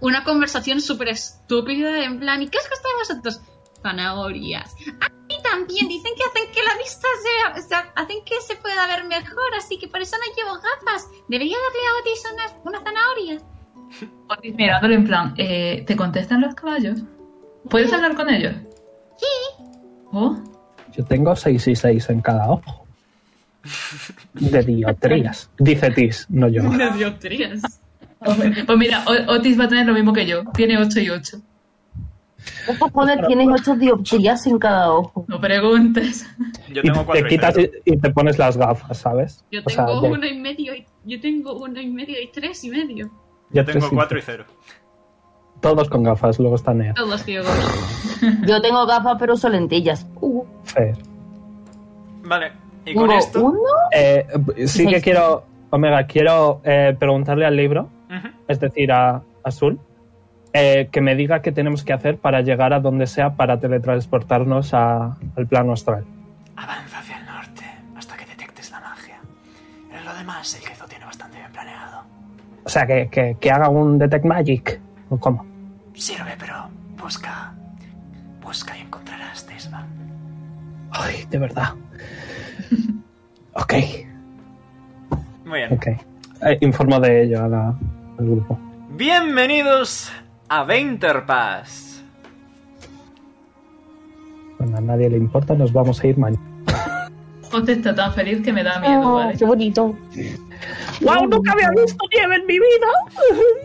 una conversación súper estúpida, en plan, ¿y qué os gusta de vosotros? Zanahorias. "Ah,
Y también dicen que hacen que la vista sea, o sea, hacen que se pueda ver mejor, así que por eso no llevo gafas. Debería darle a Otis unas, unas zanahorias.
Otis mirándolo en plan, eh, ¿te contestan los caballos? ¿Puedes hablar con ellos? Oh,
Yo tengo 6 y 6 en cada ojo. De dioptrías. Dice Tis, no yo.
De dioptrías.
Pues mira, O- Otis va a tener lo mismo que yo. Tiene 8 y 8.
¿Qué cojones tienes ocho dioptrías en cada ojo?
No preguntes.
Yo
Y
tengo cuatro
te quitas
y
y, y te pones las gafas, ¿sabes?
Yo
O sea,
tengo
de-
uno y medio y yo tengo uno y medio y tres y medio.
Yo
ya
tengo
te-
4 y 0.
Todos con gafas, luego están Nea.
Todos ciegos.
Yo tengo gafas, pero uso lentillas. Uh,
Fer.
Vale, y con
tengo
esto.
uno.
Eh, b- sí que
Seis.
quiero, Omega, quiero eh, preguntarle al libro,
Ujú.
es decir, a Azul, eh, que me diga qué tenemos que hacer para llegar a donde sea para teletransportarnos a- al plano astral.
Avanza hacia el norte hasta que detectes la magia. En lo demás, el quezo tiene bastante bien planeado.
O sea, que, que- que haga un Detect Magic. ¿O cómo?
Sirve, pero busca. Busca y encontrarás Tesla.
Ay, de verdad. ok,
Muy bien.
ok. Eh, informo de ello a la- al grupo.
Bienvenidos a Venterpass.
Bueno, a nadie le importa, nos vamos a ir mañana.
Otis está tan feliz que me da miedo, ¿vale?
Oh, Qué bonito.
¡Wow! Nunca había visto nieve en mi vida.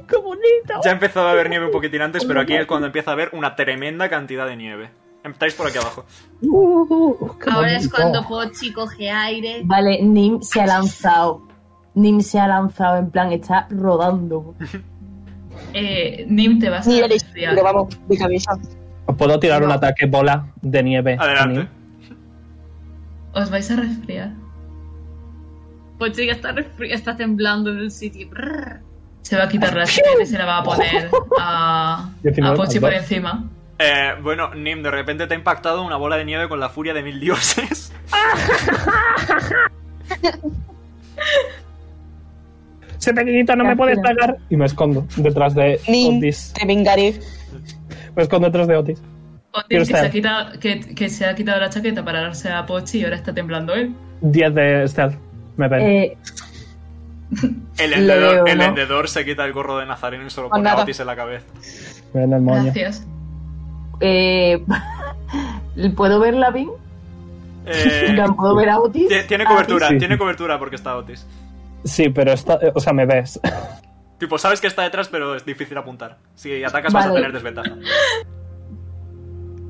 ¡Qué bonito!
Ya empezaba a haber nieve un poquitín antes, pero aquí es cuando empieza a haber una tremenda cantidad de nieve. Estáis por aquí abajo.
Este Uh, qué
Ahora es
bonito.
cuando Pochi coge aire.
Vale, Nim se ha lanzado. Nim se ha lanzado, en plan, está rodando.
Eh, Nim te vas a
Ni la
desviar.
pero vamos, de cabeza.
¿Puedo tirar un ataque bola de nieve?
Adelante.
Os vais a resfriar.
Pochi ya Pues está, resfri- está temblando en el sitio. Brrr.
Se va a quitar la skin y se la va a poner a, a
19
Pochi
más
por
dos.
encima.
Eh, bueno, Nim, de repente te ha impactado una bola de nieve con la furia de mil dioses.
Ese pequeñito no me puedes pagar.
Y me escondo detrás de
Ni
Otis.
te vengaré.
Me
Pues
escondo detrás de Otis. Quiero
Otis que se,
estar.
ha quitado, que, que se ha quitado la chaqueta para darse a Pochi y ahora está temblando él.
10 de stealth. Me ven.
Eh,
El
Le
vendedor,
veo,
el
¿no? Pues
vendedor se quita el gorro de Nazareno y se lo pone a
nada.
Otis en la cabeza.
me ven el moño.
Gracias.
eh, ¿Puedo ver la Vin?
Eh,
¿Puedo ver a Otis?
tie- tiene cobertura,
Sí.
tiene cobertura porque está Otis.
Sí, pero está,
eh,
o sea, me ves.
Tipo, sabes que está detrás, pero es difícil apuntar. Si atacas vas a
Vale.
tener desventaja.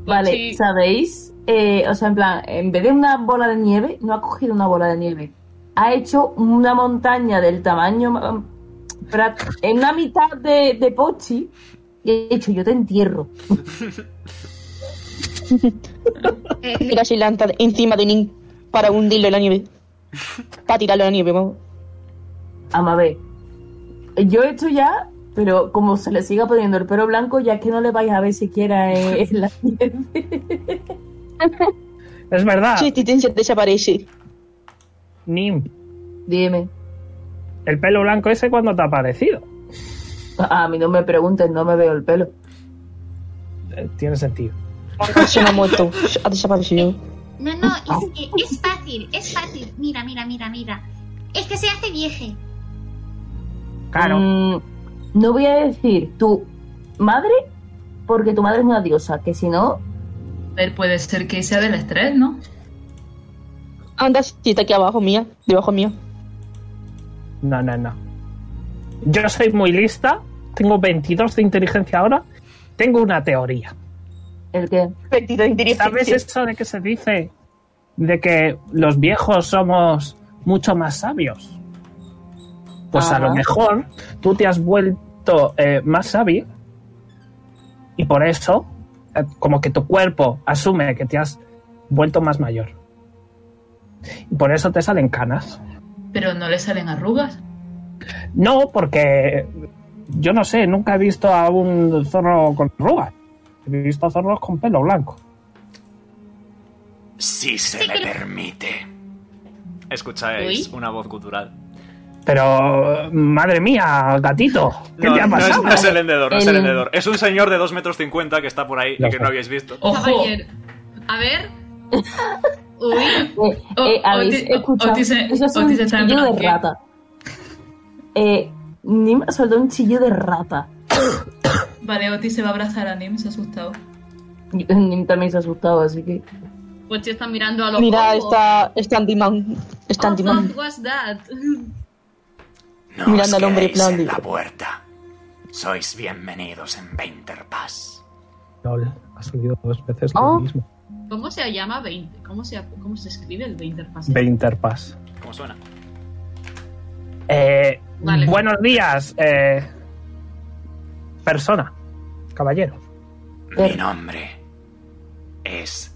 Vale,
Pochi-
¿sabéis? Eh, o sea, en plan, en vez de una bola de nieve, no ha cogido una bola de nieve. Ha hecho una montaña del tamaño. mm, prac- En la mitad de, de Pochi. Y he dicho, yo te entierro.
Eh,
Mira si lanza encima de Nin para hundirlo en la nieve. Para tirarlo a la nieve, vamos.
Ama, ver. Yo he hecho ya, pero como se le siga poniendo el pelo blanco, ya es que no le vais a ver siquiera eh, en la nieve.
Es
Ah.
verdad.
Su existencia este desaparece.
Nim,
Dime.
el pelo blanco ese cuando te ha aparecido.
A mí no me preguntes, no me veo el pelo.
Eh, tiene sentido.
Se me ha muerto. Ha desaparecido.
No, no, es que es fácil, es fácil. Mira, mira, mira, mira. Es que se hace vieje.
Claro.
Mm, no voy a decir tu madre, porque tu madre es una diosa, que si no,
A ver, puede ser que sea del estrés, ¿no?
Anda, si está aquí abajo mía. Debajo mía.
No, no, no. Yo soy muy lista. Tengo 22 de inteligencia ahora. Tengo una teoría.
el que. eh,
Bendito de
¿Sabes
inteligencia.
eso de que se dice? De que los viejos somos mucho más sabios. Pues a
Ajá.
lo mejor tú te has vuelto eh, más sabio y por eso eh, como que tu cuerpo asume que te has vuelto más mayor. Y por eso te salen canas.
Pero no le salen arrugas.
No, porque yo no sé, nunca he visto a un zorro con arrugas. He visto zorros con pelo blanco.
Si se me permite. Escucháis una voz cultural.
Pero, madre mía, gatito, ¿qué
No,
te ha
no es,
pasado?
no es el vendedor, no es el
El-
vendedor. Es un señor de 2 metros 50 que está por ahí y
Lo
que
sé.
no habéis visto.
Ojo,
Caballero. A ver. Uy.
Eh,
O-
eh, habéis
Otis-
escuchado.
Otis-
Eso es un
Otis está en
chillido de
blanque.
rata. Eh, Nim soltó un chillido de rata.
vale, Otis se va a abrazar a Nims asustado.
Y- Nim también se ha asustado, así que.
Pochi está pues mirando a los
Mira,
ojos.
está, está Antimán. Está
Oh,
Antimán.
fuck, what's that?
No
Mirando os al hombre, quedéis plan, en
en
digo.
la
la
puerta. Sois bienvenidos en Winterpass.
Lol, ha subido dos veces
Oh.
lo mismo.
¿Cómo se llama 20? ¿Cómo se, cómo se escribe el 20
Veinterpass.
¿Cómo suena?
Eh,
Vale.
Buenos días, eh, persona, caballero.
Mi nombre es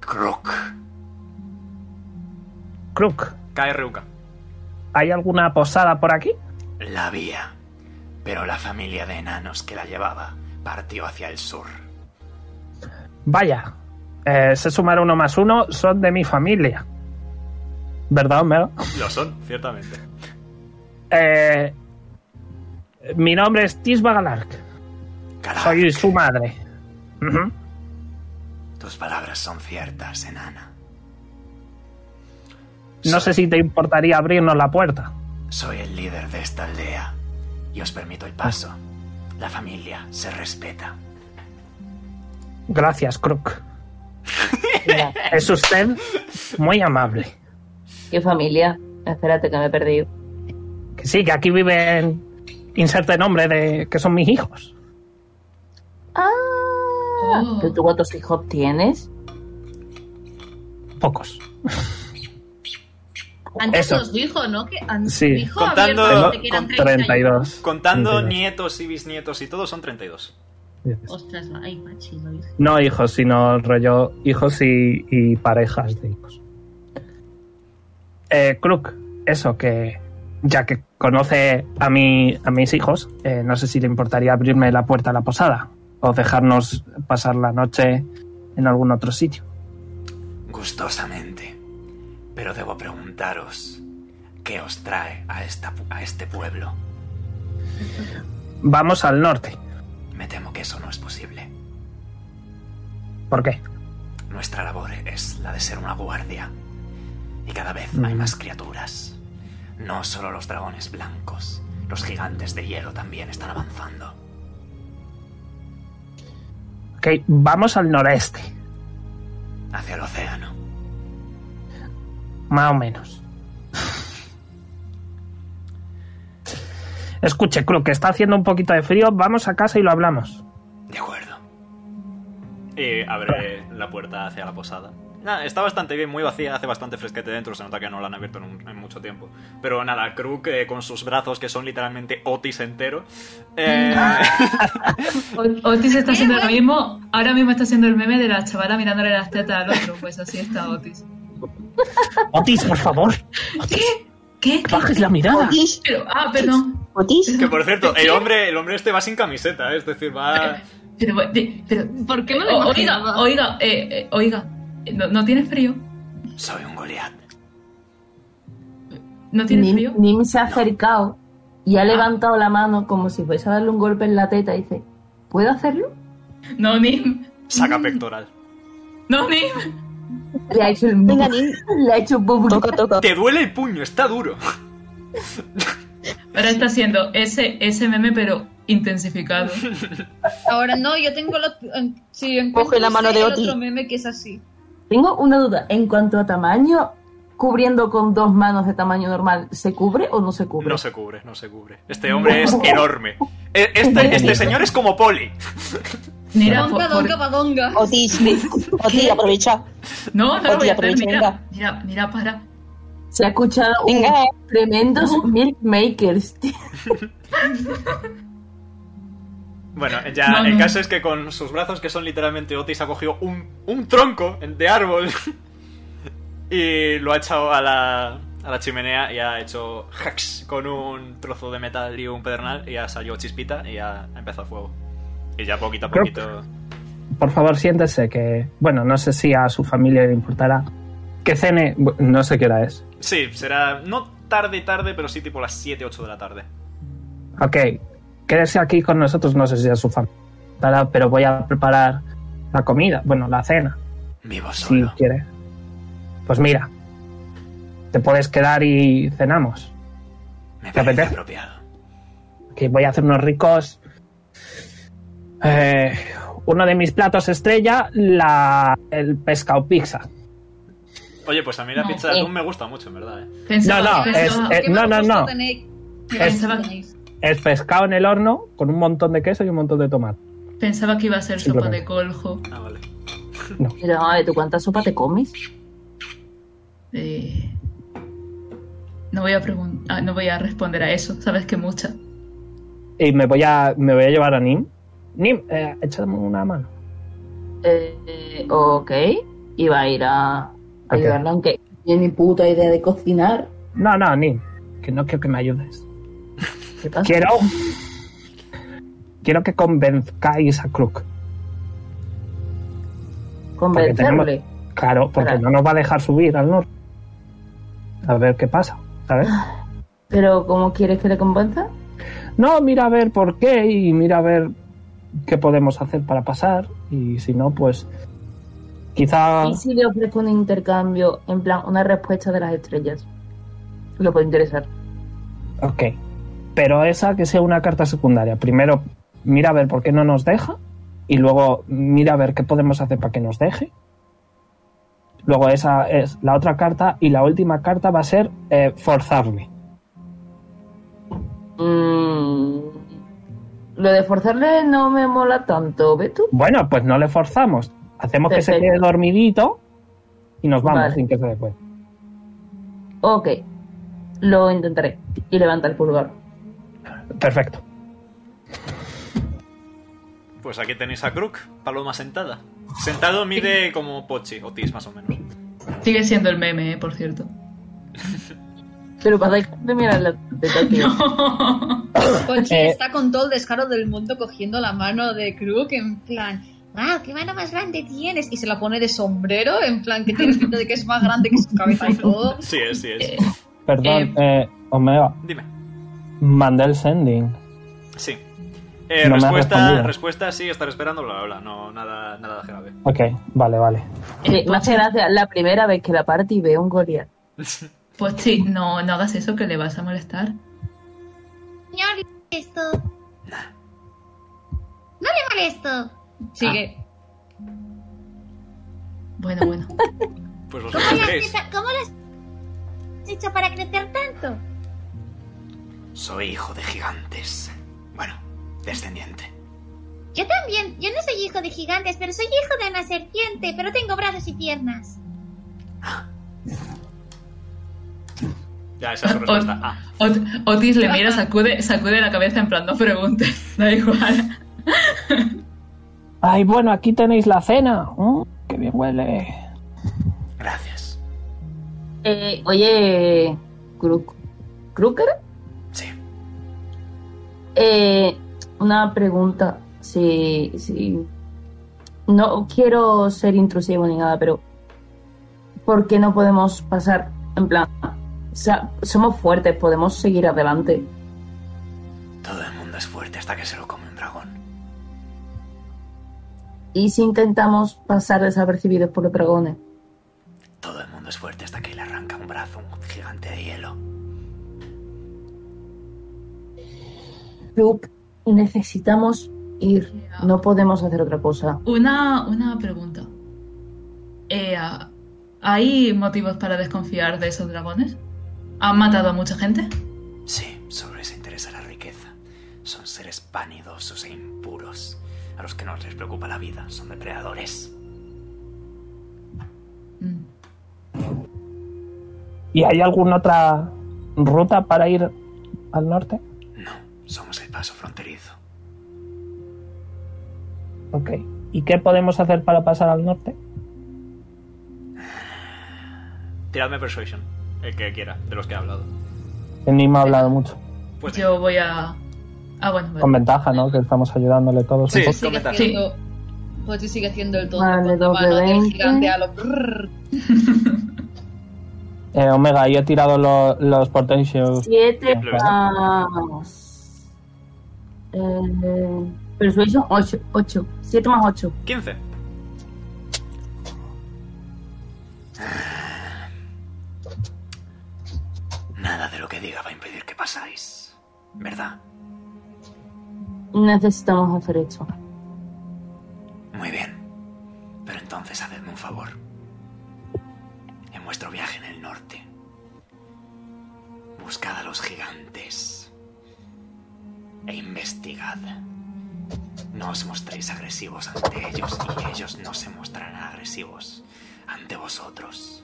Crook.
Crook,
KRUK.
¿hay alguna posada por aquí?
La vía. Pero la familia de enanos que la llevaba partió hacia el sur.
Vaya, eh, sé sumar uno más uno, son de mi familia. ¿Verdad, Homero?
Lo son, ciertamente.
Eh, mi nombre es Tisba Galark, soy su madre. Ujú.
Tus palabras son ciertas, enana.
No sé si te importaría abrirnos la puerta.
Soy el líder de esta aldea y os permito el paso. La familia se respeta.
Gracias, Crook. Es usted muy amable.
¿Qué familia? Espérate que me he perdido.
Que sí, que aquí viven. Inserte nombre de que son mis hijos.
Ah. Oh.
¿Pero tú cuántos hijos tienes?
Pocos.
Antes
Eso.
nos dijo, ¿no? Que an-
Sí.
dijo
Contando-
abiertamente que eran
con
32.
Contando
32.
nietos y bisnietos y todo son 32.
Ostras, ay, machi, lo dije.
No hijos, sino rollo hijos y, y parejas de hijos. Eh, Crook, eso que ya que conoce a, mi, a mis hijos, eh, no sé si le importaría abrirme la puerta a la posada o dejarnos pasar la noche en algún otro sitio.
Gustosamente. Pero debo preguntaros, ¿qué os trae a, esta pu- a este pueblo?
Vamos al norte.
Me temo que eso no es posible.
¿Por qué?
Nuestra labor es la de ser una guardia. Y cada vez
Mm.
hay más criaturas. No solo los dragones blancos, los gigantes de hielo también están avanzando.
Ok, vamos al noreste,
Hacia el océano.
más o menos. Escuche, Crook, que está haciendo un poquito de frío, vamos a casa y lo hablamos.
De acuerdo. Y abre la puerta hacia la posada. Nada, está bastante bien, muy vacía, hace bastante fresquete dentro, se nota que no la han abierto en, un- en mucho tiempo. Pero nada, Kruk eh, con sus brazos que son literalmente Otis entero. eh,
O- Otis está haciendo lo mismo. Ahora mismo está haciendo el meme de la chavala mirándole las tetas al otro. Pues así está Otis.
Otis, por favor, Ah,
¿Qué?
bajes la mirada.
Otis,
Pero, ah, perdón.
Otis.
que por cierto, el hombre, el hombre este va sin camiseta, eh, es decir, va...
Pero, de- pero-
¿Por qué me lo
o-
imaginaba?
oiga, oiga, eh, eh, oiga. ¿No, no tienes frío?
Soy un Goliat.
¿No tienes
Nim,
frío? Ah.
Nim se ha acercado y ha levantado la mano como si fuese a darle un golpe en la teta y dice: ¿Puedo hacerlo?
No, Nim.
Saca pectoral.
No, Nim.
Le ha hecho el. bu-
Venga, Nim.
Le ha hecho bu-
Toca, toca.
Te duele el puño, está duro.
Ahora está haciendo ese, ese meme, pero intensificado.
Ahora no, yo tengo lo. en- Si encuentro
Coge la mano
ese,
de
el
Oti.
otro meme que es así.
Tengo una duda. En cuanto a tamaño, cubriendo con dos manos de tamaño normal, ¿se cubre o no se cubre?
No se cubre, no se cubre. Este hombre es enorme. E- Este, este señor es como Poli.
Mira, por-
Badonga,
por-
donga, badonga.
Otis, ve. Otis, aprovecha.
no, no lo voy
Otis,
a hacer.
aprovecha,
Mira,
venga.
mira, mira, para.
Se ha escuchado un
Venga, eh.
tremendos milk makers. tío.
Bueno, ya
No,
el
no.
caso es que con sus brazos, que son literalmente Otis, ha cogido un, un tronco de árbol y lo ha echado a la, a la chimenea y ha hecho hacks con un trozo de metal y un pedernal y ha salido chispita y ha empezado fuego. Y ya poquito a
Creo-
poquito...
Por favor, siéntese que, bueno, no sé si a su familia le importará. Que cene, bu- no sé qué hora es.
Sí, será... No, tarde, tarde, pero sí tipo las 7, 8 de la tarde.
Ok, quédese aquí con nosotros, no sé si es su familia, pero voy a preparar la comida, bueno, la cena,
Vivo
si
solo.
quiere. Pues mira, te puedes quedar y cenamos.
Me
¿Te
parece
apetece?
apropiado.
que voy a hacer unos ricos. eh, uno de mis platos estrella, la, el pescado pizza.
Oye, pues a mí la
No,
pizza de atún me gusta mucho, en verdad, ¿eh?
Pensaba,
No, no,
pensaba-
es- eh,
¿Qué
no,
me
no,
gusta
no.
tener-
que
es-
pensaba-
Es pescado en el horno con un montón de queso y un montón de tomate.
pensaba que iba a ser sopa
Simplemente.
de coljo.
Ah, vale.
Pero a ver, ¿tú cuánta sopa te comes?
Eh, no voy a pregun- ah, no voy a responder a eso. Sabes que mucha.
Y me voy a, me voy a llevar a Nim. Nim, eh, échame una mano.
Eh, eh, ok. Iba a ir a, a
Ok.
ayudarla, aunque no tiene ni puta idea de cocinar.
No, no, Nim, que no quiero que me ayudes.
¿Qué pasa?
Quiero. Quiero que convenzcáis a Crook.
Convencerle.
Claro, porque
Claro.
no nos va a dejar subir al norte. A ver qué pasa, ¿sabes?
Pero ¿cómo quieres que le convenza?
No, mira a ver por qué y mira a ver qué podemos hacer para pasar. Y si no, pues quizá...
¿Y si le ofrezco un intercambio, en plan, una respuesta de las estrellas? Lo puede interesar.
Ok. Pero esa que sea una carta secundaria. Primero, mira a ver por qué no nos deja. Y luego, mira a ver qué podemos hacer para que nos deje. Luego, esa es la otra carta. Y la última carta va a ser eh, forzarme.
Mm, lo de forzarle no me mola tanto, ¿ves tú?
Bueno, pues no le forzamos. Hacemos que se
Perfecto.
quede dormidito y nos vamos
Vale.
sin que se dé cuenta.
Ok. Lo intentaré. Y levanta el pulgar.
Perfecto.
Pues aquí tenéis a Crook, paloma sentada. Sentado mide como Pochi, o Tis más o menos.
Sigue siendo el meme, eh, por cierto.
Pero para dejar de mirar la teta que-
Pochi
Eh.
está con todo el descaro del mundo cogiendo la mano de Krug en plan, wow, qué mano más grande tienes. Y se la pone de sombrero en plan que tiene pinta de que es más grande que su cabeza y todo.
Sí es, sí es.
Eh.
Perdón, eh, Omega,
Dime.
mandé el sending.
Sí. Eh,
No me has
respuesta,
respondido.
respuesta, sí, estar esperando, bla, bla, bla. No, nada, nada grave.
Ok, vale, vale.
Sí, me hace gracia la primera vez que la party ve un Goliath.
Pues sí, no, no hagas eso que le vas a molestar.
Señor, esto. No le molesto.
Sigue.
Bueno, bueno.
Pues los
¿Cómo las
tres.
¿Cómo las has hecho para crecer tanto?
Soy hijo de gigantes. Bueno, descendiente.
Yo también. Yo no soy hijo de gigantes, pero soy hijo de una serpiente. Pero tengo brazos y piernas.
Ya, esa es su respuesta. Ah,
Ot- Otis le mira, sacude, sacude la cabeza en plan, no preguntes, da igual.
Ay, bueno, aquí tenéis la cena. Mm, qué bien huele.
gracias.
Eh, oye, Kruk. ¿Kruker?
Sí.
Eh, una pregunta. Si, si. No quiero ser intrusivo ni nada, pero. ¿Por qué no podemos pasar? En plan. O sea, somos fuertes, podemos seguir adelante.
Todo el mundo es fuerte hasta que se lo come un dragón.
¿Y si intentamos pasar desapercibidos por los dragones?
Todo el mundo es fuerte hasta que le arranca un brazo un gigante de hielo.
Kruk, necesitamos ir. No podemos hacer otra cosa.
Una, una pregunta. Eh, ah, ¿Hay motivos para desconfiar de esos dragones? ¿Han matado a mucha gente?
Sí, sobre les interesa la riqueza. Son seres vanidosos e impuros, a los que no les preocupa la vida, son depredadores.
Mm.
¿Y hay alguna otra ruta para ir al norte?
No, somos el paso fronterizo.
Ok. ¿Y qué podemos hacer para pasar al norte?
Tiradme Persuasion, el que quiera, de los que he hablado.
Que Ni me ha hablado mucho.
Pues
Yo voy a... Ah, bueno, vale.
Con ventaja, ¿no? Que estamos ayudándole todos.
Sí.
un poco.
Sigue
Comenta.
haciendo, Pochi sigue haciendo el todo
Vale,
con la
dos de
mano del
20.
gigante a lo brrr.
Eh, Omega, yo he tirado lo- los potentials.
Siete
Vale.
más. Eh, persuasion, 8. 8. 7 más 8.
15. Nada de lo que diga va a impedir que pasáis. ¿Verdad?
Necesitamos hacer esto.
Muy bien. Pero entonces hacedme un favor. En vuestro viaje en el norte, buscad a los gigantes e investigad. No os mostréis agresivos ante ellos y ellos no se mostrarán agresivos ante vosotros.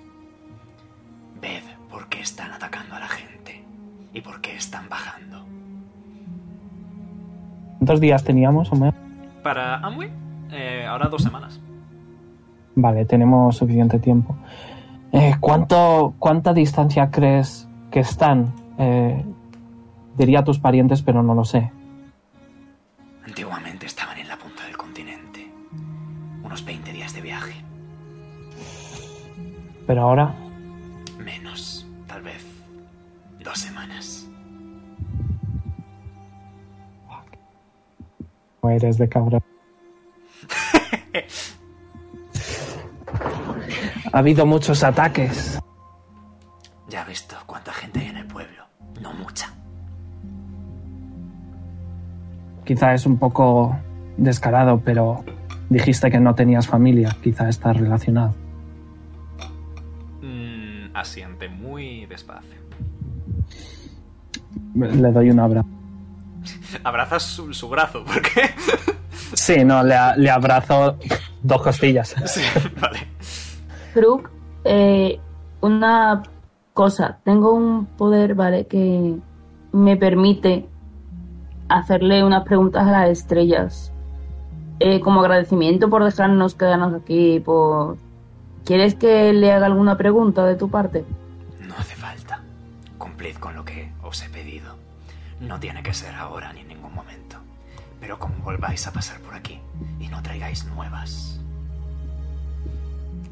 Ved por qué están atacando a la gente y por qué están bajando.
¿Cuántos días teníamos, Omega?
Para Amway,
eh,
ahora dos semanas.
Vale, tenemos suficiente tiempo. Eh, ¿cuánto, ¿Cuánta distancia crees que están? Eh, diría a tus parientes, pero no lo sé.
Antiguamente estaban en la punta del continente. Unos 20 días de viaje.
Pero ahora,
Menos, tal vez. Dos semanas.
no eres de cabrón. ha habido muchos ataques.
Ya he visto cuánta gente hay en el pueblo. No mucha.
Quizá es un poco descarado, pero dijiste que no tenías familia. Quizá está relacionado. Mm,
asiente muy despacio.
Le doy un abrazo.
Abrazas su, su brazo, porque.
Sí, no, le, a- le abrazo dos costillas.
sí, vale.
Crook, eh, una cosa. Tengo un poder, ¿vale? Que me permite hacerle unas preguntas a las estrellas. Eh, como agradecimiento por dejarnos quedarnos aquí. Por... ¿Quieres que le haga alguna pregunta de tu parte?
No hace falta. Cumplid con lo que os he pedido. No tiene que ser ahora ni en ningún momento. Pero como volváis a pasar por aquí y no traigáis nuevas,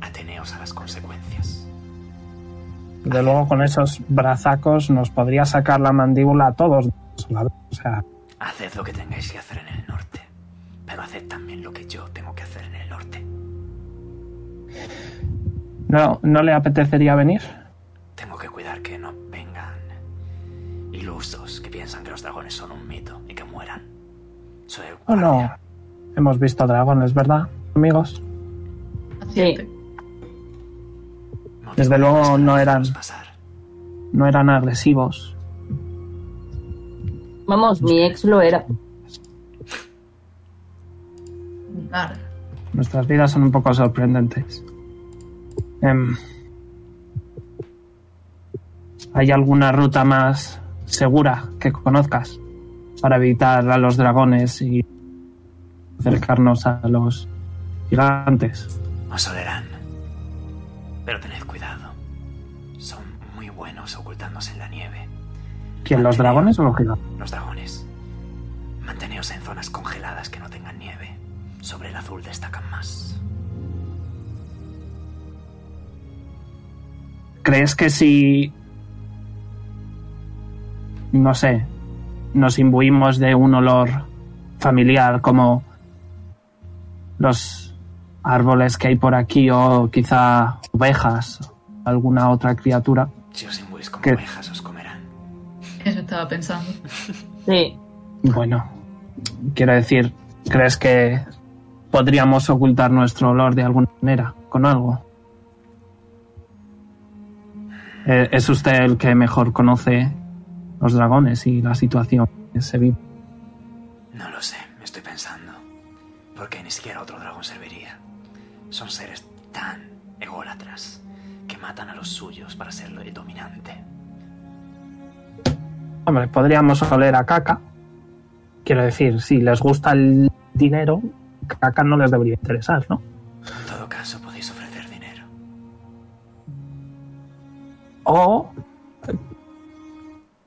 ateneos a las consecuencias.
De luego con esos brazacos nos podría sacar la mandíbula a todos. ¿sabes? O sea,
Haced lo que tengáis que hacer en el norte, pero haced también lo que yo tengo que hacer en el norte.
no, ¿no le apetecería venir?
Tengo que cuidar que no vengan ilusos que piensan que los dragones son un mito y que mueran. Soy el
¿O Oh, no?
guardia.
Hemos visto dragones, ¿verdad, amigos?
Paciente.
No
Desde
tengo
luego
ganas para
no
dejarlos
eran.
pasar.
No eran agresivos.
Vamos, mi ex lo era.
Nar.
Nuestras vidas son un poco sorprendentes. Em, ¿Hay alguna ruta más segura que conozcas para evitar a los dragones y acercarnos a los gigantes?
Os olerán. Pero tened cuidado. Son muy buenos ocultándose en la nieve.
¿Quién, los dragones o los gigantes?
Los dragones. Manteneos en zonas congeladas que no tengan nieve. Sobre el azul destacan más.
¿Crees que si... no sé, nos imbuimos de un olor familiar como los árboles que hay por aquí o quizá ovejas, alguna otra criatura?
Si os imbuís como
¿Qué?
ovejas, os comerán.
Eso estaba pensando.
Sí.
Bueno, quiero decir, ¿crees que podríamos ocultar nuestro olor de alguna manera con algo? Eh, es usted el que mejor conoce los dragones y la situación que se vive.
No lo sé, me estoy pensando. Porque ni siquiera otro dragón serviría. Son seres tan ególatras que matan a los suyos para ser el dominante.
Hombre, podríamos oler a caca. Quiero decir, si les gusta el dinero, caca no les debería interesar, ¿no?
En todo caso, podéis ofrecer dinero.
O eh,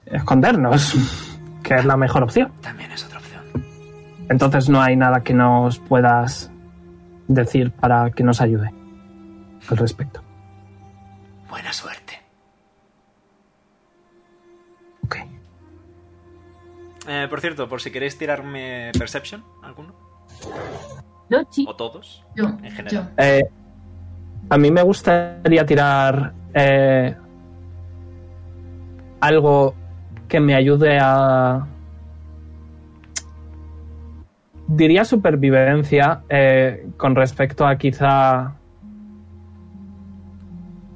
escondernos, que es la mejor opción.
También es otra opción.
Entonces no hay nada que nos puedas decir para que nos ayude al respecto.
Buena suerte.
Eh, por cierto, por si queréis tirarme Perception, alguno,
Lochi.
o todos,
Yo,
en general.
yo.
Eh, a mí me gustaría tirar eh, algo que me ayude a... Diría supervivencia eh, con respecto a quizá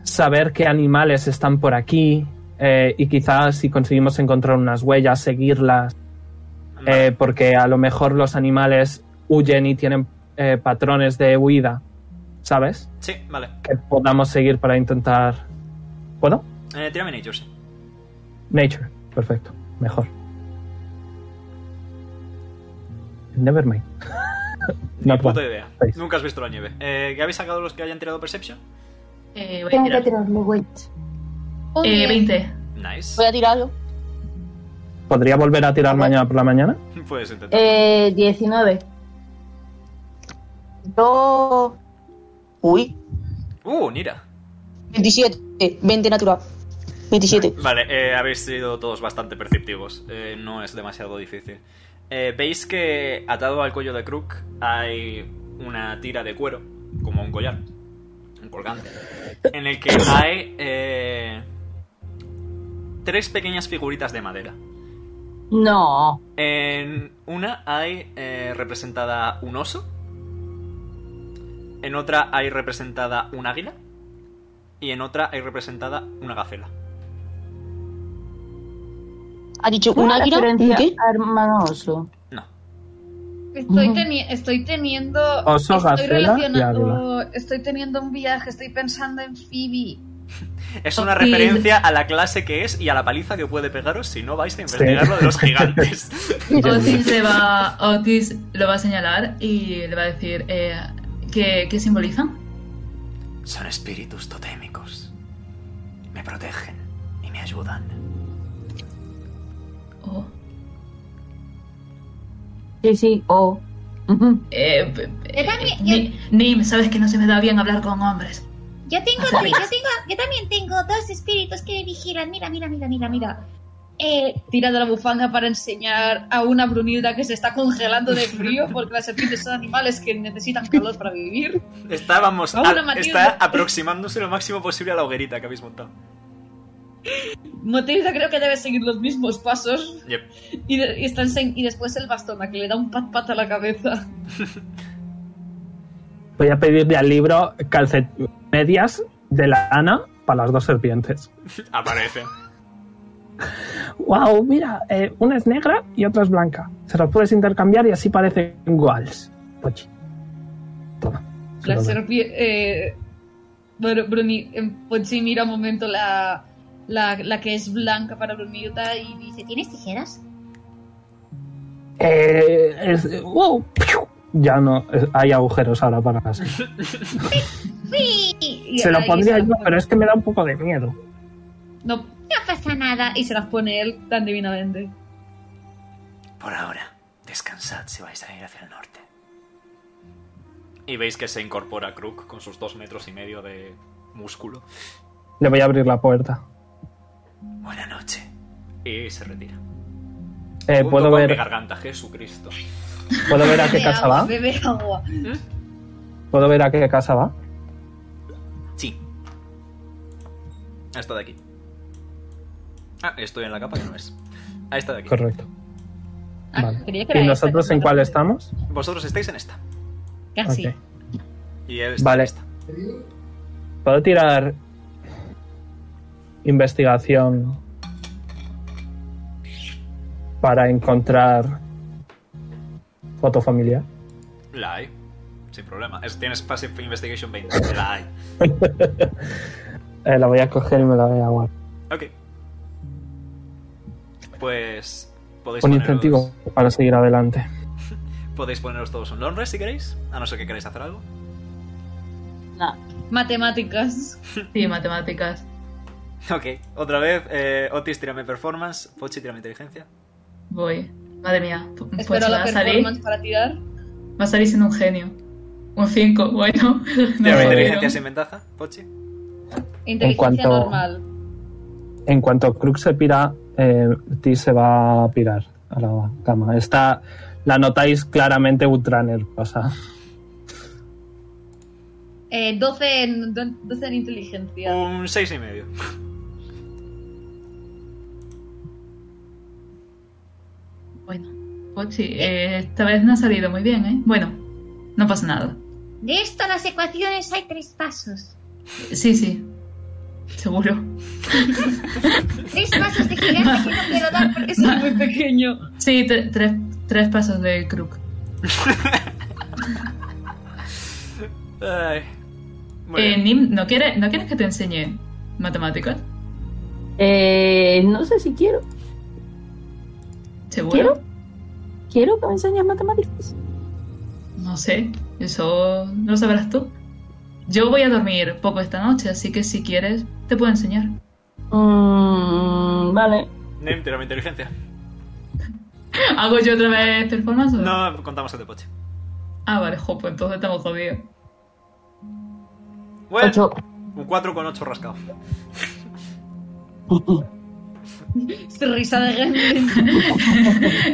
saber qué animales están por aquí eh, y quizá si conseguimos encontrar unas huellas, seguirlas.
Vale.
Eh, porque a lo mejor los animales huyen y tienen eh, patrones de huida, ¿sabes?
Sí, vale.
Que podamos seguir para intentar... ¿Puedo?
Eh, tírame Nature, sí.
Nature. Perfecto. Mejor. Nevermind.
Ni
Not
puta
one.
idea.
Seis.
Nunca has visto la nieve. Eh, ¿Qué habéis sacado los que hayan tirado Perception?
Eh, voy a
Tengo que
tirar.
tirarle wait.
Eh, 20.
Nice.
Voy a tirarlo.
¿Podría volver a tirar mañana por la mañana?
Puedes intentar.
Eh, 19.
Yo. Uy.
Uh, Nira.
27. 20 natural. 27.
Vale, eh, habéis sido todos bastante perceptivos. Eh, no es demasiado difícil. Eh, Veis que atado al cuello de Crook hay una tira de cuero, como un collar, un colgante, en el que hay eh, tres pequeñas figuritas de madera.
No.
En una hay eh, representada un oso. En otra hay representada un águila. Y en otra hay representada una gacela.
¿Ha dicho un
Una
águila? ¿Un
referencia
qué?
a hermano oso.
No.
Estoy,
Ujú.
teni- estoy teniendo.
Oso,
estoy
gacela y
relacionando. Estoy teniendo un viaje, estoy pensando en Phoebe.
Es una
Ok.
referencia a la clase que es y a la paliza que puede pegaros si no vais a investigar lo de los gigantes.
Otis, le va, Otis lo va a señalar y le va a decir eh, ¿qué, qué simbolizan.
Son espíritus totémicos. Me protegen y me ayudan.
Oh.
Sí, sí, o. Ujú.
Eh, p-
Yo también-
Ni- Nim, sabes que no se me da bien hablar con hombres.
Yo tengo, yo tengo, yo también tengo dos espíritus que me vigilan. Mira, mira, mira, mira, mira.
Eh, tirando la bufanda para enseñar a una Brunilda que se está congelando de frío porque las serpientes son animales que necesitan calor para vivir.
Estábamos
Hola,
a-
Matilde.
está aproximándose lo máximo posible a la hoguerita que habéis montado.
Matilda creo que debe seguir los mismos pasos
Yep.
y, de- y está ense- y después el bastón a que le da un pat pat a la cabeza.
Voy a pedirle al libro calcet medias de la Ana para las dos serpientes.
Aparece.
¡Wow! Mira, eh, una es negra y otra es blanca. Se las puedes intercambiar y así parecen iguales. Pochi. Toma. Se
La
lo doy.
serpiente... Bruni... eh, Pochi mira un momento la, la, la que es blanca para Brunilda y dice...
Dice, ¿tienes tijeras?
Eh, es- wow. ¡Piu! Ya no, eh, hay agujeros ahora para las.
y
Se lo
ahí
pondría
se las
yo,
pone.
pero es que me da un poco de miedo.
No,
No pasa nada.
y se las pone él tan divinamente.
Por ahora, descansad si vais a ir hacia el norte. Y veis que se incorpora Crook con sus dos metros y medio de músculo.
Le voy a abrir la puerta.
Buena noche. Y se retira.
Eh,
Junto
¿puedo,
con mi
ver,
garganta, Jesucristo.
¿Puedo ver a qué
Bebe
casa
agua,
va?
Bebe agua.
¿Puedo ver a qué casa va?
Sí. Esta de aquí. Ah, estoy en la capa que no es. A esta de aquí.
Correcto.
Ah,
Vale.
creía que era
¿Y
esta,
nosotros
que
en
no
cuál
era.
estamos?
Vosotros estáis en esta.
Casi.
Ok.
Y él está
Vale.
en esta.
¿Puedo tirar investigación para encontrar foto familiar?
La hay. Sin problema. Es- tienes Passive Investigation 20. La hay.
Eh, la voy a coger y me la voy a guardar.
Ok. Pues. Podéis
Un
poneros-
incentivo para seguir adelante.
Podéis poneros todos un long rest si queréis. A no ser que queráis hacer algo.
Matemáticas.
Sí, matemáticas.
Ok. Otra vez, eh, Otis, tírame performance. Pochi, tírame inteligencia.
Voy. Madre mía. p- Pues
Espero la
va a salir.
performance para tirar.
Va a salir siendo un genio. Un 5, bueno. No,
Tírame
Eh,
inteligencia sin ventaja, Pochi.
Inteligencia
cuanto-
normal.
En cuanto Krug se pira, eh, Ti se va a pirar a la cama. Está, la notáis claramente ultra nerviosa.
Eh, 12, en, 12 en inteligencia.
Un seis y medio.
Bueno, Pochi, eh, esta vez no ha salido muy bien, ¿eh? Bueno, no pasa nada.
De esto a las ecuaciones hay tres pasos.
Sí, sí. Seguro.
Tres pasos de gigante que no quiero dar porque soy
Soy muy pequeño.
Sí, tre- tres, tres pasos de Crook.
Ay. Muy
Eh,
bien.
Nim, ¿no, quiere, ¿no quieres que te enseñe matemáticas?
Eh, no sé si quiero.
¿Seguro?
¿Quiero? ¿Quiero que me enseñes matemáticas?
No sé, eso lo sabrás tú. Yo voy a dormir poco esta noche, así que si quieres, te puedo enseñar.
Mm, vale.
Nim, tira mi inteligencia.
¿Hago yo otra vez performance? o
No, contamos el de Pochi.
Ah, vale, jo, pues entonces estamos jodidos.
Bueno,
Ocho.
un 4 con 8 rascado.
Es Risa de gremlin.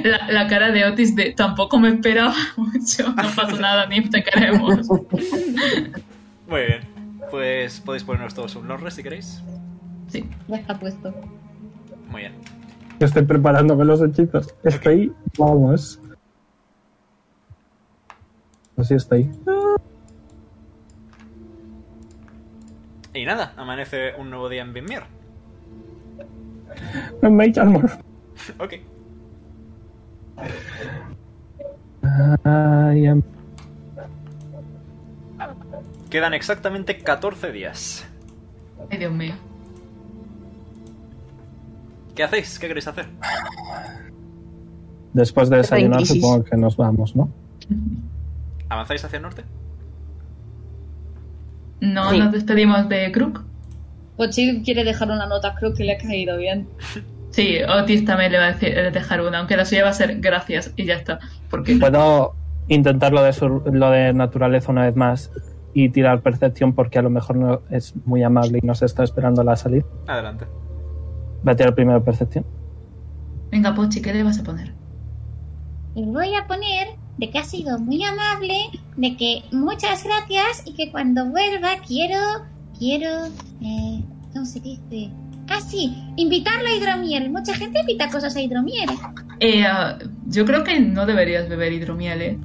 La, la cara de Otis de tampoco me esperaba mucho. No pasa nada, Nim, te queremos.
Muy bien. Pues podéis ponernos todos un lorre si queréis.
Sí.
Ya está puesto.
Muy bien.
Yo estoy preparándome los hechizos. Estoy, vamos. Pues Así estoy.
Y nada, amanece un nuevo día en Binmir.
Mage Armor.
Ok.
I am-
Quedan exactamente 14 días.
Ay, Dios mío.
¿Qué hacéis? ¿Qué queréis hacer?
Después de
Está en
desayunar,
crisis.
supongo que nos vamos, ¿no?
¿Avanzáis hacia el norte?
No
Sí.
nos despedimos de Crook.
Pochi Pues quiere dejar una nota, creo que le ha caído bien.
Sí, Otis también le va a decir- eh, dejar una, aunque la suya va a ser gracias y ya está. Porque
Puedo intentar lo de, sur- lo de naturaleza una vez más y tirar percepción porque a lo mejor no es muy amable y nos está esperando a la salida.
Adelante.
Voy a tirar primero percepción.
Venga, Pochi, ¿qué le vas a poner?
Y voy a poner de que ha sido muy amable, de que muchas gracias y que cuando vuelva quiero, quiero, eh, ¿cómo se dice? Ah, sí, invitarlo a hidromiel. Mucha gente invita cosas a hidromiel.
Eh, ah, yo creo que no deberías beber hidromiel, ¿eh?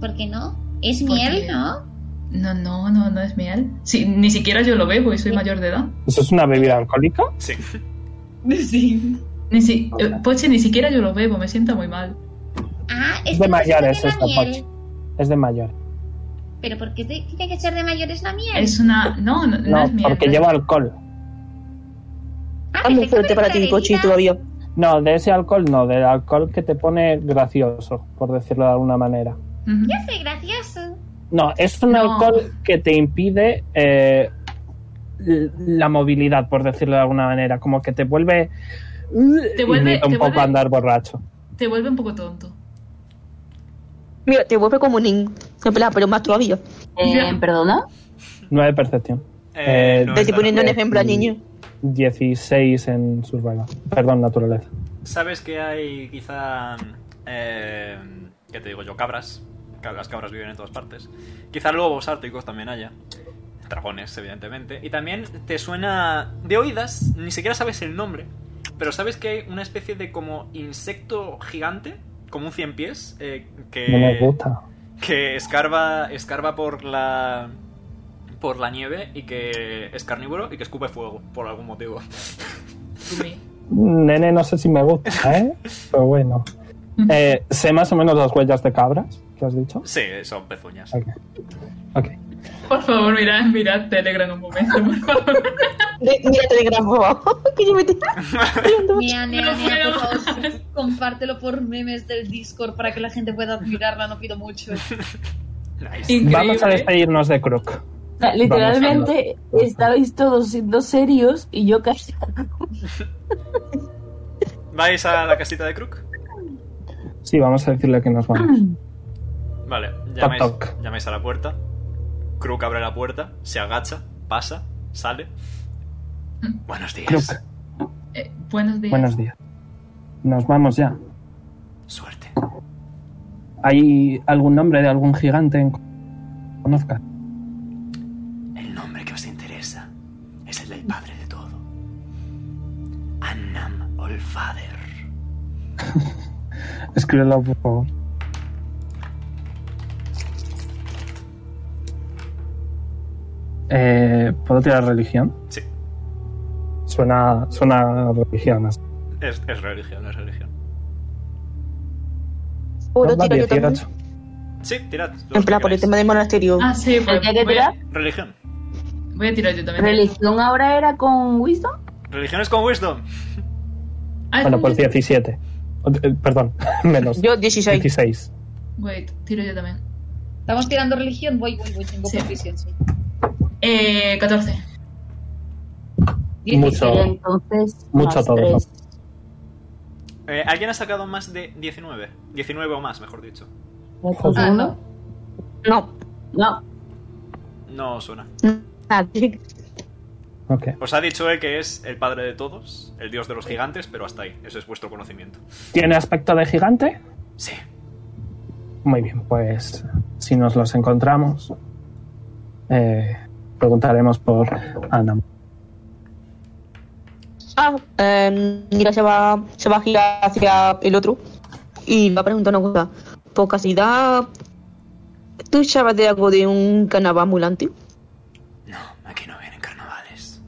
¿Por qué no? Es
¿Por
miel,
qué?
¿no?
No, no, no, no es miel. Sí, ni siquiera yo lo bebo y soy mayor de edad.
¿Eso es una bebida alcohólica?
Sí.
Sí.
Ni si, eh, Pochi, ni siquiera yo lo bebo, me sienta muy mal.
Ah,
Es
es
de
que no se
mayores
bebe
esta,
la miel.
Pochi. Es de mayor.
Pero ¿por qué te- tiene que ser de mayores la miel?
Es una. No, no, no
No,
es miel. ¿eh?
porque
no es-
lleva alcohol.
Ah,
Ah, muy
perfecto,
fuerte para ti,
pero
Pochi,
herida.
todavía.
No, de ese alcohol no, del alcohol que te pone gracioso, por decirlo de alguna manera.
Ujú.
Yo soy gracioso.
No, es un
No.
alcohol que te impide eh, l- la movilidad, por decirlo de alguna manera, como que te vuelve,
Te vuelve-
invita un
te
poco
vuelve-
a andar borracho.
Te vuelve un poco tonto.
Mira, te vuelve como Nin. En plan, pero más todavía.
Eh,
Ya.
¿Perdona?
Nueve percepción, Eh,
no Mm.
Te
es
estoy
nada.
poniendo un ejemplo al niño.
16 en survival, perdón, naturaleza.
Sabes que hay quizá... Eh, ¿Qué te digo yo? Cabras. Ca- Las cabras viven en todas partes. Quizá lobos árticos también haya. Dragones, evidentemente. Y también te suena de oídas, ni siquiera sabes el nombre, pero sabes que hay una especie de como insecto gigante, como un cien pies, eh, que...
No me gusta.
que escarba, escarba por la por la nieve y que es carnívoro y que escupe fuego por algún motivo.
Nene, no sé si me gusta, ¿eh? Pero bueno. Eh, sé más o menos las huellas de cabras que has dicho.
Sí, son pezuñas.
Ok. Ok.
Por favor, mirad, mirad Telegram un momento, por favor.
De- Mira, te grabo. Que yo me te-
Nea, nea,
No
nea, por
puedo.
favor, compártelo por memes del Discord para que la gente pueda mirarla, no pido mucho.
Nice.
Increíble. ¿eh?
Vamos a despedirnos de Crook.
O sea, Ah, literalmente estabais todos siendo serios y yo casi.
¿Vais a la casita de Crook?
Sí, vamos a decirle que nos vamos.
Vale, llamáis,
Toc, toc.
llamáis a la puerta. Crook abre la puerta, se agacha, pasa, sale. Buenos días.
Crook,
Eh, buenos días.
buenos días. Nos vamos ya.
Suerte.
¿Hay algún nombre de algún gigante en- conozca?
El nombre que os interesa es el del padre de todo. Annam Olfader.
Escríbelo, por favor. Eh, ¿Puedo tirar religión?
Sí,
Suena, suena a religión. así.
es, es religión, es religión.
¿Puedo
Nomás
tirar yo también?
18.
Sí, tirad. los
En
que
plan, por el
queráis.
tema del monasterio.
Ah, sí, pues
¿El que hay que
voy,
tirar?
a,
Religión.
voy a tirar yo también.
¿Religión ahora era con Wisdom?
Religión es con Wisdom.
Ah,
Bueno, pues
yo-
17. O- eh, Perdón, menos.
Yo 16.
16.
Wait, tiro yo también.
Estamos tirando religión, voy, voy, voy, tengo
Sí.
proficiency.
Eh, 14.
Mucho.
Y entonces.
Mucho
más
todo.
tres.
Eh, ¿Alguien ha sacado más de 19? 19 o más, mejor dicho.
Entonces,
Ah,
uno.
No.
No,
No os suena.
Ah, sí.
Ok.
Os ha dicho él que es el padre de todos, el dios de los gigantes, pero hasta ahí. Eso es vuestro conocimiento.
¿Tiene aspecto de gigante?
Sí.
Muy bien, pues si nos los encontramos, eh, preguntaremos por Anam.
Ah, eh, mira, se va, se va a girar hacia el otro y va a preguntar una cosa. Por casualidad, ¿tú sabes de algo de un carnaval ambulante?
No, aquí no vienen carnavales.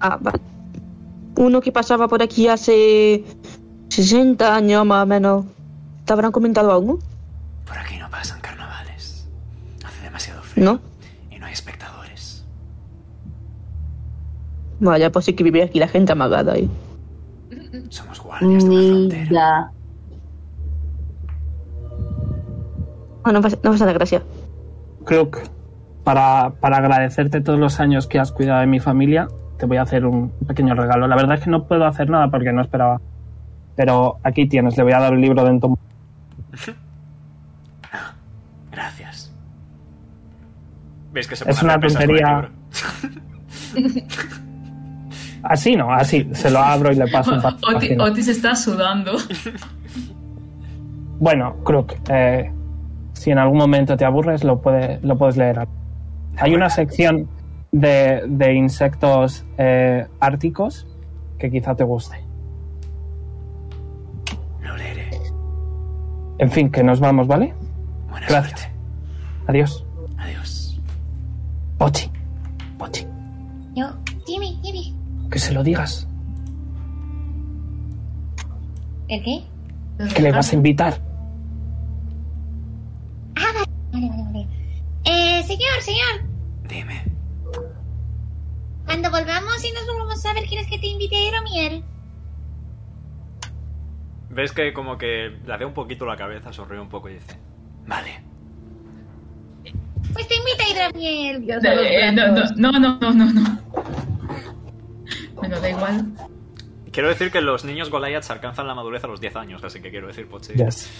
Ah, vale. Uno que pasaba por aquí hace 60 años más o menos. ¿Te habrán comentado algo?
Por aquí no pasan carnavales. Hace demasiado frío.
¿No?
Y no hay espectadores.
Vaya, pues sí que vive aquí la gente amagada ahí.
Somos guardias de la
ni
frontera.
ya.
Ah, no pasa, no pasa nada, gracias.
Crook, para, para agradecerte todos los años que has cuidado de mi familia, te voy a hacer un pequeño regalo. La verdad es que no puedo hacer nada porque no esperaba. Pero aquí tienes, le voy a dar el libro de entom
Gracias. ¿Veis que se
Es
pone a
una
hacer pesas con el
tontería.
libro?
Así no, así. Se lo abro y le paso un par de
Oti-
páginas.
Otis está sudando.
Bueno, Crook, eh, si en algún momento te aburres, lo, puede, lo puedes leer. Hay una sección de, de insectos eh, árticos que quizá te guste.
Lo leeré.
En fin, que nos vamos, ¿vale?
Buena
Gracias.
suerte.
Adiós.
Adiós.
Pochi, Pochi,
Yo, Jimmy, Jimmy.
que se lo digas,
¿El qué?
que le
Eh,
vas a invitar.
Vale, vale, vale. Eh, señor, señor.
Dime.
Cuando volvamos y nos volvamos a ver, ¿quieres que te invite a Hidromiel?
¿Ves que como que ladea un poquito la cabeza, sonríe un poco y dice... Vale.
Pues te invito a Hidromiel.
Y hace los
Eh, no,
brazos.
no, no, no, no, no. Bueno, da igual.
Quiero decir que los niños Goliaths alcanzan la madurez a los 10 años, así que quiero decir, pues Pochi.
Yes.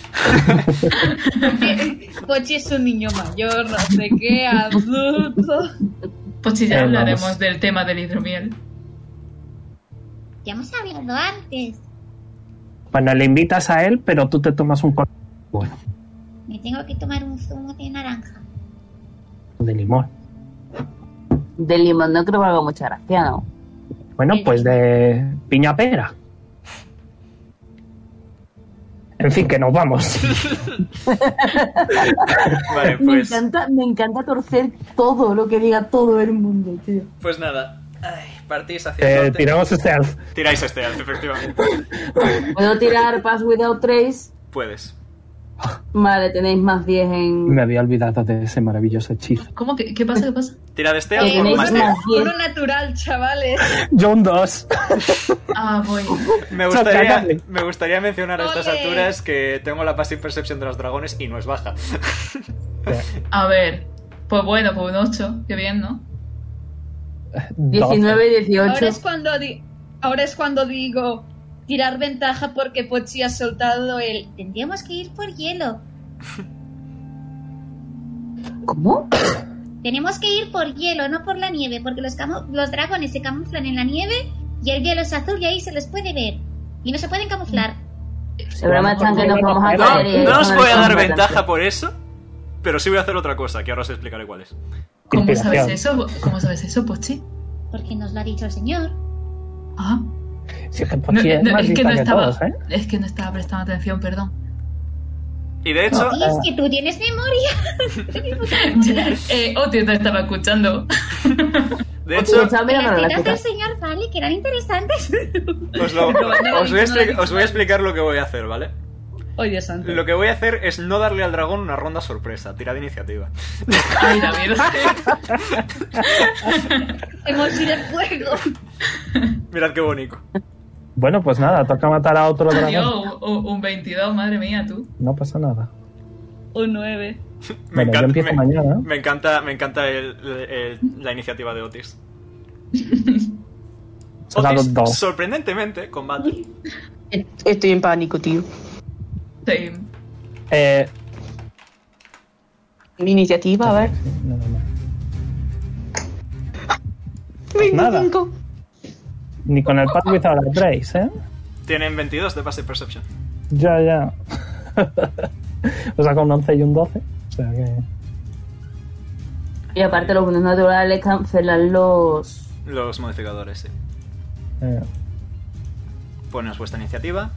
Pochi es un niño mayor, no sé qué, adulto.
Pues sí, ya
Eh,
hablaremos
vamos.
del tema del hidromiel.
Ya hemos hablado antes.
Bueno, le invitas a él, pero tú te tomas un corto
Me tengo que tomar un zumo de naranja.
de limón.
De limón no creo que haga mucha gracia, ¿no?
Bueno, pues de piña pera. En fin, que nos vamos.
Vale,
Me
pues...
encanta, me encanta torcer todo lo que diga todo el mundo, tío.
Pues nada. Ay, partís hacia el
Eh,
norte.
tiramos este alf.
Tiráis este alto, efectivamente.
Puedo tirar Pass Without Trace.
Puedes.
Vale, tenéis más 10 en.
Me había olvidado de ese maravilloso hechizo.
¿Cómo? ¿Qué, qué pasa? ¿Qué pasa?
Tira de este
Eh,
alto con
tenéis
más
más
Bueno,
10.
Puro
10.
natural, chavales.
Yo un 2.
Ah, voy.
Me gustaría,
Chacagable.
me gustaría mencionar a estas
Ole.
alturas que tengo la passive perception de los dragones y no es baja.
A ver. Pues bueno, pues un 8. Qué bien, ¿no?
19 y 18.
Ahora es cuando di- ahora es cuando digo tirar ventaja porque Pochi ha soltado el
Tendríamos que ir por hielo.
¿Cómo?
Tenemos que ir por hielo, no por la nieve, porque los, camu- los dragones se camuflan en la nieve Y el hielo es azul y ahí se les puede ver. Y no se pueden camuflar.
Seguramente están que nos vamos
Ah,
a
No,
caer. eh,
no os
con
voy
el
a dar
combo
ventaja
también.
por eso, pero sí voy a hacer otra cosa, que ahora os explicaré cuál es.
¿Cómo sabes
Inspiración.
eso? ¿Cómo sabes eso, Pochi?
Porque nos lo ha dicho el señor.
Ah,
Pues Sí, es que
no,
Pochi es
no,
más
es que
lista
no
que
estaba.
todos, ¿eh?
Es que no estaba prestando atención, perdón.
Y de hecho,
Y es que tú tienes memoria.
eh, Oti no estaba escuchando.
de hecho,
Chao, mira, no, no,
Las
la
tetas
chica.
del señor, vale, que eran interesantes.
os, lo-
No, no,
os voy a
no, no,
expli-
no.
os voy a explicar lo que voy a hacer, ¿vale?
Oye, Dios santo.
Lo que voy a hacer es no darle al dragón una ronda sorpresa, tira de iniciativa.
Ay, la mierda.
Hemos ido al fuego.
Mirad qué bonito.
Bueno, pues nada, toca matar a otro dragón.
Dios, un, un 22, madre mía, tú.
No pasa nada.
Un 9.
Me
Bueno, yo
encanta,
empiezo
me,
mañana. ¿eh?
me encanta, me encanta el- el- la iniciativa de Otis.
Se ha dado
Otis,
dos.
sorprendentemente, combate.
Estoy en pánico, tío.
Sí.
Eh,
Mi iniciativa, a ver.
no, no, no.
25.
Ni con el Pat Without a Trace, ¿eh?
Tienen 22 de base perception.
Ya, ya. o sea, con un 11 y un 12. O sea que.
Y aparte, los bonos naturales cancelan los.
Los modificadores, sí.
eh,
Poneos vuestra iniciativa.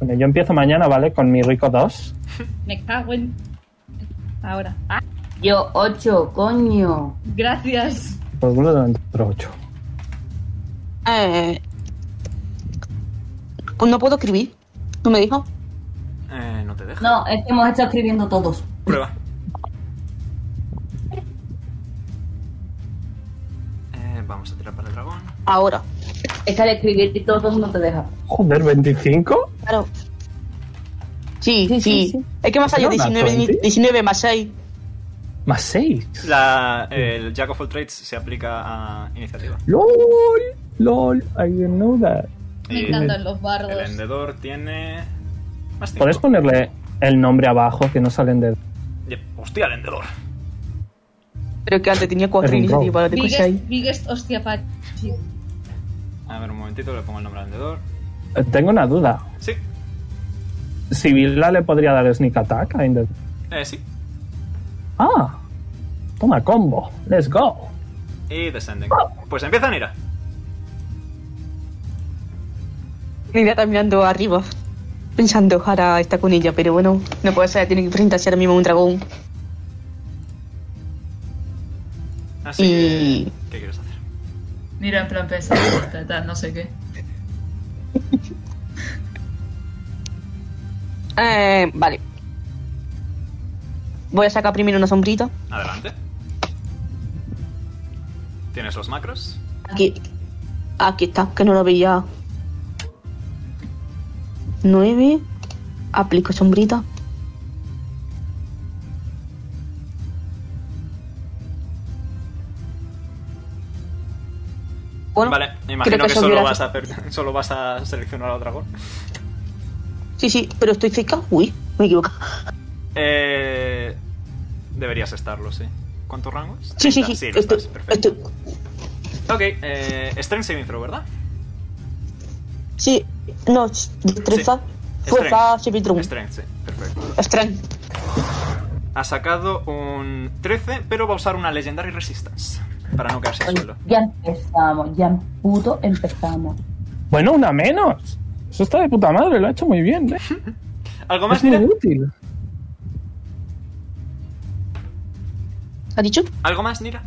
Bueno, yo empiezo mañana, ¿vale? Con mi rico 2.
Me cago en. Ahora. Ah,
Yo, 8, coño.
gracias.
Por lo tanto, otro 8.
Eh, no puedo escribir. ¿No me dijo?
Eh, no te deja.
No, es que hemos estado escribiendo todos.
Prueba. Eh, vamos a tirar para el dragón.
Ahora.
Es que al escribir todos no te deja.
Joder, 25.
Claro. Sí, sí. Es que más
Pero
allá
una
19,
20.
19 más 6.
Más 6.
La, el Jack of all trades se aplica a iniciativa.
LOL. LOL. I didn't know that.
Me
Y
encantan
el-
los
El
bardos.
vendedor tiene. Más cinco.
¿Puedes ponerle el nombre abajo que no salen de.
Yep. Hostia, el vendedor.
Pero que antes tenía
Es
4
un
iniciativas, ahora tengo 6.
Biggest, biggest hostia pa- sí.
A ver, un momentito, le pongo el nombre al vendedor.
Eh, Tengo una duda.
Sí,
Si Vila le podría dar sneak attack a Inde-
eh, sí.
Ah. Toma combo. Let's go.
Y descending. Pues empieza Nira.
Mira, está mirando arriba. Pensando, ahora está con ella, pero bueno, no puede ser, tiene que enfrentarse ahora mismo a un dragón.
Así
Y-
que, ¿Qué quieres hacer?
Mira, en plan pesado, tal, tal, no sé qué.
Eh, vale. Voy a sacar primero una sombrita.
Adelante. ¿Tienes los macros?
Aquí, aquí está, que no la veía. 9. Aplico sombrita. Bueno,
vale,
creo
imagino que,
eso
solo
hubiera-
vas a hacer, solo vas a seleccionar al dragón.
Sí, sí, pero estoy cerca. Uy, me equivoco.
Eh, deberías estarlo, sí. ¿Cuánto rango es?
Sí, sí,
30.
sí.
lo
estoy-
estás, perfecto.
estoy-
Ok, eh, Strength Saving Throw, ¿verdad?
Sí, no, ch- destreza.
Sí.
Fuerza,
Strength.
Chevitrum.
Strength, sí, perfecto.
Strength.
Ha sacado un 13, pero va a usar una Legendary Resistance para no caerse al suelo.
Ya empezamos, ya puto empezamos.
Bueno, una menos. Eso está de puta madre. Lo ha hecho muy bien. ¿eh?
¿Algo más,
Es muy
Nira?
útil.
¿Ha dicho?
¿Algo más, Nira?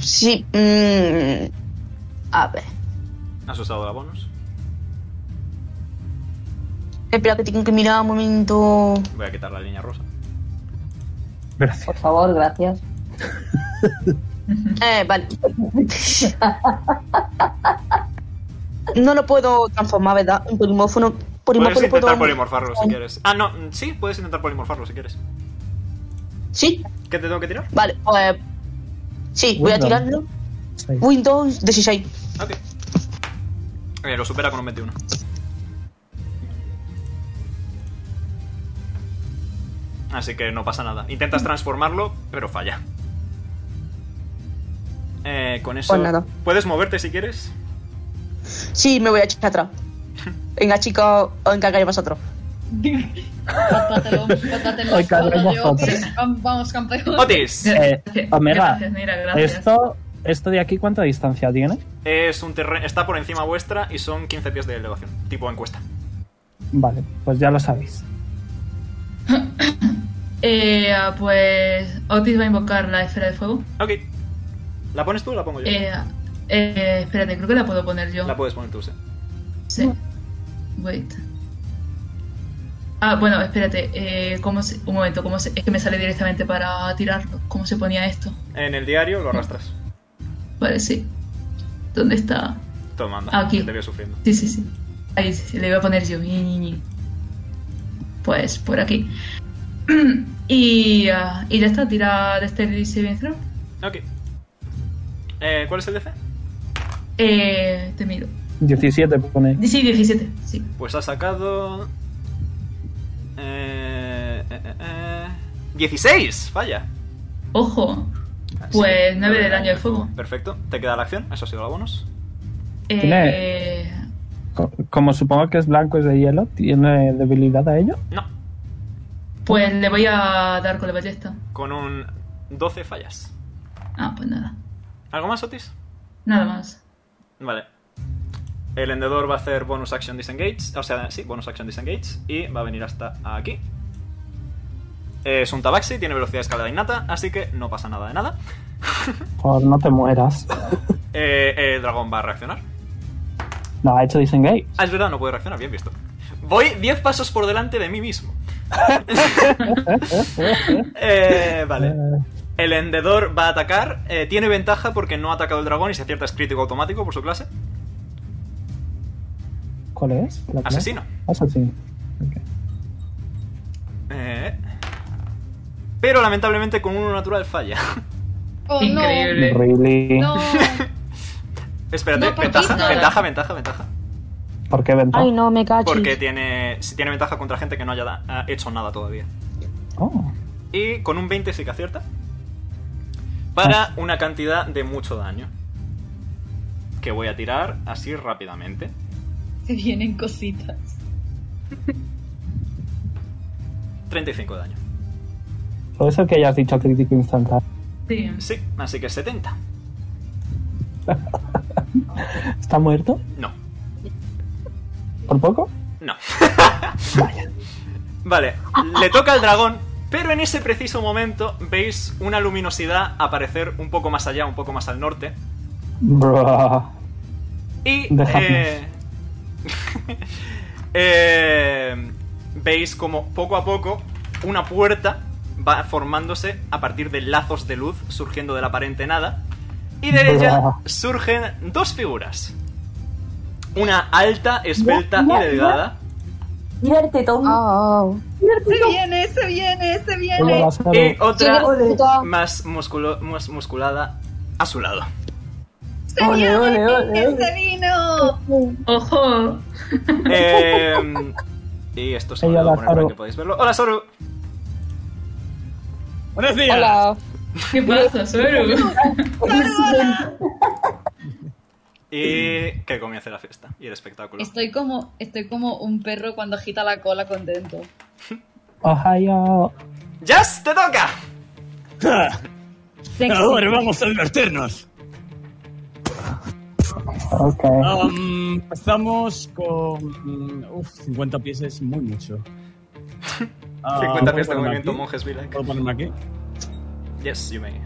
Sí. mm, a ver.
Has usado la bonus.
Espera que tengo que mirar un momento.
Voy a quitar la línea rosa.
Gracias.
Por favor, gracias.
Eh, vale. no lo puedo transformar, ¿verdad? En polimorfo.
Puedes
Polimorfo lo
intentar
puedo.
polimorfarlo si quieres. Ah, no, mm, sí, puedes intentar polimorfarlo si quieres.
Sí,
¿Qué te tengo que tirar?
vale. Pues. Sí, voy a
Windows.
tirarlo.
Seis.
Windows 16.
Ok. Eh, lo supera con un 21. Así que no pasa nada. Intentas transformarlo, pero falla. Eh, con eso.
Pues nada.
¿Puedes moverte si quieres?
Sí, me voy a echar atrás. Venga, chicos, os encargaréis vosotros.
Pátátelo, pátátelo.
Oiga,
Pátalo,
vemos
yo,
otro.
sí, vam- Vamos, campeón.
Otis,
Eh, Omega,
Gracias, mira, gracias.
esto, esto de aquí, ¿cuánta distancia tiene?
es un terreno, está por encima vuestra y son 15 pies de elevación, tipo encuesta.
Vale, pues ya lo sabéis.
Eh, ah, pues Otis va a invocar la esfera de fuego.
Ok. ¿La pones tú o la pongo yo?
Eh, eh, espérate, creo que la puedo poner yo.
La puedes poner tú, sí.
Sí. Wait. Ah, bueno, espérate. Eh, ¿cómo se- un momento, ¿cómo se- es que me sale directamente para tirarlo. ¿Cómo se ponía esto?
En el diario lo arrastras.
Vale, sí. ¿Dónde está?
Toma, anda.
Aquí.
que Te veo sufriendo.
Sí, sí, sí. Ahí sí, sí, le iba a poner yo. Ñi, ñi, ñi. Pues por aquí. Y, ah, y ya está, tira de este Saving Throw.
Ok. Eh, ¿Cuál es el DC?
Eh, te miro.
17 pone.
Sí, 17, sí.
Pues ha sacado. Eh, eh, eh, eh, 16, falla.
Ojo.
Así
Pues
que
nueve de
nueve
daño de fuego.
Perfecto. Te queda la acción, eso ha sido la bonus.
Eh,
Tiene- Co- Como supongo que es blanco, es de hielo, ¿tiene debilidad a ello?
No,
pues le voy a dar con la ballesta.
con un 12 fallas.
Ah, pues nada.
¿Algo más, Otis?
Nada más.
Vale. El vendedor va a hacer bonus action disengage. O sea, sí, bonus action disengage. Y va a venir hasta aquí. Es un tabaxi, tiene velocidad de escalada innata, así que no pasa nada de nada.
Por no te mueras.
Eh, el dragón va a reaccionar.
No, ha hecho disengage.
Ah, es verdad, no puede reaccionar, bien visto. Voy 10 pasos por delante de mí mismo. Eh, vale. El hendedor va a atacar. eh, tiene ventaja porque no ha atacado el dragón y si acierta es crítico automático por su clase.
¿Cuál es? ¿La clase?
Asesino.
Asesino. Ok.
Eh, pero lamentablemente con uno natural falla.
Oh, no.
Increíble.
Really?
No.
Espérate,
No, por
ventaja,
quinto.
ventaja, ventaja, ventaja.
¿Por qué ventaja?
Ay, no, me cachis.
Porque tiene, si tiene ventaja contra gente que no haya da- ha hecho nada todavía.
Oh,
Y con un 20 sí que acierta. Para una cantidad de mucho daño. Que voy a tirar así rápidamente.
Se vienen cositas.
35 de daño.
por eso que ya has dicho crítico instantáneo.
Sí.
Sí, así que 70.
¿Está muerto?
No,
¿Por poco?
no. vale, le toca al dragón, pero en ese preciso momento veis una luminosidad aparecer un poco más allá, un poco más al norte.
Bruh.
Y
Dejadnos.
eh, eh, veis como poco a poco una puerta va formándose a partir de lazos de luz surgiendo de la aparente nada. Y de ella
Buah.
surgen dos figuras. Una alta, esbelta y
Buah, buah,
delgada.
Tírate, Tom.
Ah, ah.
Tírate,
Se
Tom.
viene, se viene, se
¿Cómo
viene.
lo sabe?
Eh,
Y otra
Sí, puta.
más, musculo- más musculada a su lado.
Se
Ole,
viene,
ole, ole, ole.
se vino.
Ojo.
Eh, y esto se me
Ella
olvidó
la
poner para
Saru.
que podáis verlo. ¡Hola, Soru!
Buenos días.
Hola.
¿Qué pasa,
Oh,
Soru?
Y que comience la fiesta y el espectáculo.
Estoy como, estoy como un perro cuando agita la cola contento.
Ohio.
¡Jazz, te toca!
Ahora vamos a divertirnos.
Ok.
Am, Um, empezamos con. mm, Uf, 50 pies es muy mucho. Ah,
50 pies de
¿puedo
movimiento,
ponerme
monjes
aquí?
Vilek.
¿Puedo ponerme aquí?
Yes, you may.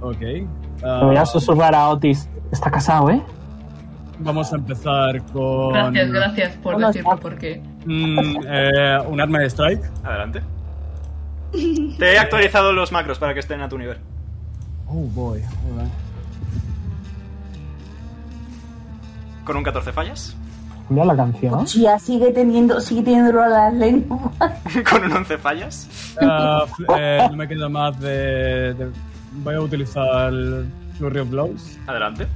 Ok.
Le voy
Ah,
a susurrar a Otis. Está casado, ¿eh?
Uh, vamos a empezar con.
Oh,
Gracias, gracias por
Hola,
decirlo
Soru.
porque
mm, eh, un arma de strike.
Adelante. Te he actualizado los macros para que estén a tu nivel.
Oh boy. alright.
Con un 14 fallas,
Mira la canción.
Chía, sigue teniendo, sigue teniendo a las lenguas.
con un 11 fallas.
Ah, f- eh, no me queda más de, de- Voy a utilizar el Flurry of Blows.
Adelante.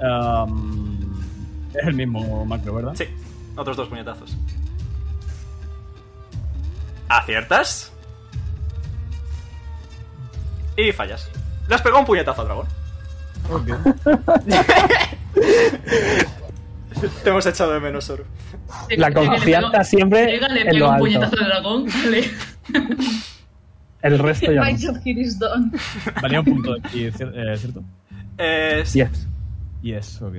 Am, Um, es el mismo macro, ¿verdad?
Sí, otros dos puñetazos. ¿Aciertas? Y fallas. Le has pegado un puñetazo a dragón. Te hemos echado de menos, Oro.
La confianza siempre
Llega, le
en
pega
lo
un
alto.
puñetazo de dragón. Le...
El resto ya no.
Might of Kiris Dawn.
Valía un punto aquí, cier- eh, ¿cierto?
Eh,
Yes.
Yes, ok.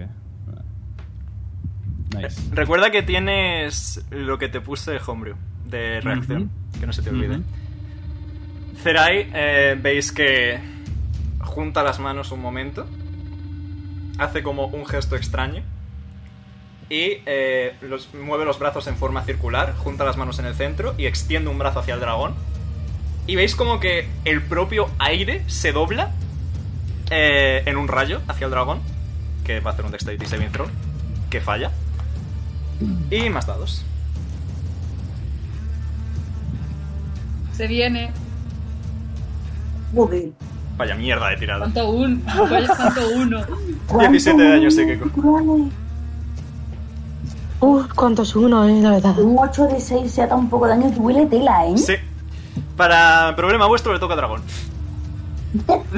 Nice.
Recuerda que tienes lo que te puse, Homebrew, de reacción, que no se te olvide. Zerai, eh, veis que junta las manos un momento, hace como un gesto extraño y eh, los- mueve los brazos en forma circular, junta las manos en el centro y extiende un brazo hacia el dragón. Y veis como que el propio aire se dobla eh, en un rayo hacia el dragón, que va a hacer un Dexterity Saving Throw, que falla. Y más dados.
Se viene.
Vaya mierda de tirada.
Santo un. Vaya santo uno.
17 de daño psíquico.
Uf, cuántos uno, eh, la verdad.
Un 8 de 6 se ha dado un poco de daño que huele tela, ¿eh?
Sí. Para problema vuestro le toca a dragón.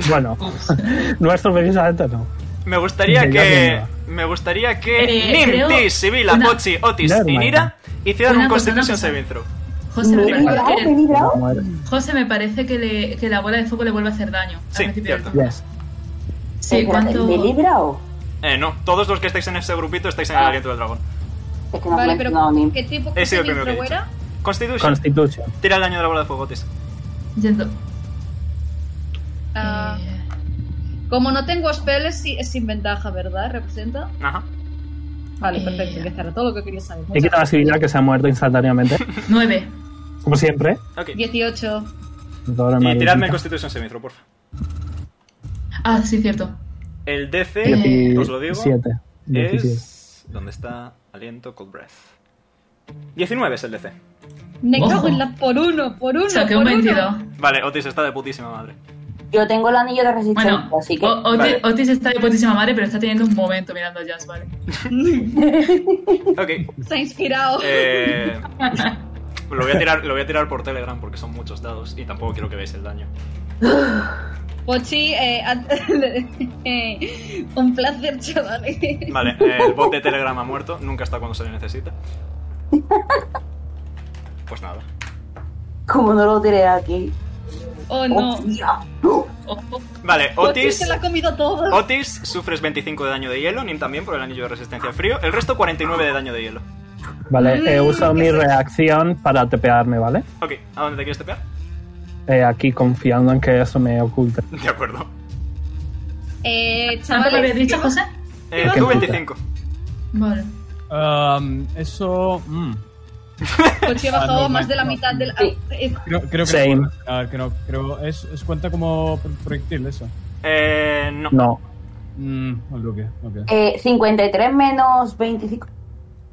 Bueno, nuestro precisamente no.
Me gustaría
Ya
que.
venga.
Me gustaría que.
Eh,
Nim,
creo-
Tis, Sibila,
una-
Pochi, Otis
Nevermind.
y Nira hicieran
Una
un
cosa, una
Constitution
cosa.
Saving Throw.
José, me
Vale.
parece que,
¿Vení, Bravo?
Muere.
José, me parece que, le- que la bola de fuego le vuelve a hacer daño. al
Sí,
principio del
cierto.
turno.
Yes.
Sí,
Espérate,
¿cuánto?
¿Me libra o?
Eh, no, todos los que estáis en ese grupito estáis en
Ah.
el aliento del dragón.
Es que no
Vale,
me no,
pero
ni.
¿qué tipo
He sido el primero que he
de
dicho.
era?
Constitution.
Constitution.
Tira el daño de la bola de fuego, Otis.
Yendo.
Ah,
Eh,
como no tengo spell es, si- es sin ventaja, ¿verdad? ¿Representa?
Ajá.
Vale,
Eh.
perfecto. Que era todo lo que quería saber.
He quitado a Sibila que se ha muerto instantáneamente.
Nueve.
Como siempre.
Ok.
18.
Ahora me
Y tiradme el
quita.
Constitution Saving Throw, porfa.
Ah, sí, cierto.
El DC,
Eh,
os lo digo,
17. 17.
es. ¿Dónde está? Aliento, Cold Breath. 19 es el DC.
Me
Ojo.
cago en la por uno, por uno.
Saqué
por
un
uno.
22.
Vale, Otis está de putísima madre.
Yo tengo el anillo de resistencia,
Bueno,
así que.
O- Oti-
Vale.
Otis está de putísima madre, pero está teniendo un momento mirando a Jazz, ¿vale?
Ok.
Se ha inspirado.
Eh, lo, voy a tirar, lo voy a tirar por Telegram porque son muchos dados y tampoco quiero que veáis el daño.
Pochi, eh, ha- eh, un placer, chavales.
Vale, el bot de Telegram ha muerto, nunca está cuando se le necesita. Pues nada.
Como no lo tiré aquí.
Oh no.
¡Hostia!
Ojo.
Vale,
Pochi
Otis.
Pues se la ha comido todo.
Otis, sufres 25 de daño de hielo, Nim también por el anillo de resistencia al frío. El resto 49 de daño de hielo.
Vale, he
Mm,
usado
qué
mi
suerte.
reacción para tepearme, ¿vale?
Ok, ¿a dónde te quieres tepear?
Eh, aquí confiando en que eso me oculte.
De acuerdo.
Eh,
¿Cuánto le habías
chavales.
dicho, José?
Eh, tú 25.
Vale.
Um, eso. mm,
Pochi ha
Ah,
bajado
no,
más de la
no.
mitad del.
Sí.
eh,
creo, creo que.
Same.
No, puedo, ah, que no, creo. Es, es cuenta como pro- proyectil eso.
Eh, no.
No,
Mm, al bloque, ok.
Eh, 53 menos 25.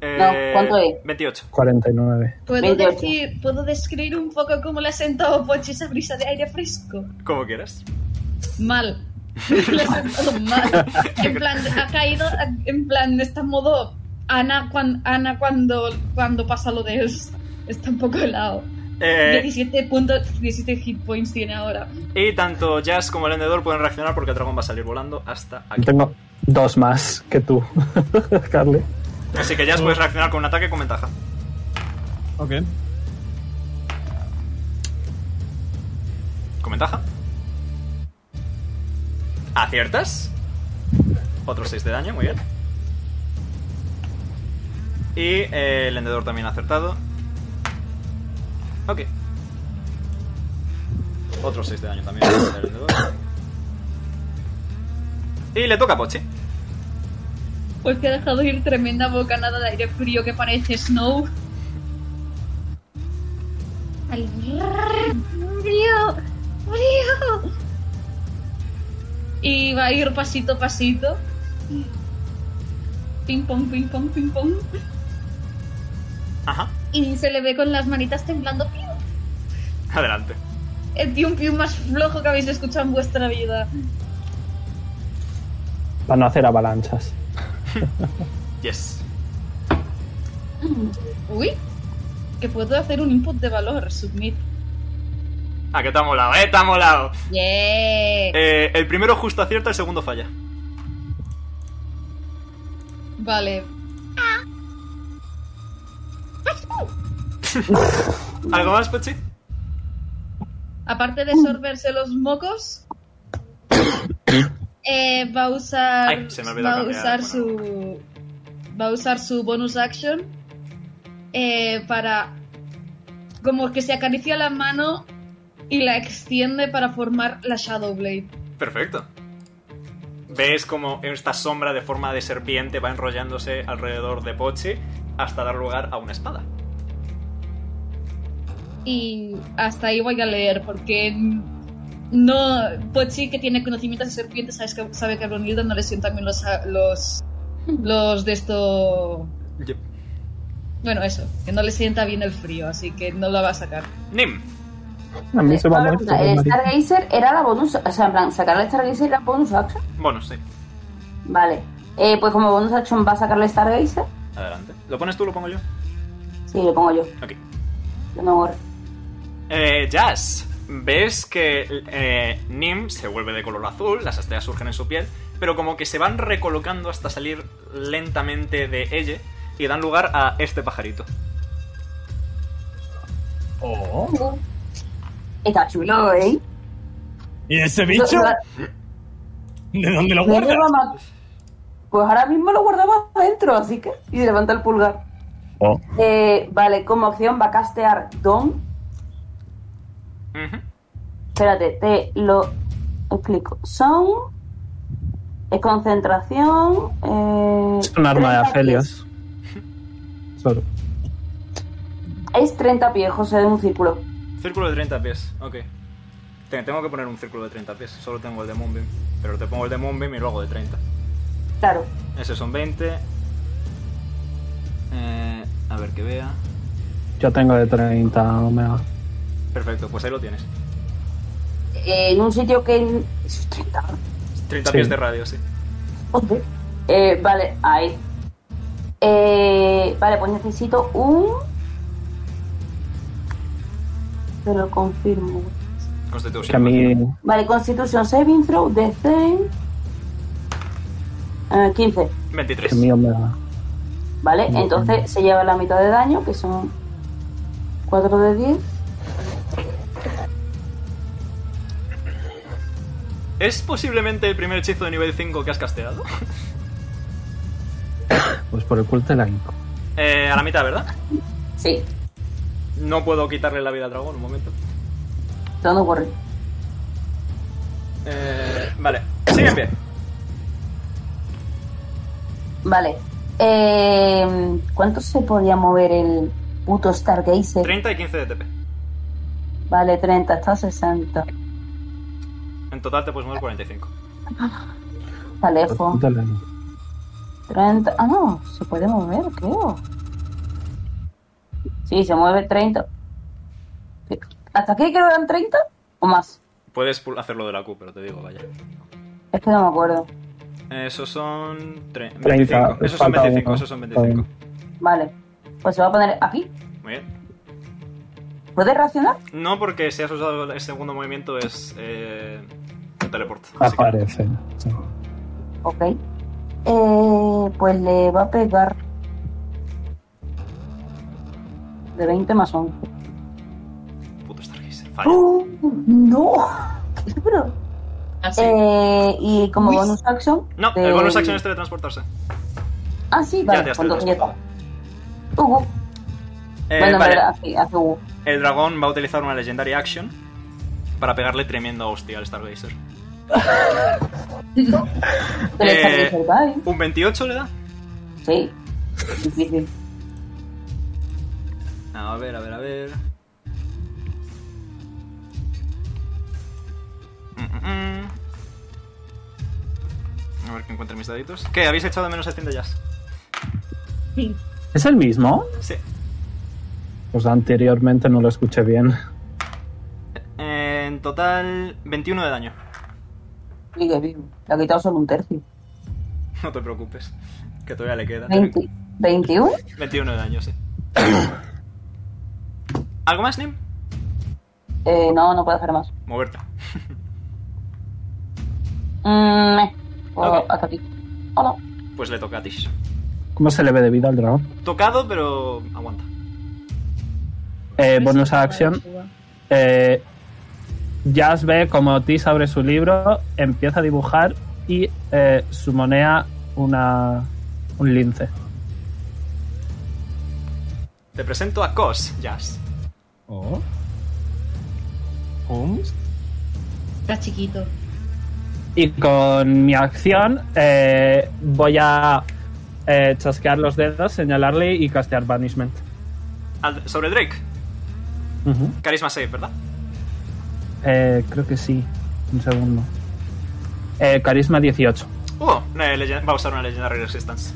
Eh,
¿cuánto es?
28.
49.
¿Puedo
28.
decir, puedo describir un poco cómo le ha sentado Pochi esa brisa de aire fresco?
Como quieras.
Mal. le ha sentado mal. En plan, ha caído, en plan, está en modo Ana, cuan- Ana cuando, cuando pasa lo de Elsa. Está un poco helado.
Eh,
17 puntos, 17 hit points tiene ahora.
y tanto Jazz como el vendedor pueden reaccionar porque el dragón va a salir volando hasta aquí.
Tengo dos más que tú, Carly.
Así que Jazz puedes reaccionar con un ataque con ventaja.
Ok.
¿Con ventaja? ¿Aciertas? Otro 6 de daño, muy bien. Y eh, el vendedor también ha acertado. Ok. Otro 6 de daño también. del hendedor. Y le toca a Pochi.
Pues que ha dejado ir tremenda bocanada de aire frío que parece snow.
Al-
¡Frío! ¡Frío! Y va a ir pasito a pasito. Ping pong, ping pong, ping pong.
Ajá.
Y se le ve con las manitas temblando. ¡Piu!
Adelante.
El pium pium más flojo que habéis escuchado en vuestra vida.
Para no hacer avalanchas.
Yes.
Uy, que puedo hacer un input de valor, submit.
Ah, que te ha molado, eh, te ha molado.
Yeah.
Eh, el primero justo acierta, el segundo falla.
Vale.
¿Algo más, Pochi?
Aparte de sorberse los mocos, eh, va a usar.
Ay, se me ha olvidado
va a
cambiar,
usar
bueno.
su. Va a usar su bonus action eh, para. Como que se acaricia la mano y la extiende para formar la Shadow Blade.
Perfecto. Ves como esta sombra de forma de serpiente va enrollándose alrededor de Pochi hasta dar lugar a una espada.
Y hasta ahí voy a leer, porque no. Pochi, que tiene conocimientos de serpientes, sabes que- sabe que a Brunilda no le sientan bien los, los. los de esto.
Yep.
Bueno, eso, que no le sienta bien el frío, así que no la va a sacar.
Nim.
A mí se va a
Ahora,
morir.
pregunta, ¿El eh, Stargazer era la bonus? O sea, en plan, sacar el Stargazer era bonus action.
Bonus, sí.
Vale. Eh, pues como bonus action va a sacar el Stargazer.
Adelante. ¿Lo pones tú o lo pongo yo?
Sí, lo pongo yo.
Ok.
Yo no borro.
Eh, Jazz, ves que eh, Nim se vuelve de color azul, las estrellas surgen en su piel, pero como que se van recolocando hasta salir lentamente de ella y dan lugar a este pajarito.
Oh.
Está chulo, ¿eh?
¿Y ese bicho? ¿De dónde lo
No
guardas?
llevaba- Pues ahora mismo lo guardaba adentro, así que. Y levanta el pulgar.
Oh.
Eh, vale, como acción va a castear Don.
Ujú.
Espérate, te lo explico. Son. Es concentración. Eh,
Es un arma de
30
Aphelios. Solo.
pies. Es 30 pies, José, de un círculo.
Círculo de 30 pies, ok. Te- tengo que poner un círculo de 30 pies, solo tengo el de Moonbeam, pero te pongo el de Moonbeam y lo hago de 30.
Claro.
Ese son 20. Eh, a ver que vea.
Yo tengo de 30 omega.
Perfecto, pues ahí lo tienes.
Eh, en un sitio que. Es 30.
30
Sí.
pies de radio, sí.
Joder. Eh, vale, ahí. Eh, vale, pues necesito un. Te lo confirmo.
Que a
Constitución.
mí.
Vale, Constitution Saving Throw de Zen. eh, 15.
Que
23.
a mí omega.
Vale, entonces se lleva la mitad de daño, que son 4 de 10.
¿Es posiblemente el primer hechizo de nivel 5 que has casteado?
Pues por el culto de la Inco.
Eh, a la mitad, ¿verdad?
Sí,
No puedo quitarle la vida al dragón, un momento.
todo no corre.
Eh, vale, sigue en pie.
Vale. Eh, ¿Cuánto se podía mover el puto Stargazer?
30 y 15 de TP.
Vale, 30, está a 60.
En total te puedes mover 45.
Está
Por el
lejos.
culto de la Inco.
30. Ah, no, se puede mover, creo. Sí, se mueve 30. ¿Hasta aquí creo que eran 30 o más?
Puedes pu- hacerlo de la Q, pero te digo, vaya.
Es que no me acuerdo.
Esos son. tre-
30,
25. Esos son
falta
25.
uno.
Esos son 25.
Vale. Pues se va a poner aquí.
Muy bien.
¿Puedes reaccionar?
No, porque si has usado el segundo movimiento es. Eh, un teleport. Así que-
Aparece. Sí.
Ok. Eh, pues le va a pegar. De 20 más 11.
Puto Stargazer. Falla.
¡Oh! ¡No! ¡Qué duro!
Así.
Eh, y como
Uy.
bonus action.
No, el
eh,
bonus action es teletransportarse.
Ah, sí, vale.
ya te has
pues entonces ya
teletransportado.
está. Uh, uh.
Eh,
bueno,
vale.
vale. hace, hace uh.
El dragón va a utilizar una Legendary Action para pegarle tremenda hostia al Stargazer.
Pero el
Eh,
Stargazer va, ¿eh?
¿Un 28 le da?
Sí. Difícil.
A ver, a ver, a ver. Mm, mm, mm. A ver que encuentre mis daditos. ¿Qué? ¿Habéis echado de menos el 100 de jazz?
¿Es el mismo?
Sí.
Pues anteriormente no lo escuché bien.
Eh, En total, 21 de daño.
Sigue vivo. Le ha quitado solo un tercio.
No te preocupes, que todavía le queda.
20, 21.
21 de daño, sí. ¿Algo más, Nim?
Eh, no, no puedo hacer más.
Moverte.
Mm, eh.
Ok.
O- Mm, Oh, Hasta aquí. Hola.
Pues le toca a Tish.
¿Cómo se le ve de vida al dragón?
Tocado, pero aguanta.
Eh, bonus acción. Eh, Jazz ve como Tis abre su libro, empieza a dibujar y eh, sumonea una, un lince.
Te presento a Cos, Jazz.
Oh. ¿Holmes?
Está chiquito.
Y con mi acción eh, voy a eh, chasquear los dedos, señalarle y castear Banishment.
Al- sobre Drake. Carisma 6, ¿verdad?
Eh, creo que sí. Un segundo. Eh, carisma 18.
Uh, una legend- va a usar una Legendary Resistance.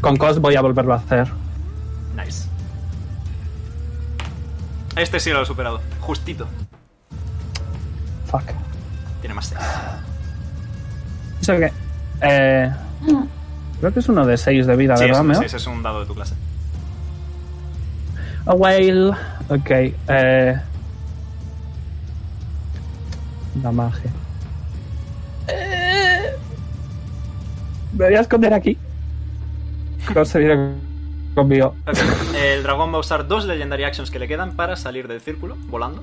Con Cos voy a volverlo a hacer.
Nice. Este sí lo he superado. Justito.
Fuck.
Tiene más 6.
Eso que. eh, creo que es uno de 6 de vida,
Sí, es
¿verdad,
un
Meo?
6, es un dado de tu clase.
A whale. Ok. Eh. La magia. Eh. Me voy a esconder aquí. No se viene conmigo.
Ok, El dragón va a usar dos Legendary Actions que le quedan para salir del círculo, volando,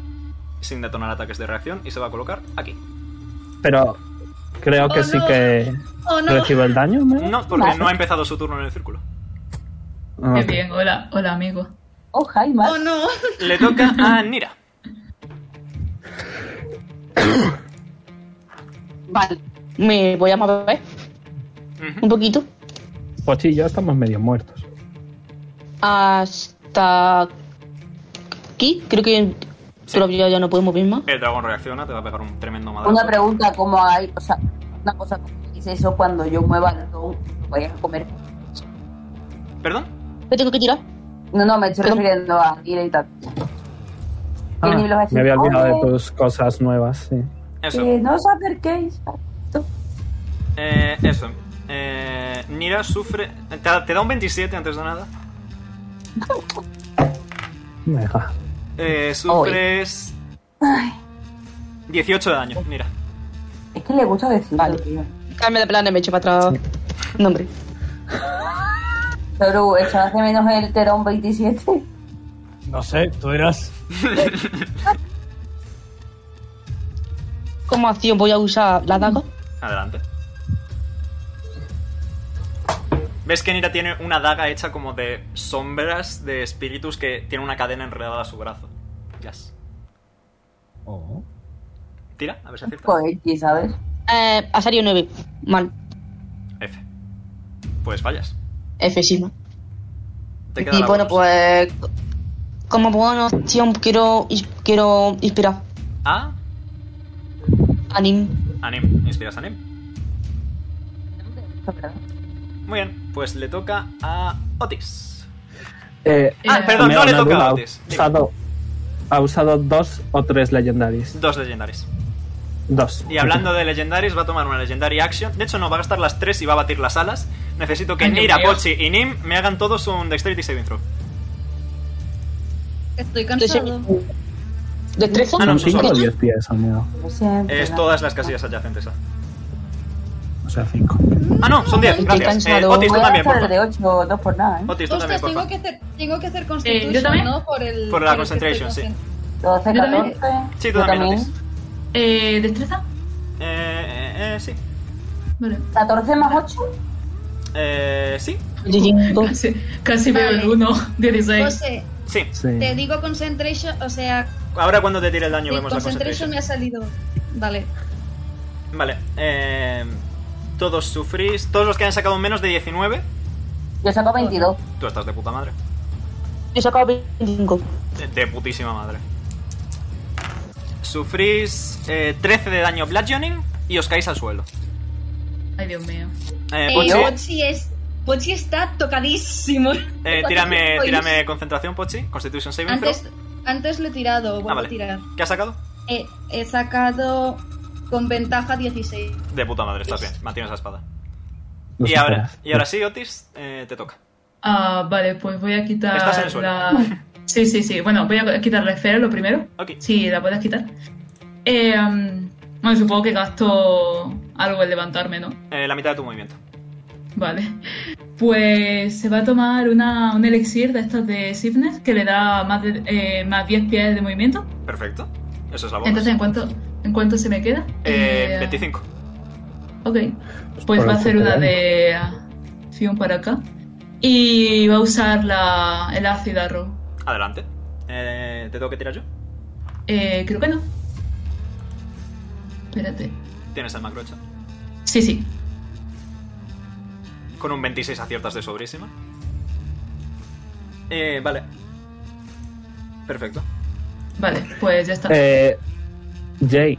sin detonar ataques de reacción, y se va a colocar aquí.
Pero creo que
Oh,
sí
no.
que
Oh,
no.
recibo el daño. ¿no?
No, porque no ha empezado su turno en el círculo.
Ah,
Qué
ok.
bien, hola, hola amigo.
Oh, Jaime.
Oh, no.
Le toca a Nira.
Vale, me voy a mover ¿eh? un poquito
Pues sí, ya estamos medio muertos.
hasta aquí. Creo que todavía ya no puedo mover más.
El dragón reacciona, te va a pegar un tremendo madrazo.
Una pregunta, ¿cómo hay? O sea, una cosa, ¿cómo dice eso cuando yo mueva el don? Voy a comer.
¿Perdón?
¿Qué tengo que tirar?
No, no, me estoy refiriendo a ir y tal.
Ah,
ni los
me había olvidado de
explico.
tus cosas nuevas, sí.
Eso.
Que eh, no os acerquéis.
Eh, eso. Eh, Nira sufre. Te, te da un 27 antes de nada.
Venga.
Eh, sufres. 18 de daño, Nira.
Es que le gusta decirlo, tío.
Cambia de plan, me echo para atrás. No, hombre.
Soru, ¿echabas de menos el Terón 27?
No sé, tú eras.
Como acción voy a usar la daga.
Adelante. ¿Ves que Nira tiene una daga hecha como de sombras de espíritus que tiene una cadena enredada a su brazo? Yes.
Oh.
Tira, a ver si
Pues.
acierta.
Joder, ¿y sabes?
Eh, ha salido 9. Mal.
F. Pues fallas.
F, sí, mal.
Te queda
Y
la
bueno,
bonus.
pues. Como buena opción, quiero, ins- quiero inspirar.
Ah,
Anim.
Anim. Inspiras a Anim. Muy bien, pues le toca a Otis.
Eh,
Ah, perdón,
Meo,
no le
una
toca
duda,
a
ha
Otis. Dime.
usado- ha usado dos o tres legendaries.
Dos legendaries.
Dos.
Y hablando de legendaries, va a tomar una legendary action. De hecho, no, va a gastar las tres y va a batir las alas. Necesito que
Ay, Dios
Nira,
mío.
Pochi y Nim me hagan todos un dexterity saving throw.
Estoy cansado.
¿De 13?
Ah, no,
Son
son
5 o
solos.
10 pies, amigo.
Es todas las casillas adyacentes. a.
O sea, 5.
Ah, no, son 10, gracias. Eh, Otis, tú
Voy a
también, por
gastar el de
favor.
8 o 2 por nada, ¿eh?
Otis, tú
Ostras,
también, por
tengo
favor.
que, hacer, tengo que hacer Constitution,
yo también.
¿no? Por, el,
Por la
el que estoy
concentration, sí.
concentrado.
12,
Yo también.
14.
Sí, tú también, Otis.
Eh, ¿Destreza?
Eh, eh, eh, sí.
Vale.
14 más 8.
Eh, sí,
Casi, Ah, casi veo el
Vale.
1, 16.
eh.
José,
sí.
Sí.
te digo concentration, o sea,
Ahora cuando te tire el daño
sí,
vemos la concentration.
concentration me ha salido. Vale.
Vale, eh, todos sufrís. Todos los que han sacado menos de 19,
Yo saco 22.
tú estás de puta madre.
Yo he sacado 25.
De- De putísima madre. Sufrís eh, 13 de daño bludgeoning y os caéis al suelo.
Ay, Dios mío.
Eh,
Eh,
Pochi,
Pochi es. Pochi está tocadísimo.
eh, tírame,
Pochi,
tírame concentración, Pochi. Constitution saving
Antes,
throw.
antes lo he tirado, vuelvo
Ah, vale.
a tirar.
¿Qué has sacado?
Eh, he sacado con ventaja 16.
De puta madre, estás bien. Mantienes la espada.
Lo
Y ahora,
superas.
y ahora sí, Otis, eh, te toca.
Ah, vale, pues voy a quitar
Estás en el suelo.
la... Sí, sí, sí. Bueno, voy a quitar la esfera lo primero.
Ok.
Sí, la puedes quitar. Eh, um, bueno, supongo que gasto algo en levantarme, ¿no?
Eh, la mitad de tu movimiento.
Vale. Pues se va a tomar una, un elixir de estos de Sifnes que le da más, de, eh, más 10 pies de movimiento.
Perfecto. Eso es la bomba.
Entonces, ¿en cuánto, en cuánto se me queda?
Eh, 25.
Ok. Pues
por
va a
el
hacer una
futuro.
de Fion para acá. Y va a usar la, el ácido arrow.
Adelante. Eh, ¿Te tengo que tirar yo?
Eh, creo que no. Espérate.
Tienes el macro hecho.
Sí, sí.
Con un 26 aciertas de sobrísima. Eh, vale. Perfecto.
Vale, pues ya está.
Eh, Jay,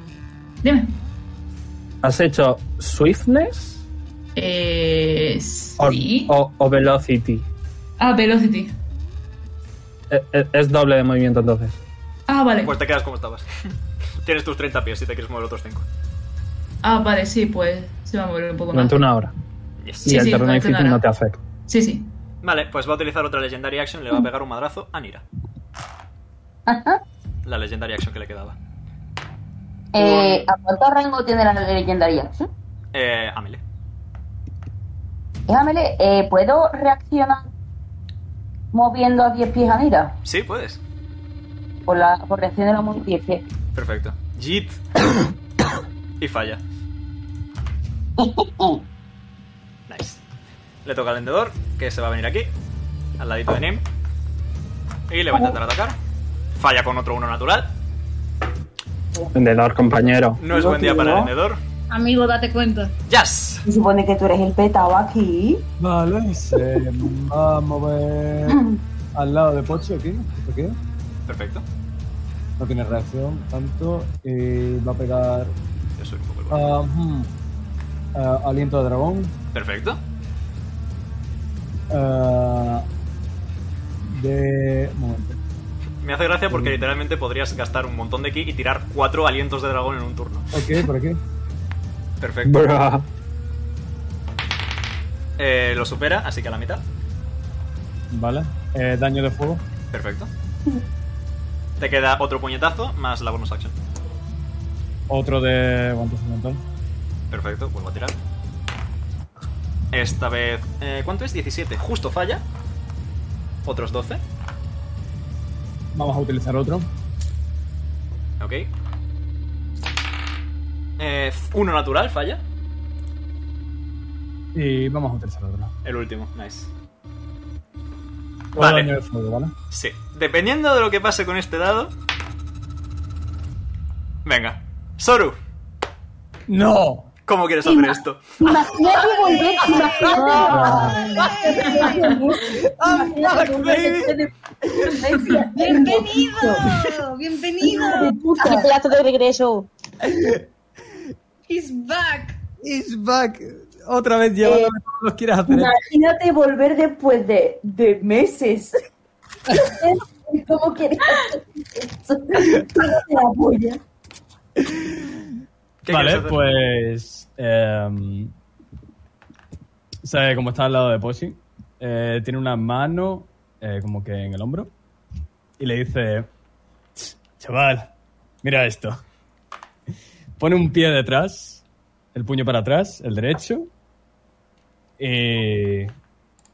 Dime.
¿has hecho Swiftness
Eh,
o, o- o Velocity?
ah, Velocity.
Eh, eh, es doble de movimiento entonces.
Ah, vale.
Pues te quedas como estabas. Tienes tus 30 pies si te quieres mover otros 5.
Ah, vale, sí, pues se va a mover un poco más.
Durante una hora.
Yes.
Y
Sí,
el
sí, durante
terreno
una
difícil
hora.
no te afecta.
Sí, sí.
Vale, pues va a utilizar otra Legendary Action y le va a pegar un madrazo a Nira. La Legendary Action que le quedaba.
Eh, ¿A cuánto rango tiene la legendaria action?
Eh, a melee.
Déjamele, eh, ¿puedo reaccionar moviendo a 10 pies a mira?
Sí, puedes.
Por, la, por reacción de la movimiento 10 pies.
Perfecto. Jit. y falla.
Oh,
Nice. Le toca al vendedor, que se va a venir aquí, al ladito de Nim. Y le va a intentar atacar. Falla con otro uno natural.
Vendedor, compañero.
No es buen día para el vendedor.
Amigo, date cuenta.
¡Yas!
Se supone que tú eres el petado aquí.
Vale, se va a mover al lado de Pochi aquí. ¿esto qué?
Perfecto.
No tiene reacción, tanto. Y va a pegar.
Yo soy un poco el bueno.
ah, hmm, ah, aliento de dragón.
Perfecto.
ah, de. un Momento.
Me hace gracia porque literalmente podrías gastar un montón de ki y tirar cuatro alientos de dragón en un turno.
Ok, por aquí.
Perfecto. Eh, lo supera, así que a la mitad.
Vale. eh, daño de fuego.
Perfecto. Te queda otro puñetazo más la bonus action.
Otro de guantes mental.
Perfecto, vuelvo a tirar. Esta vez. eh, ¿Cuánto es? 17. Justo falla. Otros 12.
Vamos a utilizar otro.
Ok. Eh, uno natural, falla.
Y vamos a utilizar otro.
El último, nice.
Otro
Vale.
daño de fuego, ¿vale?
Sí. Dependiendo de lo que pase con este dado. Venga. Soru,
¡No!
¿cómo quieres hacer esto?
Imagínate volver,
Ah, back, baby.
¡Bienvenido! ¡Bienvenido!
¡Qué plato de regreso!
¡He's back!
Is back. Otra vez llevándome todos los quieres hacer.
Imagínate volver después de, de meses. ¿Cómo quieres? Te la polla.
¿Qué
Vale,
quieres hacer?
pues. Eh, ¿Sabe cómo está al lado de Poshi? Eh, tiene una mano eh, como que en el hombro y le dice: "Ch, Chaval, mira esto. Pone un pie detrás, el puño para atrás, el derecho, y,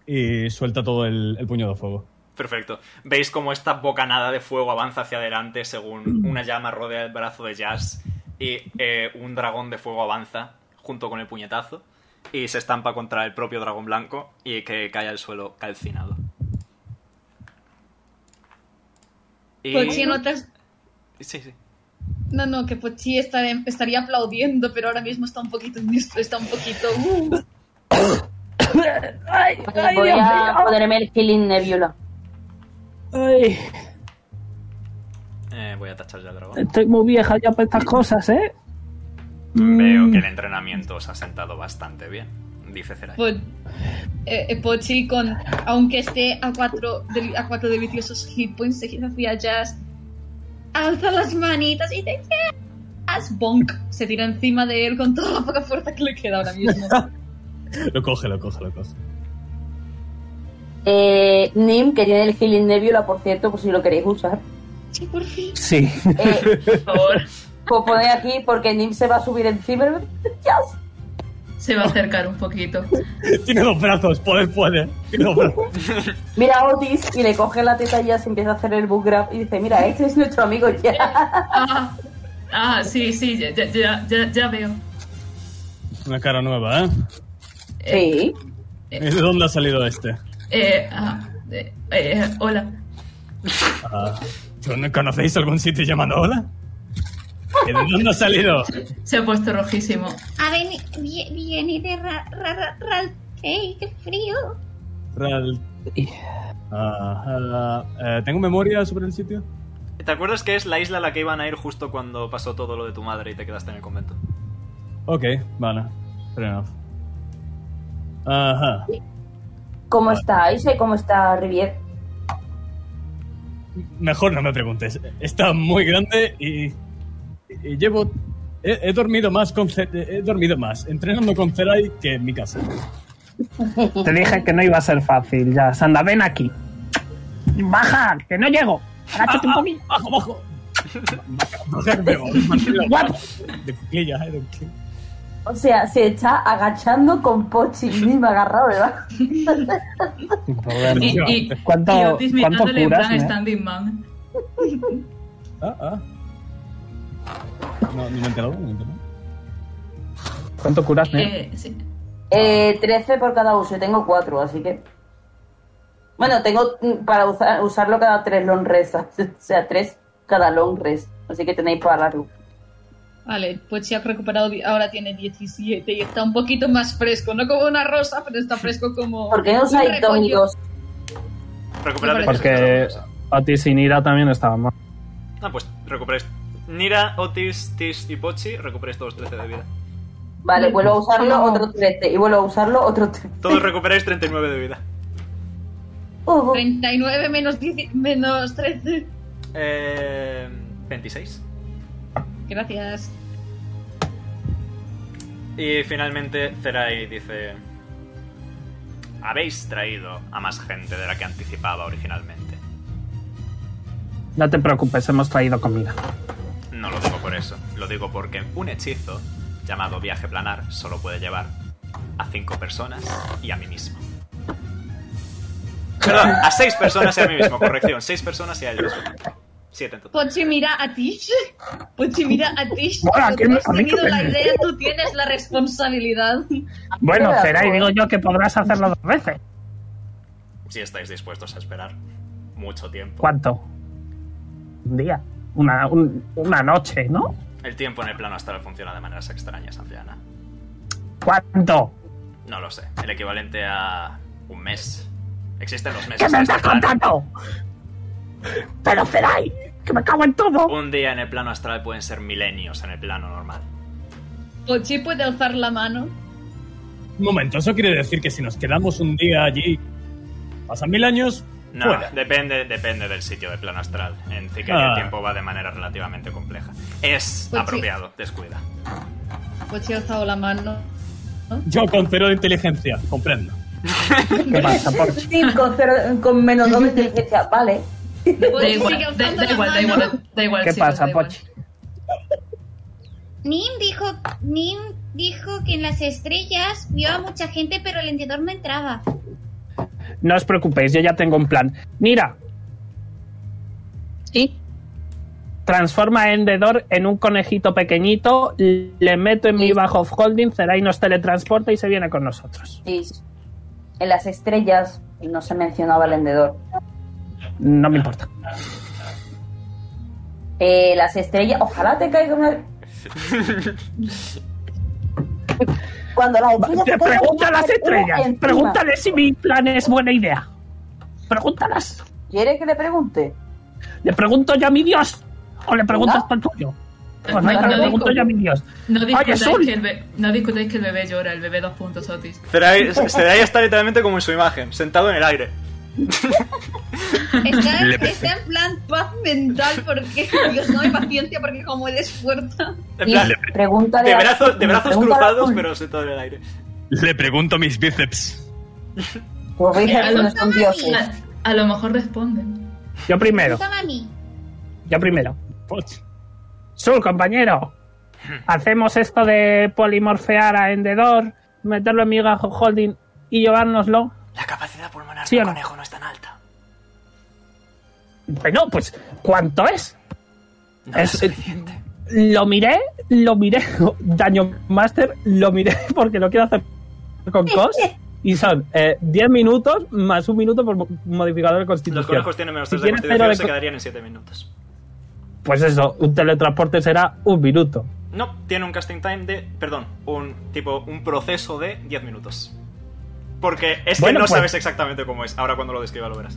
y suelta todo el, el puño de fuego.
Perfecto. Veis cómo esta bocanada de fuego avanza hacia adelante según una llama rodea el brazo de Jazz y eh, un dragón de fuego avanza junto con el puñetazo y se estampa contra el propio dragón blanco y que cae al suelo calcinado. Y...
Pochi Pues no te has-
Sí, sí.
No, no, que Pochi estar- estaría aplaudiendo, pero ahora mismo está un poquito... indis- Está un poquito... uh.
Voy a ponerme el killing nebula.
Ay,
Eh, voy a tachar ya al dragón.
estoy muy vieja ya para estas cosas, ¿eh?
Veo
Mm.
que el entrenamiento os ha sentado bastante bien, dice Zerai.
Po- eh, eh, Pochi con... Aunque esté a cuatro, deli- a cuatro deliciosos hit points, se gira hacia Jazz. Alza las manitas y te... Jazz, bonk. Se tira encima de él con toda la poca fuerza que le queda ahora mismo.
Lo coge, lo coge, lo coge.
Eh, Nim, que tiene el healing nebula, por cierto, por si lo queréis usar.
Sí, por fin.
Sí.
Eh,
Por favor.
Puedo poner aquí porque Nim se va a subir encima. ¡Yas!
Se va a acercar un poquito.
Tiene dos brazos, poder puede. Tiene dos brazos.
Mira a Otis y le coge la teta y ya se empieza a hacer el book grab y dice, mira, este es nuestro amigo ya.
Ah, ah, sí, sí, ya, ya- ya, ya, ya veo.
Una cara nueva, ¿eh?
Sí.
¿Y de dónde ha salido este?
Eh, ah, eh, eh, hola.
Ah, ¿tú no ¿Conocéis algún sitio llamado Hola? ¿Y ¿De dónde ha salido?
Se ha puesto rojísimo.
A ver, vi- viene de ra, ra, ra, ra- ¡Ey, qué frío!
Real- Ah, ah, eh, ¿Tengo memoria sobre el sitio?
¿Te acuerdas que es la isla a la que iban a ir justo cuando pasó todo lo de tu madre y te quedaste en el convento?
Ok, vale. Fair enough. Ajá.
¿Cómo está Aisha y cómo está Rivier?
Mejor no me preguntes. Está muy grande y, y llevo... He, he dormido más con Ce- he dormido más entrenando con Zerai que en mi casa.
Te dije que no iba a ser fácil, ya. Sanda, ven aquí. Baja, que no llego. Agáchate un poquito.
Bajo, bajo. Bajarme, bajarme. De cuclillas, eh, de cuclillas.
O sea, se está agachando con Pochi mismo agarrado, ¿verdad?
Y, y,
¿Cuánto,
y Otis
cuánto
mirándole en
curas,
plan
eh?
standing man.
Ah, ah. No, no me he enterado, no me he enterado.
¿Cuánto curas,
Eh,
eh?
sí.
Eh, 13 por cada uso, yo tengo 4, así que. Bueno, tengo mm, para usar- usarlo cada 3 long rest, o sea, 3 cada long rest, así que tenéis para largo.
Vale, pues ya ha recuperado, di- ahora tiene 17 y está un poquito más fresco. No como una rosa, pero está fresco como.
¿Por qué no
un
usáis dos y
repollo.
dos?
Recuperad
Porque Otis y Nira también estaban mal.
Ah, pues recuperáis. Nira, Otis, Tish y Pochi, recuperáis todos 13 de vida.
Vale, vuelvo a usarlo otro 13 y vuelvo a usarlo otro 13.
Todos recuperáis 39 de vida.
Hugo.
39 menos, 10 menos 13.
Eh, 26.
Gracias.
Y finalmente Zerai dice... Habéis traído a más gente de la que anticipaba originalmente.
No te preocupes, hemos traído comida.
No lo digo por eso, lo digo porque un hechizo llamado viaje planar solo puede llevar a cinco personas y a mí mismo. Perdón, a seis personas y a mí mismo, corrección, seis personas y a ellos. Siete en total.
Pochi mira a Tish. Pochi mira a Tish.
Hola,
Tú
¿qué me-
has
a mí qué
tenido la
me-
idea, tú tienes la responsabilidad.
Bueno,
Pero-
será, y digo yo que podrás hacerlo dos veces.
Si estáis dispuestos a esperar mucho tiempo.
¿Cuánto? Un día. Una, un- una noche, ¿no?
El tiempo en el plano astral funciona de maneras extrañas, anciana.
¿Cuánto?
No lo sé, el equivalente a un mes. Existen los meses
¿Qué me
en este
estás
plano.
contando? Pero Zerai, que me cago en todo.
Un día en el plano astral pueden ser milenios en el plano normal.
Pochi puede alzar la mano.
Un momento, ¿eso quiere decir que si nos quedamos un día allí, pasan mil años?
No,
Fuera.
depende, depende del sitio del plano astral. En Cicaria
Ah.
el tiempo va de manera relativamente compleja. Es
Pues sí.
apropiado, descuida.
Pochi ha alzado la mano.
Yo con cero de inteligencia, comprendo.
¿Qué pasa, Pochi?
pues Sí, con, cero- con menos 2 de inteligencia, vale.
Da
Pochi
igual,
sigue
da,
alzando
da
la
igual, da
mano.
igual, da igual.
¿Qué
chicos,
pasa,
Pues da igual.
Pochi?
Nim dijo, Nim dijo que en las estrellas vio a mucha gente, pero el entidor no entraba.
No os preocupéis, yo ya tengo un plan. Mira,
Sí,
transforma a Endedor en un conejito pequeñito, le meto en mi bajo of holding, Zerai nos teletransporta y se viene con nosotros.
Sí. En las estrellas no se mencionaba el vendedor.
No me importa.
Eh, las estrellas, ojalá te caiga una. Cuando las estrellas.
Te
te caigan
pregunta a
una
las
estrella
estrellas,
encima.
pregúntale si mi plan es buena idea. Pregúntalas.
¿Quiere que le pregunte?
¿Le pregunto yo a mi Dios? ¿O le preguntas por tuyo? Pues venga,
No,
le
no,
pregunto
no.
yo a mi Dios.
No discutáis,
Sol.
que el be- no discutáis que el bebé llora, el bebé dos puntos, Otis.
Zerai Zerai está literalmente como en su imagen, sentado en el aire.
Está,
Le-
está en plan paz mental porque Dios no hay paciencia porque como él es fuerte.
En plan,
Sí, pregúntale
de
a-
brazos, de brazos
pregúntale a-
cruzados, pero sentado en el aire.
Le pregunto mis bíceps.
Los
Eh, a,
bíceps
lo,
Pues no son dioses.
a- a lo mejor responden.
Yo primero,
Toma a mí.
yo primero.
Pochi.
Sul, compañero. Hacemos esto de polimorfear a Endedor meterlo en mi gajo holding y llevárnoslo.
La capacidad pulmonar
¿Sí o
del
no?
conejo no es tan alta.
Bueno, pues, ¿cuánto es?
No es,
Es-
suficiente.
Lo miré, lo miré, Daño Master, lo miré porque lo quiero hacer con cos. Y son eh, 10 minutos más un minuto por mo- modificador de constitución.
Los conejos tienen menos
Si
3 de
tienes cero
constitución,
de
se
co-
quedarían en 7 minutos.
Pues eso, un teletransporte será un minuto.
No, tiene un casting time de. Perdón, un tipo, un proceso de 10 minutos. Porque es que
Bueno,
no
pues-
sabes exactamente cómo es. Ahora cuando lo describa lo verás.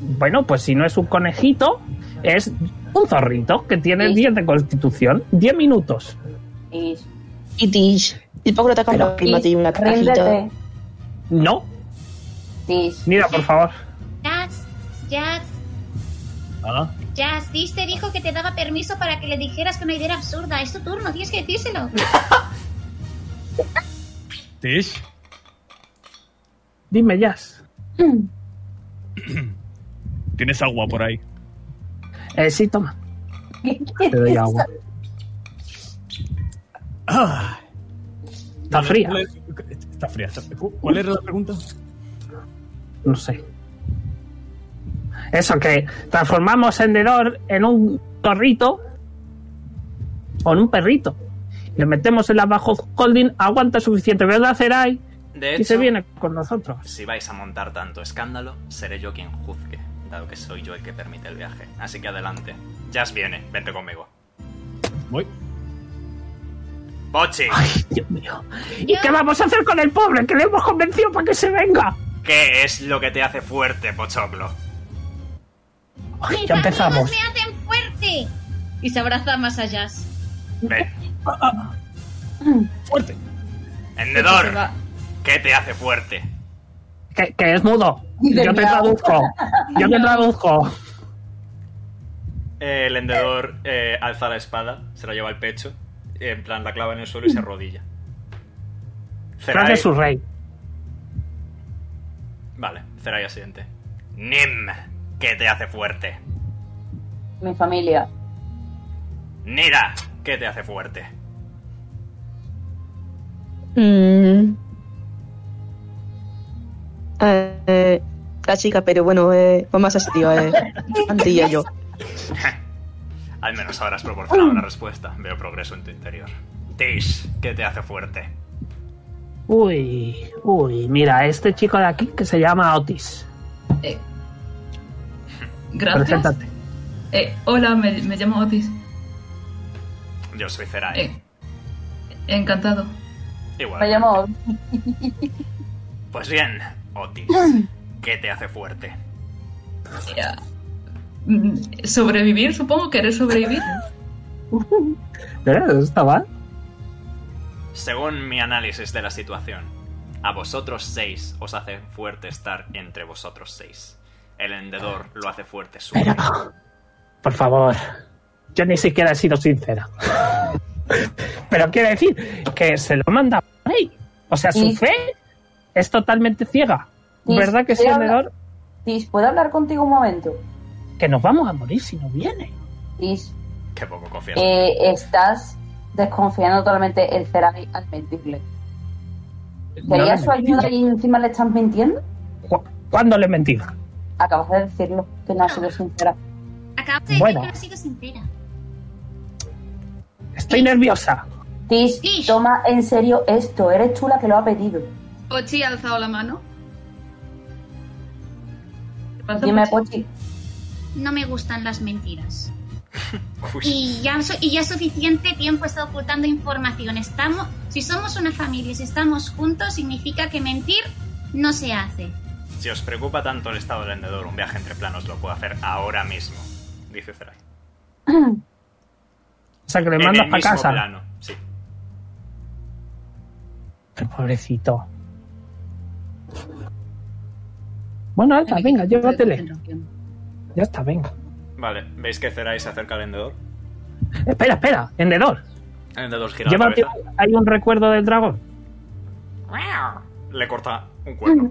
Bueno, pues si no es un conejito, es un zorrito que tiene 10 de constitución, 10 minutos.
Y
Y Tish. El Paco lo ataca
Pero-
una prima, tiene una cajita.
ríndete.
No,
Tish.
mira, por favor.
Jazz, Jazz,
Ah,
Jazz, Tish te dijo que te daba permiso para que le dijeras que una idea era absurda. Es tu turno, tienes que decírselo.
Tish,
Dime, Jazz.
tienes agua por ahí.
Eh, sí, toma. Te doy agua. Está fría.
Ah, ¿Cuál es- Está fría. está- ¿cu- ¿Cuál era la pregunta?
No sé. Eso que transformamos Endedor en un zorrito o en un perrito. Le metemos en la bajo holding, aguanta suficiente, ¿verdad, Zerai?
De
Y se
hecho,
viene con nosotros.
si vais a montar tanto escándalo, seré yo quien juzgue, dado que soy yo el que permite el viaje. Así que adelante. Jazz viene, vente conmigo.
Voy.
Pochi,
Dios mío. ¿Y qué vamos a hacer con el pobre? Que le hemos convencido para que se venga.
¿qué es lo que te hace fuerte, Pochoclo?
Ay,
Mis
ya
amigos
empezamos.
me hacen fuerte.
Y se abraza más a Jazz.
Ven.
Fuerte.
Se
Endedor,
va.
¿qué te hace fuerte?
Que, que es mudo.
de
Yo te
miau.
traduzco. Yo te traduzco.
El Endedor eh, alza la espada, se la lleva al pecho, en plan la clava en el suelo y se arrodilla.
Mm.
Creo que es su rey.
Vale, será ya siguiente. Nim, ¿qué te hace fuerte?
Mi familia.
Nira, ¿qué te hace fuerte?
Mm. Eh, eh, la chica, pero bueno, eh, mamá se tío, eh. Antilla yo.
Al menos ahora has proporcionado una respuesta. Veo progreso en tu interior. Tish, ¿qué te hace fuerte?
Uy, uy, mira, este chico de aquí que se llama Otis.
Eh, gracias.
Preséntate.
Eh, hola, me, me llamo Otis.
Yo soy Zerai.
Eh, encantado.
Igual.
Me llamo.
Pues bien, Otis, ¿qué te hace fuerte?
Ya. Mm, Sobrevivir, supongo, querer sobrevivir.
¿Eh? ¿Está mal?
Según mi análisis de la situación, a vosotros seis os hace fuerte estar entre vosotros seis. El Endedor lo hace fuerte su
Pero,
rey.
por favor, yo ni siquiera he sido sincera. Pero quiero decir que se lo manda al rey. O sea, su
Sí.
fe es totalmente ciega.
Sí,
¿Verdad que
sí,
sí,
habla-
Leor?
Tish, ¿puedo hablar contigo un momento?
Que nos vamos a morir si no viene.
Tish,
Qué poco confianza.
eh, estás desconfiando totalmente el Cerai al mentirle.
No le
¿Querías su
mentí.
ayuda y encima le estás mintiendo?
Cu- ¿Cuándo le mentí?
Acabas de decirlo, que no has sido sincera.
Acabas de decir
Bueno.
que no has sido sincera.
Estoy nerviosa.
Tish,
Tish.
toma en serio esto. Eres tú la que lo ha pedido.
Pochi ha alzado la mano.
¿Qué pasa,
Dime,
Pochi?
Pochi.
No me gustan las mentiras.
Uy,
Y ya, so- y ya suficiente tiempo he estado ocultando información. Estamos, si somos una familia, si estamos juntos, significa que mentir no se hace.
si os preocupa tanto el estado del Endedor, un viaje entre planos lo puedo hacer ahora mismo, dice Zerai.
O sea, que le
En
mandas
el
para
mismo
casa.
plano, sí.
Pero pobrecito. Bueno, Alta, Ah, venga, llévatele. Ya está, venga.
Vale, ¿veis que Zerai se acerca al Endedor?
Espera, espera, vendedor.
El Endedor gira la
Llévate.
cabeza,
Hay un recuerdo del dragón.
le corta un cuerno.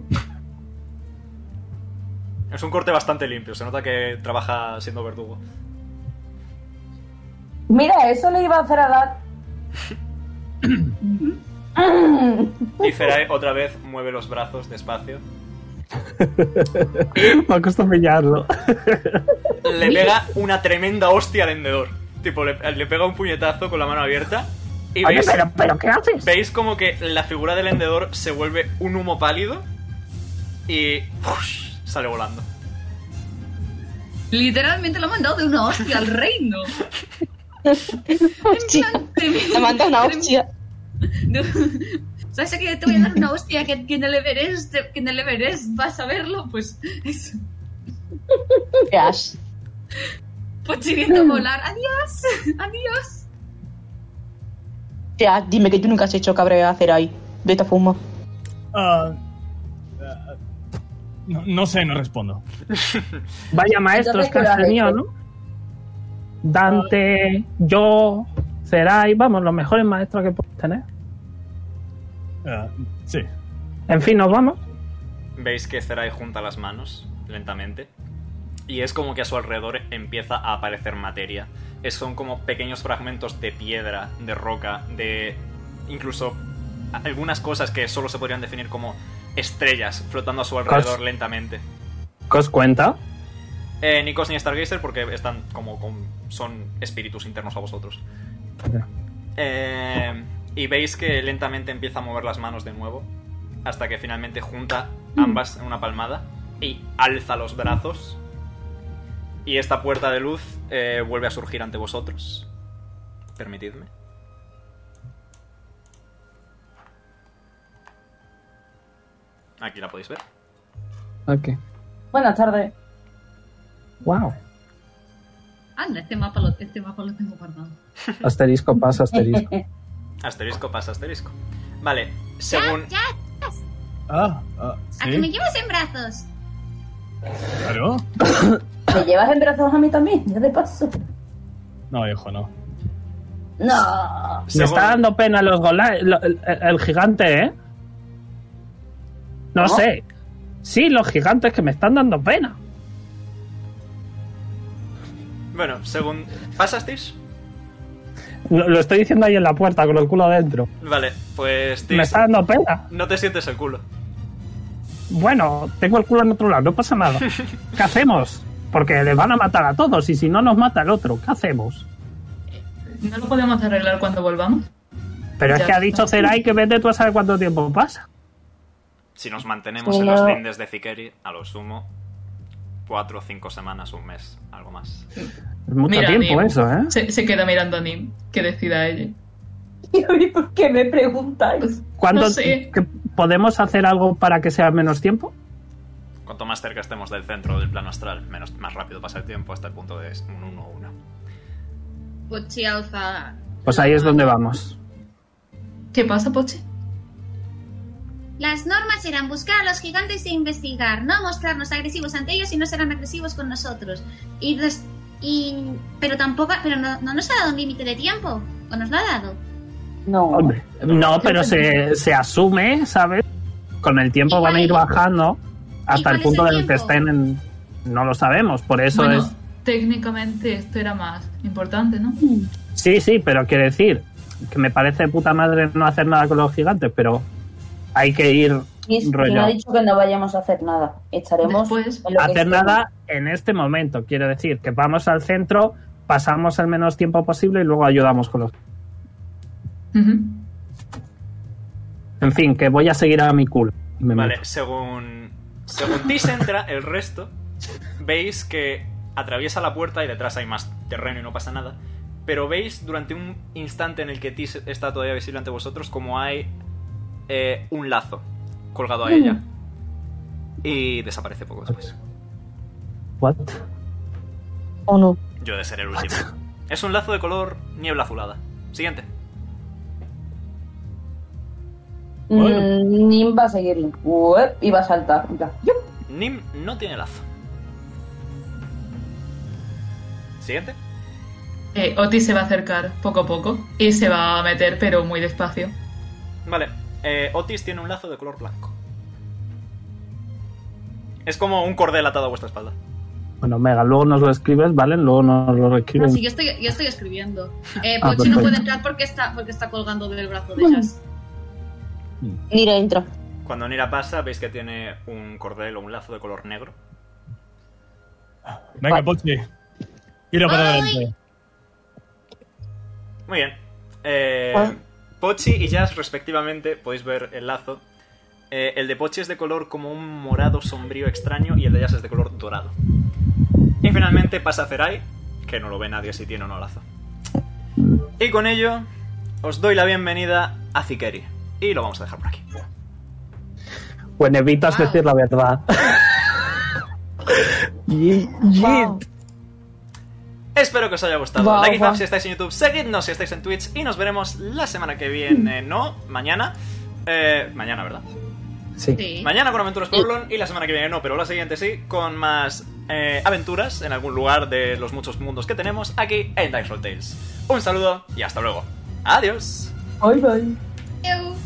Es un corte bastante limpio, se nota que trabaja siendo verdugo.
Mira, eso le iba a hacer a Dak.
Y Ferae otra vez mueve los brazos despacio.
Me ha costado pillarlo.
Le pega una tremenda hostia al vendedor. Tipo, le, le pega un puñetazo con la mano abierta. Y
Oye,
veis,
pero, pero ¿qué haces?
veis como que la figura del vendedor se vuelve un humo pálido y ¡fush! sale volando.
Literalmente lo han mandado de una hostia al reino.
Hostia.
Te
Le manda una hostia.
¿Sabes a qué te voy a dar una hostia que, que en el Everest, que en el Everest vas a verlo? Pues eso.
¿Qué haces?
Pochi viendo volar. ¡Adiós! ¡Adiós!
¿Qué haces? Dime que tú nunca has hecho cabrera hacer ahí. Vete a fumar.
Ah, ah, no, no sé, no respondo.
Vaya maestros
Entonces,
que
¿qué
has
has
tenido,
hecho?
¿no? Dante, yo, Zerai, vamos, los mejores maestros que puedes tener.
Ah, sí.
En fin, nos vamos.
Veis que Zerai junta las manos lentamente y es como que a su alrededor empieza a aparecer materia. Es- son como pequeños fragmentos de piedra, de roca, de incluso a- algunas cosas que solo se podrían definir como estrellas flotando a su alrededor lentamente.
¿Qué os cuenta?
Eh, ni Cos ni Stargazer porque están como con- son espíritus internos a vosotros. Eh, y veis que lentamente empieza a mover las manos de nuevo hasta que finalmente junta ambas en una palmada y alza los brazos y esta puerta de luz eh, vuelve a surgir ante vosotros. Permitidme. Aquí la podéis ver.
Ok.
Buenas tardes.
Wow.
Anda, este mapa lo, este mapa lo tengo guardado.
Asterisco pasa, asterisco.
Asterisco pasa asterisco. Vale, según...
Ya,
Ah, ah,
a que me
sí.
llevas en brazos.
Claro.
¿Me llevas en brazos a mí también? Ya de paso.
No, hijo, no.
No.
Me
según-
está dando pena los gola lo- el, el gigante, ¿eh? No sé. Sí, los gigantes que me están dando pena.
Bueno, según... ¿Pasasteis?
Lo, lo estoy diciendo ahí en la puerta con el culo adentro.
Vale, pues... Tis,
Me está dando pena.
No te sientes el culo.
Bueno, tengo el culo en otro lado, no pasa nada. ¿Qué hacemos? Porque les van a matar a todos y si no nos mata el otro, ¿qué hacemos?
No lo podemos arreglar cuando volvamos.
Pero es
Ya.
que ha dicho Zerai que vete tú a saber cuánto tiempo pasa.
Si nos mantenemos en
Solo-
los lindes de Zikeri, a lo sumo, cuatro o cinco semanas, un mes, algo más.
Es mucho
Mira,
tiempo
Nim.
eso, ¿eh?
Se, se queda mirando a Nim, que decida ella.
¿Y a mí por qué me preguntáis?
¿Cuánto
No sé.
que podemos hacer algo para que sea menos tiempo?
Cuanto más cerca estemos del centro del plano astral, menos, más rápido pasa el tiempo hasta el punto de un 1 o 1.
Pochi alza.
Pues ahí es donde vamos.
¿Qué pasa, Poche?
Las normas serán buscar a los gigantes e investigar, no mostrarnos agresivos ante ellos y no serán agresivos con nosotros. Y, des- y- pero tampoco, pero no, no nos ha dado un límite de tiempo, o nos lo ha dado.
No.
Hombre, no, pero se, se asume, ¿sabes? Con el tiempo van a ir bajando hasta
cuál
el
es
punto
el
del que
tiempo?
estén en... No lo sabemos, por eso
bueno,
es...
técnicamente esto era más importante, ¿no?
Sí, sí, pero quiere decir que me parece de puta madre no hacer nada con los gigantes, pero hay que ir
¿Quién
rollo.
ha dicho que no vayamos a hacer nada? Estaremos.
Después,
en lo que
hacer
estemos.
nada en este momento. Quiero decir que vamos al centro, pasamos el menos tiempo posible y luego ayudamos con los.
Ujú.
En fin, que voy a seguir a mi culo. Y me
Vale,
meto.
según. Según Tis entra, el resto, veis que atraviesa la puerta y detrás hay más terreno y no pasa nada. Pero veis durante un instante en el que Tis está todavía visible ante vosotros, como hay eh, un lazo colgado a ella. Y desaparece poco después.
What?
¿O no?
Yo he de ser el último. Es un lazo de color niebla azulada. Siguiente.
Mm, Nim va a seguirle. Uep, y va a saltar. En plan, yup.
Nim no tiene lazo. Siguiente.
Eh, Otis se va a acercar poco a poco y se va a meter, pero muy despacio.
Vale, eh, Otis tiene un lazo de color blanco. Es como un cordel atado a vuestra espalda.
Bueno, Mega, luego nos lo escribes, ¿vale? Luego nos lo
No,
escribes.
sí, yo estoy, yo estoy escribiendo. Eh,
Ah,
Pochi no
perfecto.
puede entrar porque está, porque está colgando del brazo de ellas.
Nira entra.
Cuando Nira pasa, veis que tiene un cordel o un lazo de color negro.
Venga, Pochi. Tira para adelante.
Muy bien. Eh, Pochi y Jazz, respectivamente, podéis ver el lazo. Eh, el de Pochi es de color como un morado sombrío extraño y el de Jazz es de color dorado. Y finalmente pasa Zerai, que no lo ve nadie si tiene o no lazo. Y con ello, os doy la bienvenida a Zikeri. Y lo vamos a dejar por aquí.
Bueno, evitas Pues decir la verdad. Ye- yeet.
Espero que os haya gustado.
Guau,
like y
guau.
fab si estáis en YouTube, seguidnos si estáis en Twitch y nos veremos la semana que viene, no, mañana. Eh, mañana, ¿verdad?
Sí.
Mañana con Aventuras Pueblon y la semana que viene no, pero la siguiente sí, con más eh, aventuras en algún lugar de los muchos mundos que tenemos aquí en Dice Roll Tales. Un saludo y hasta luego. Adiós.
Bye bye.
Eu.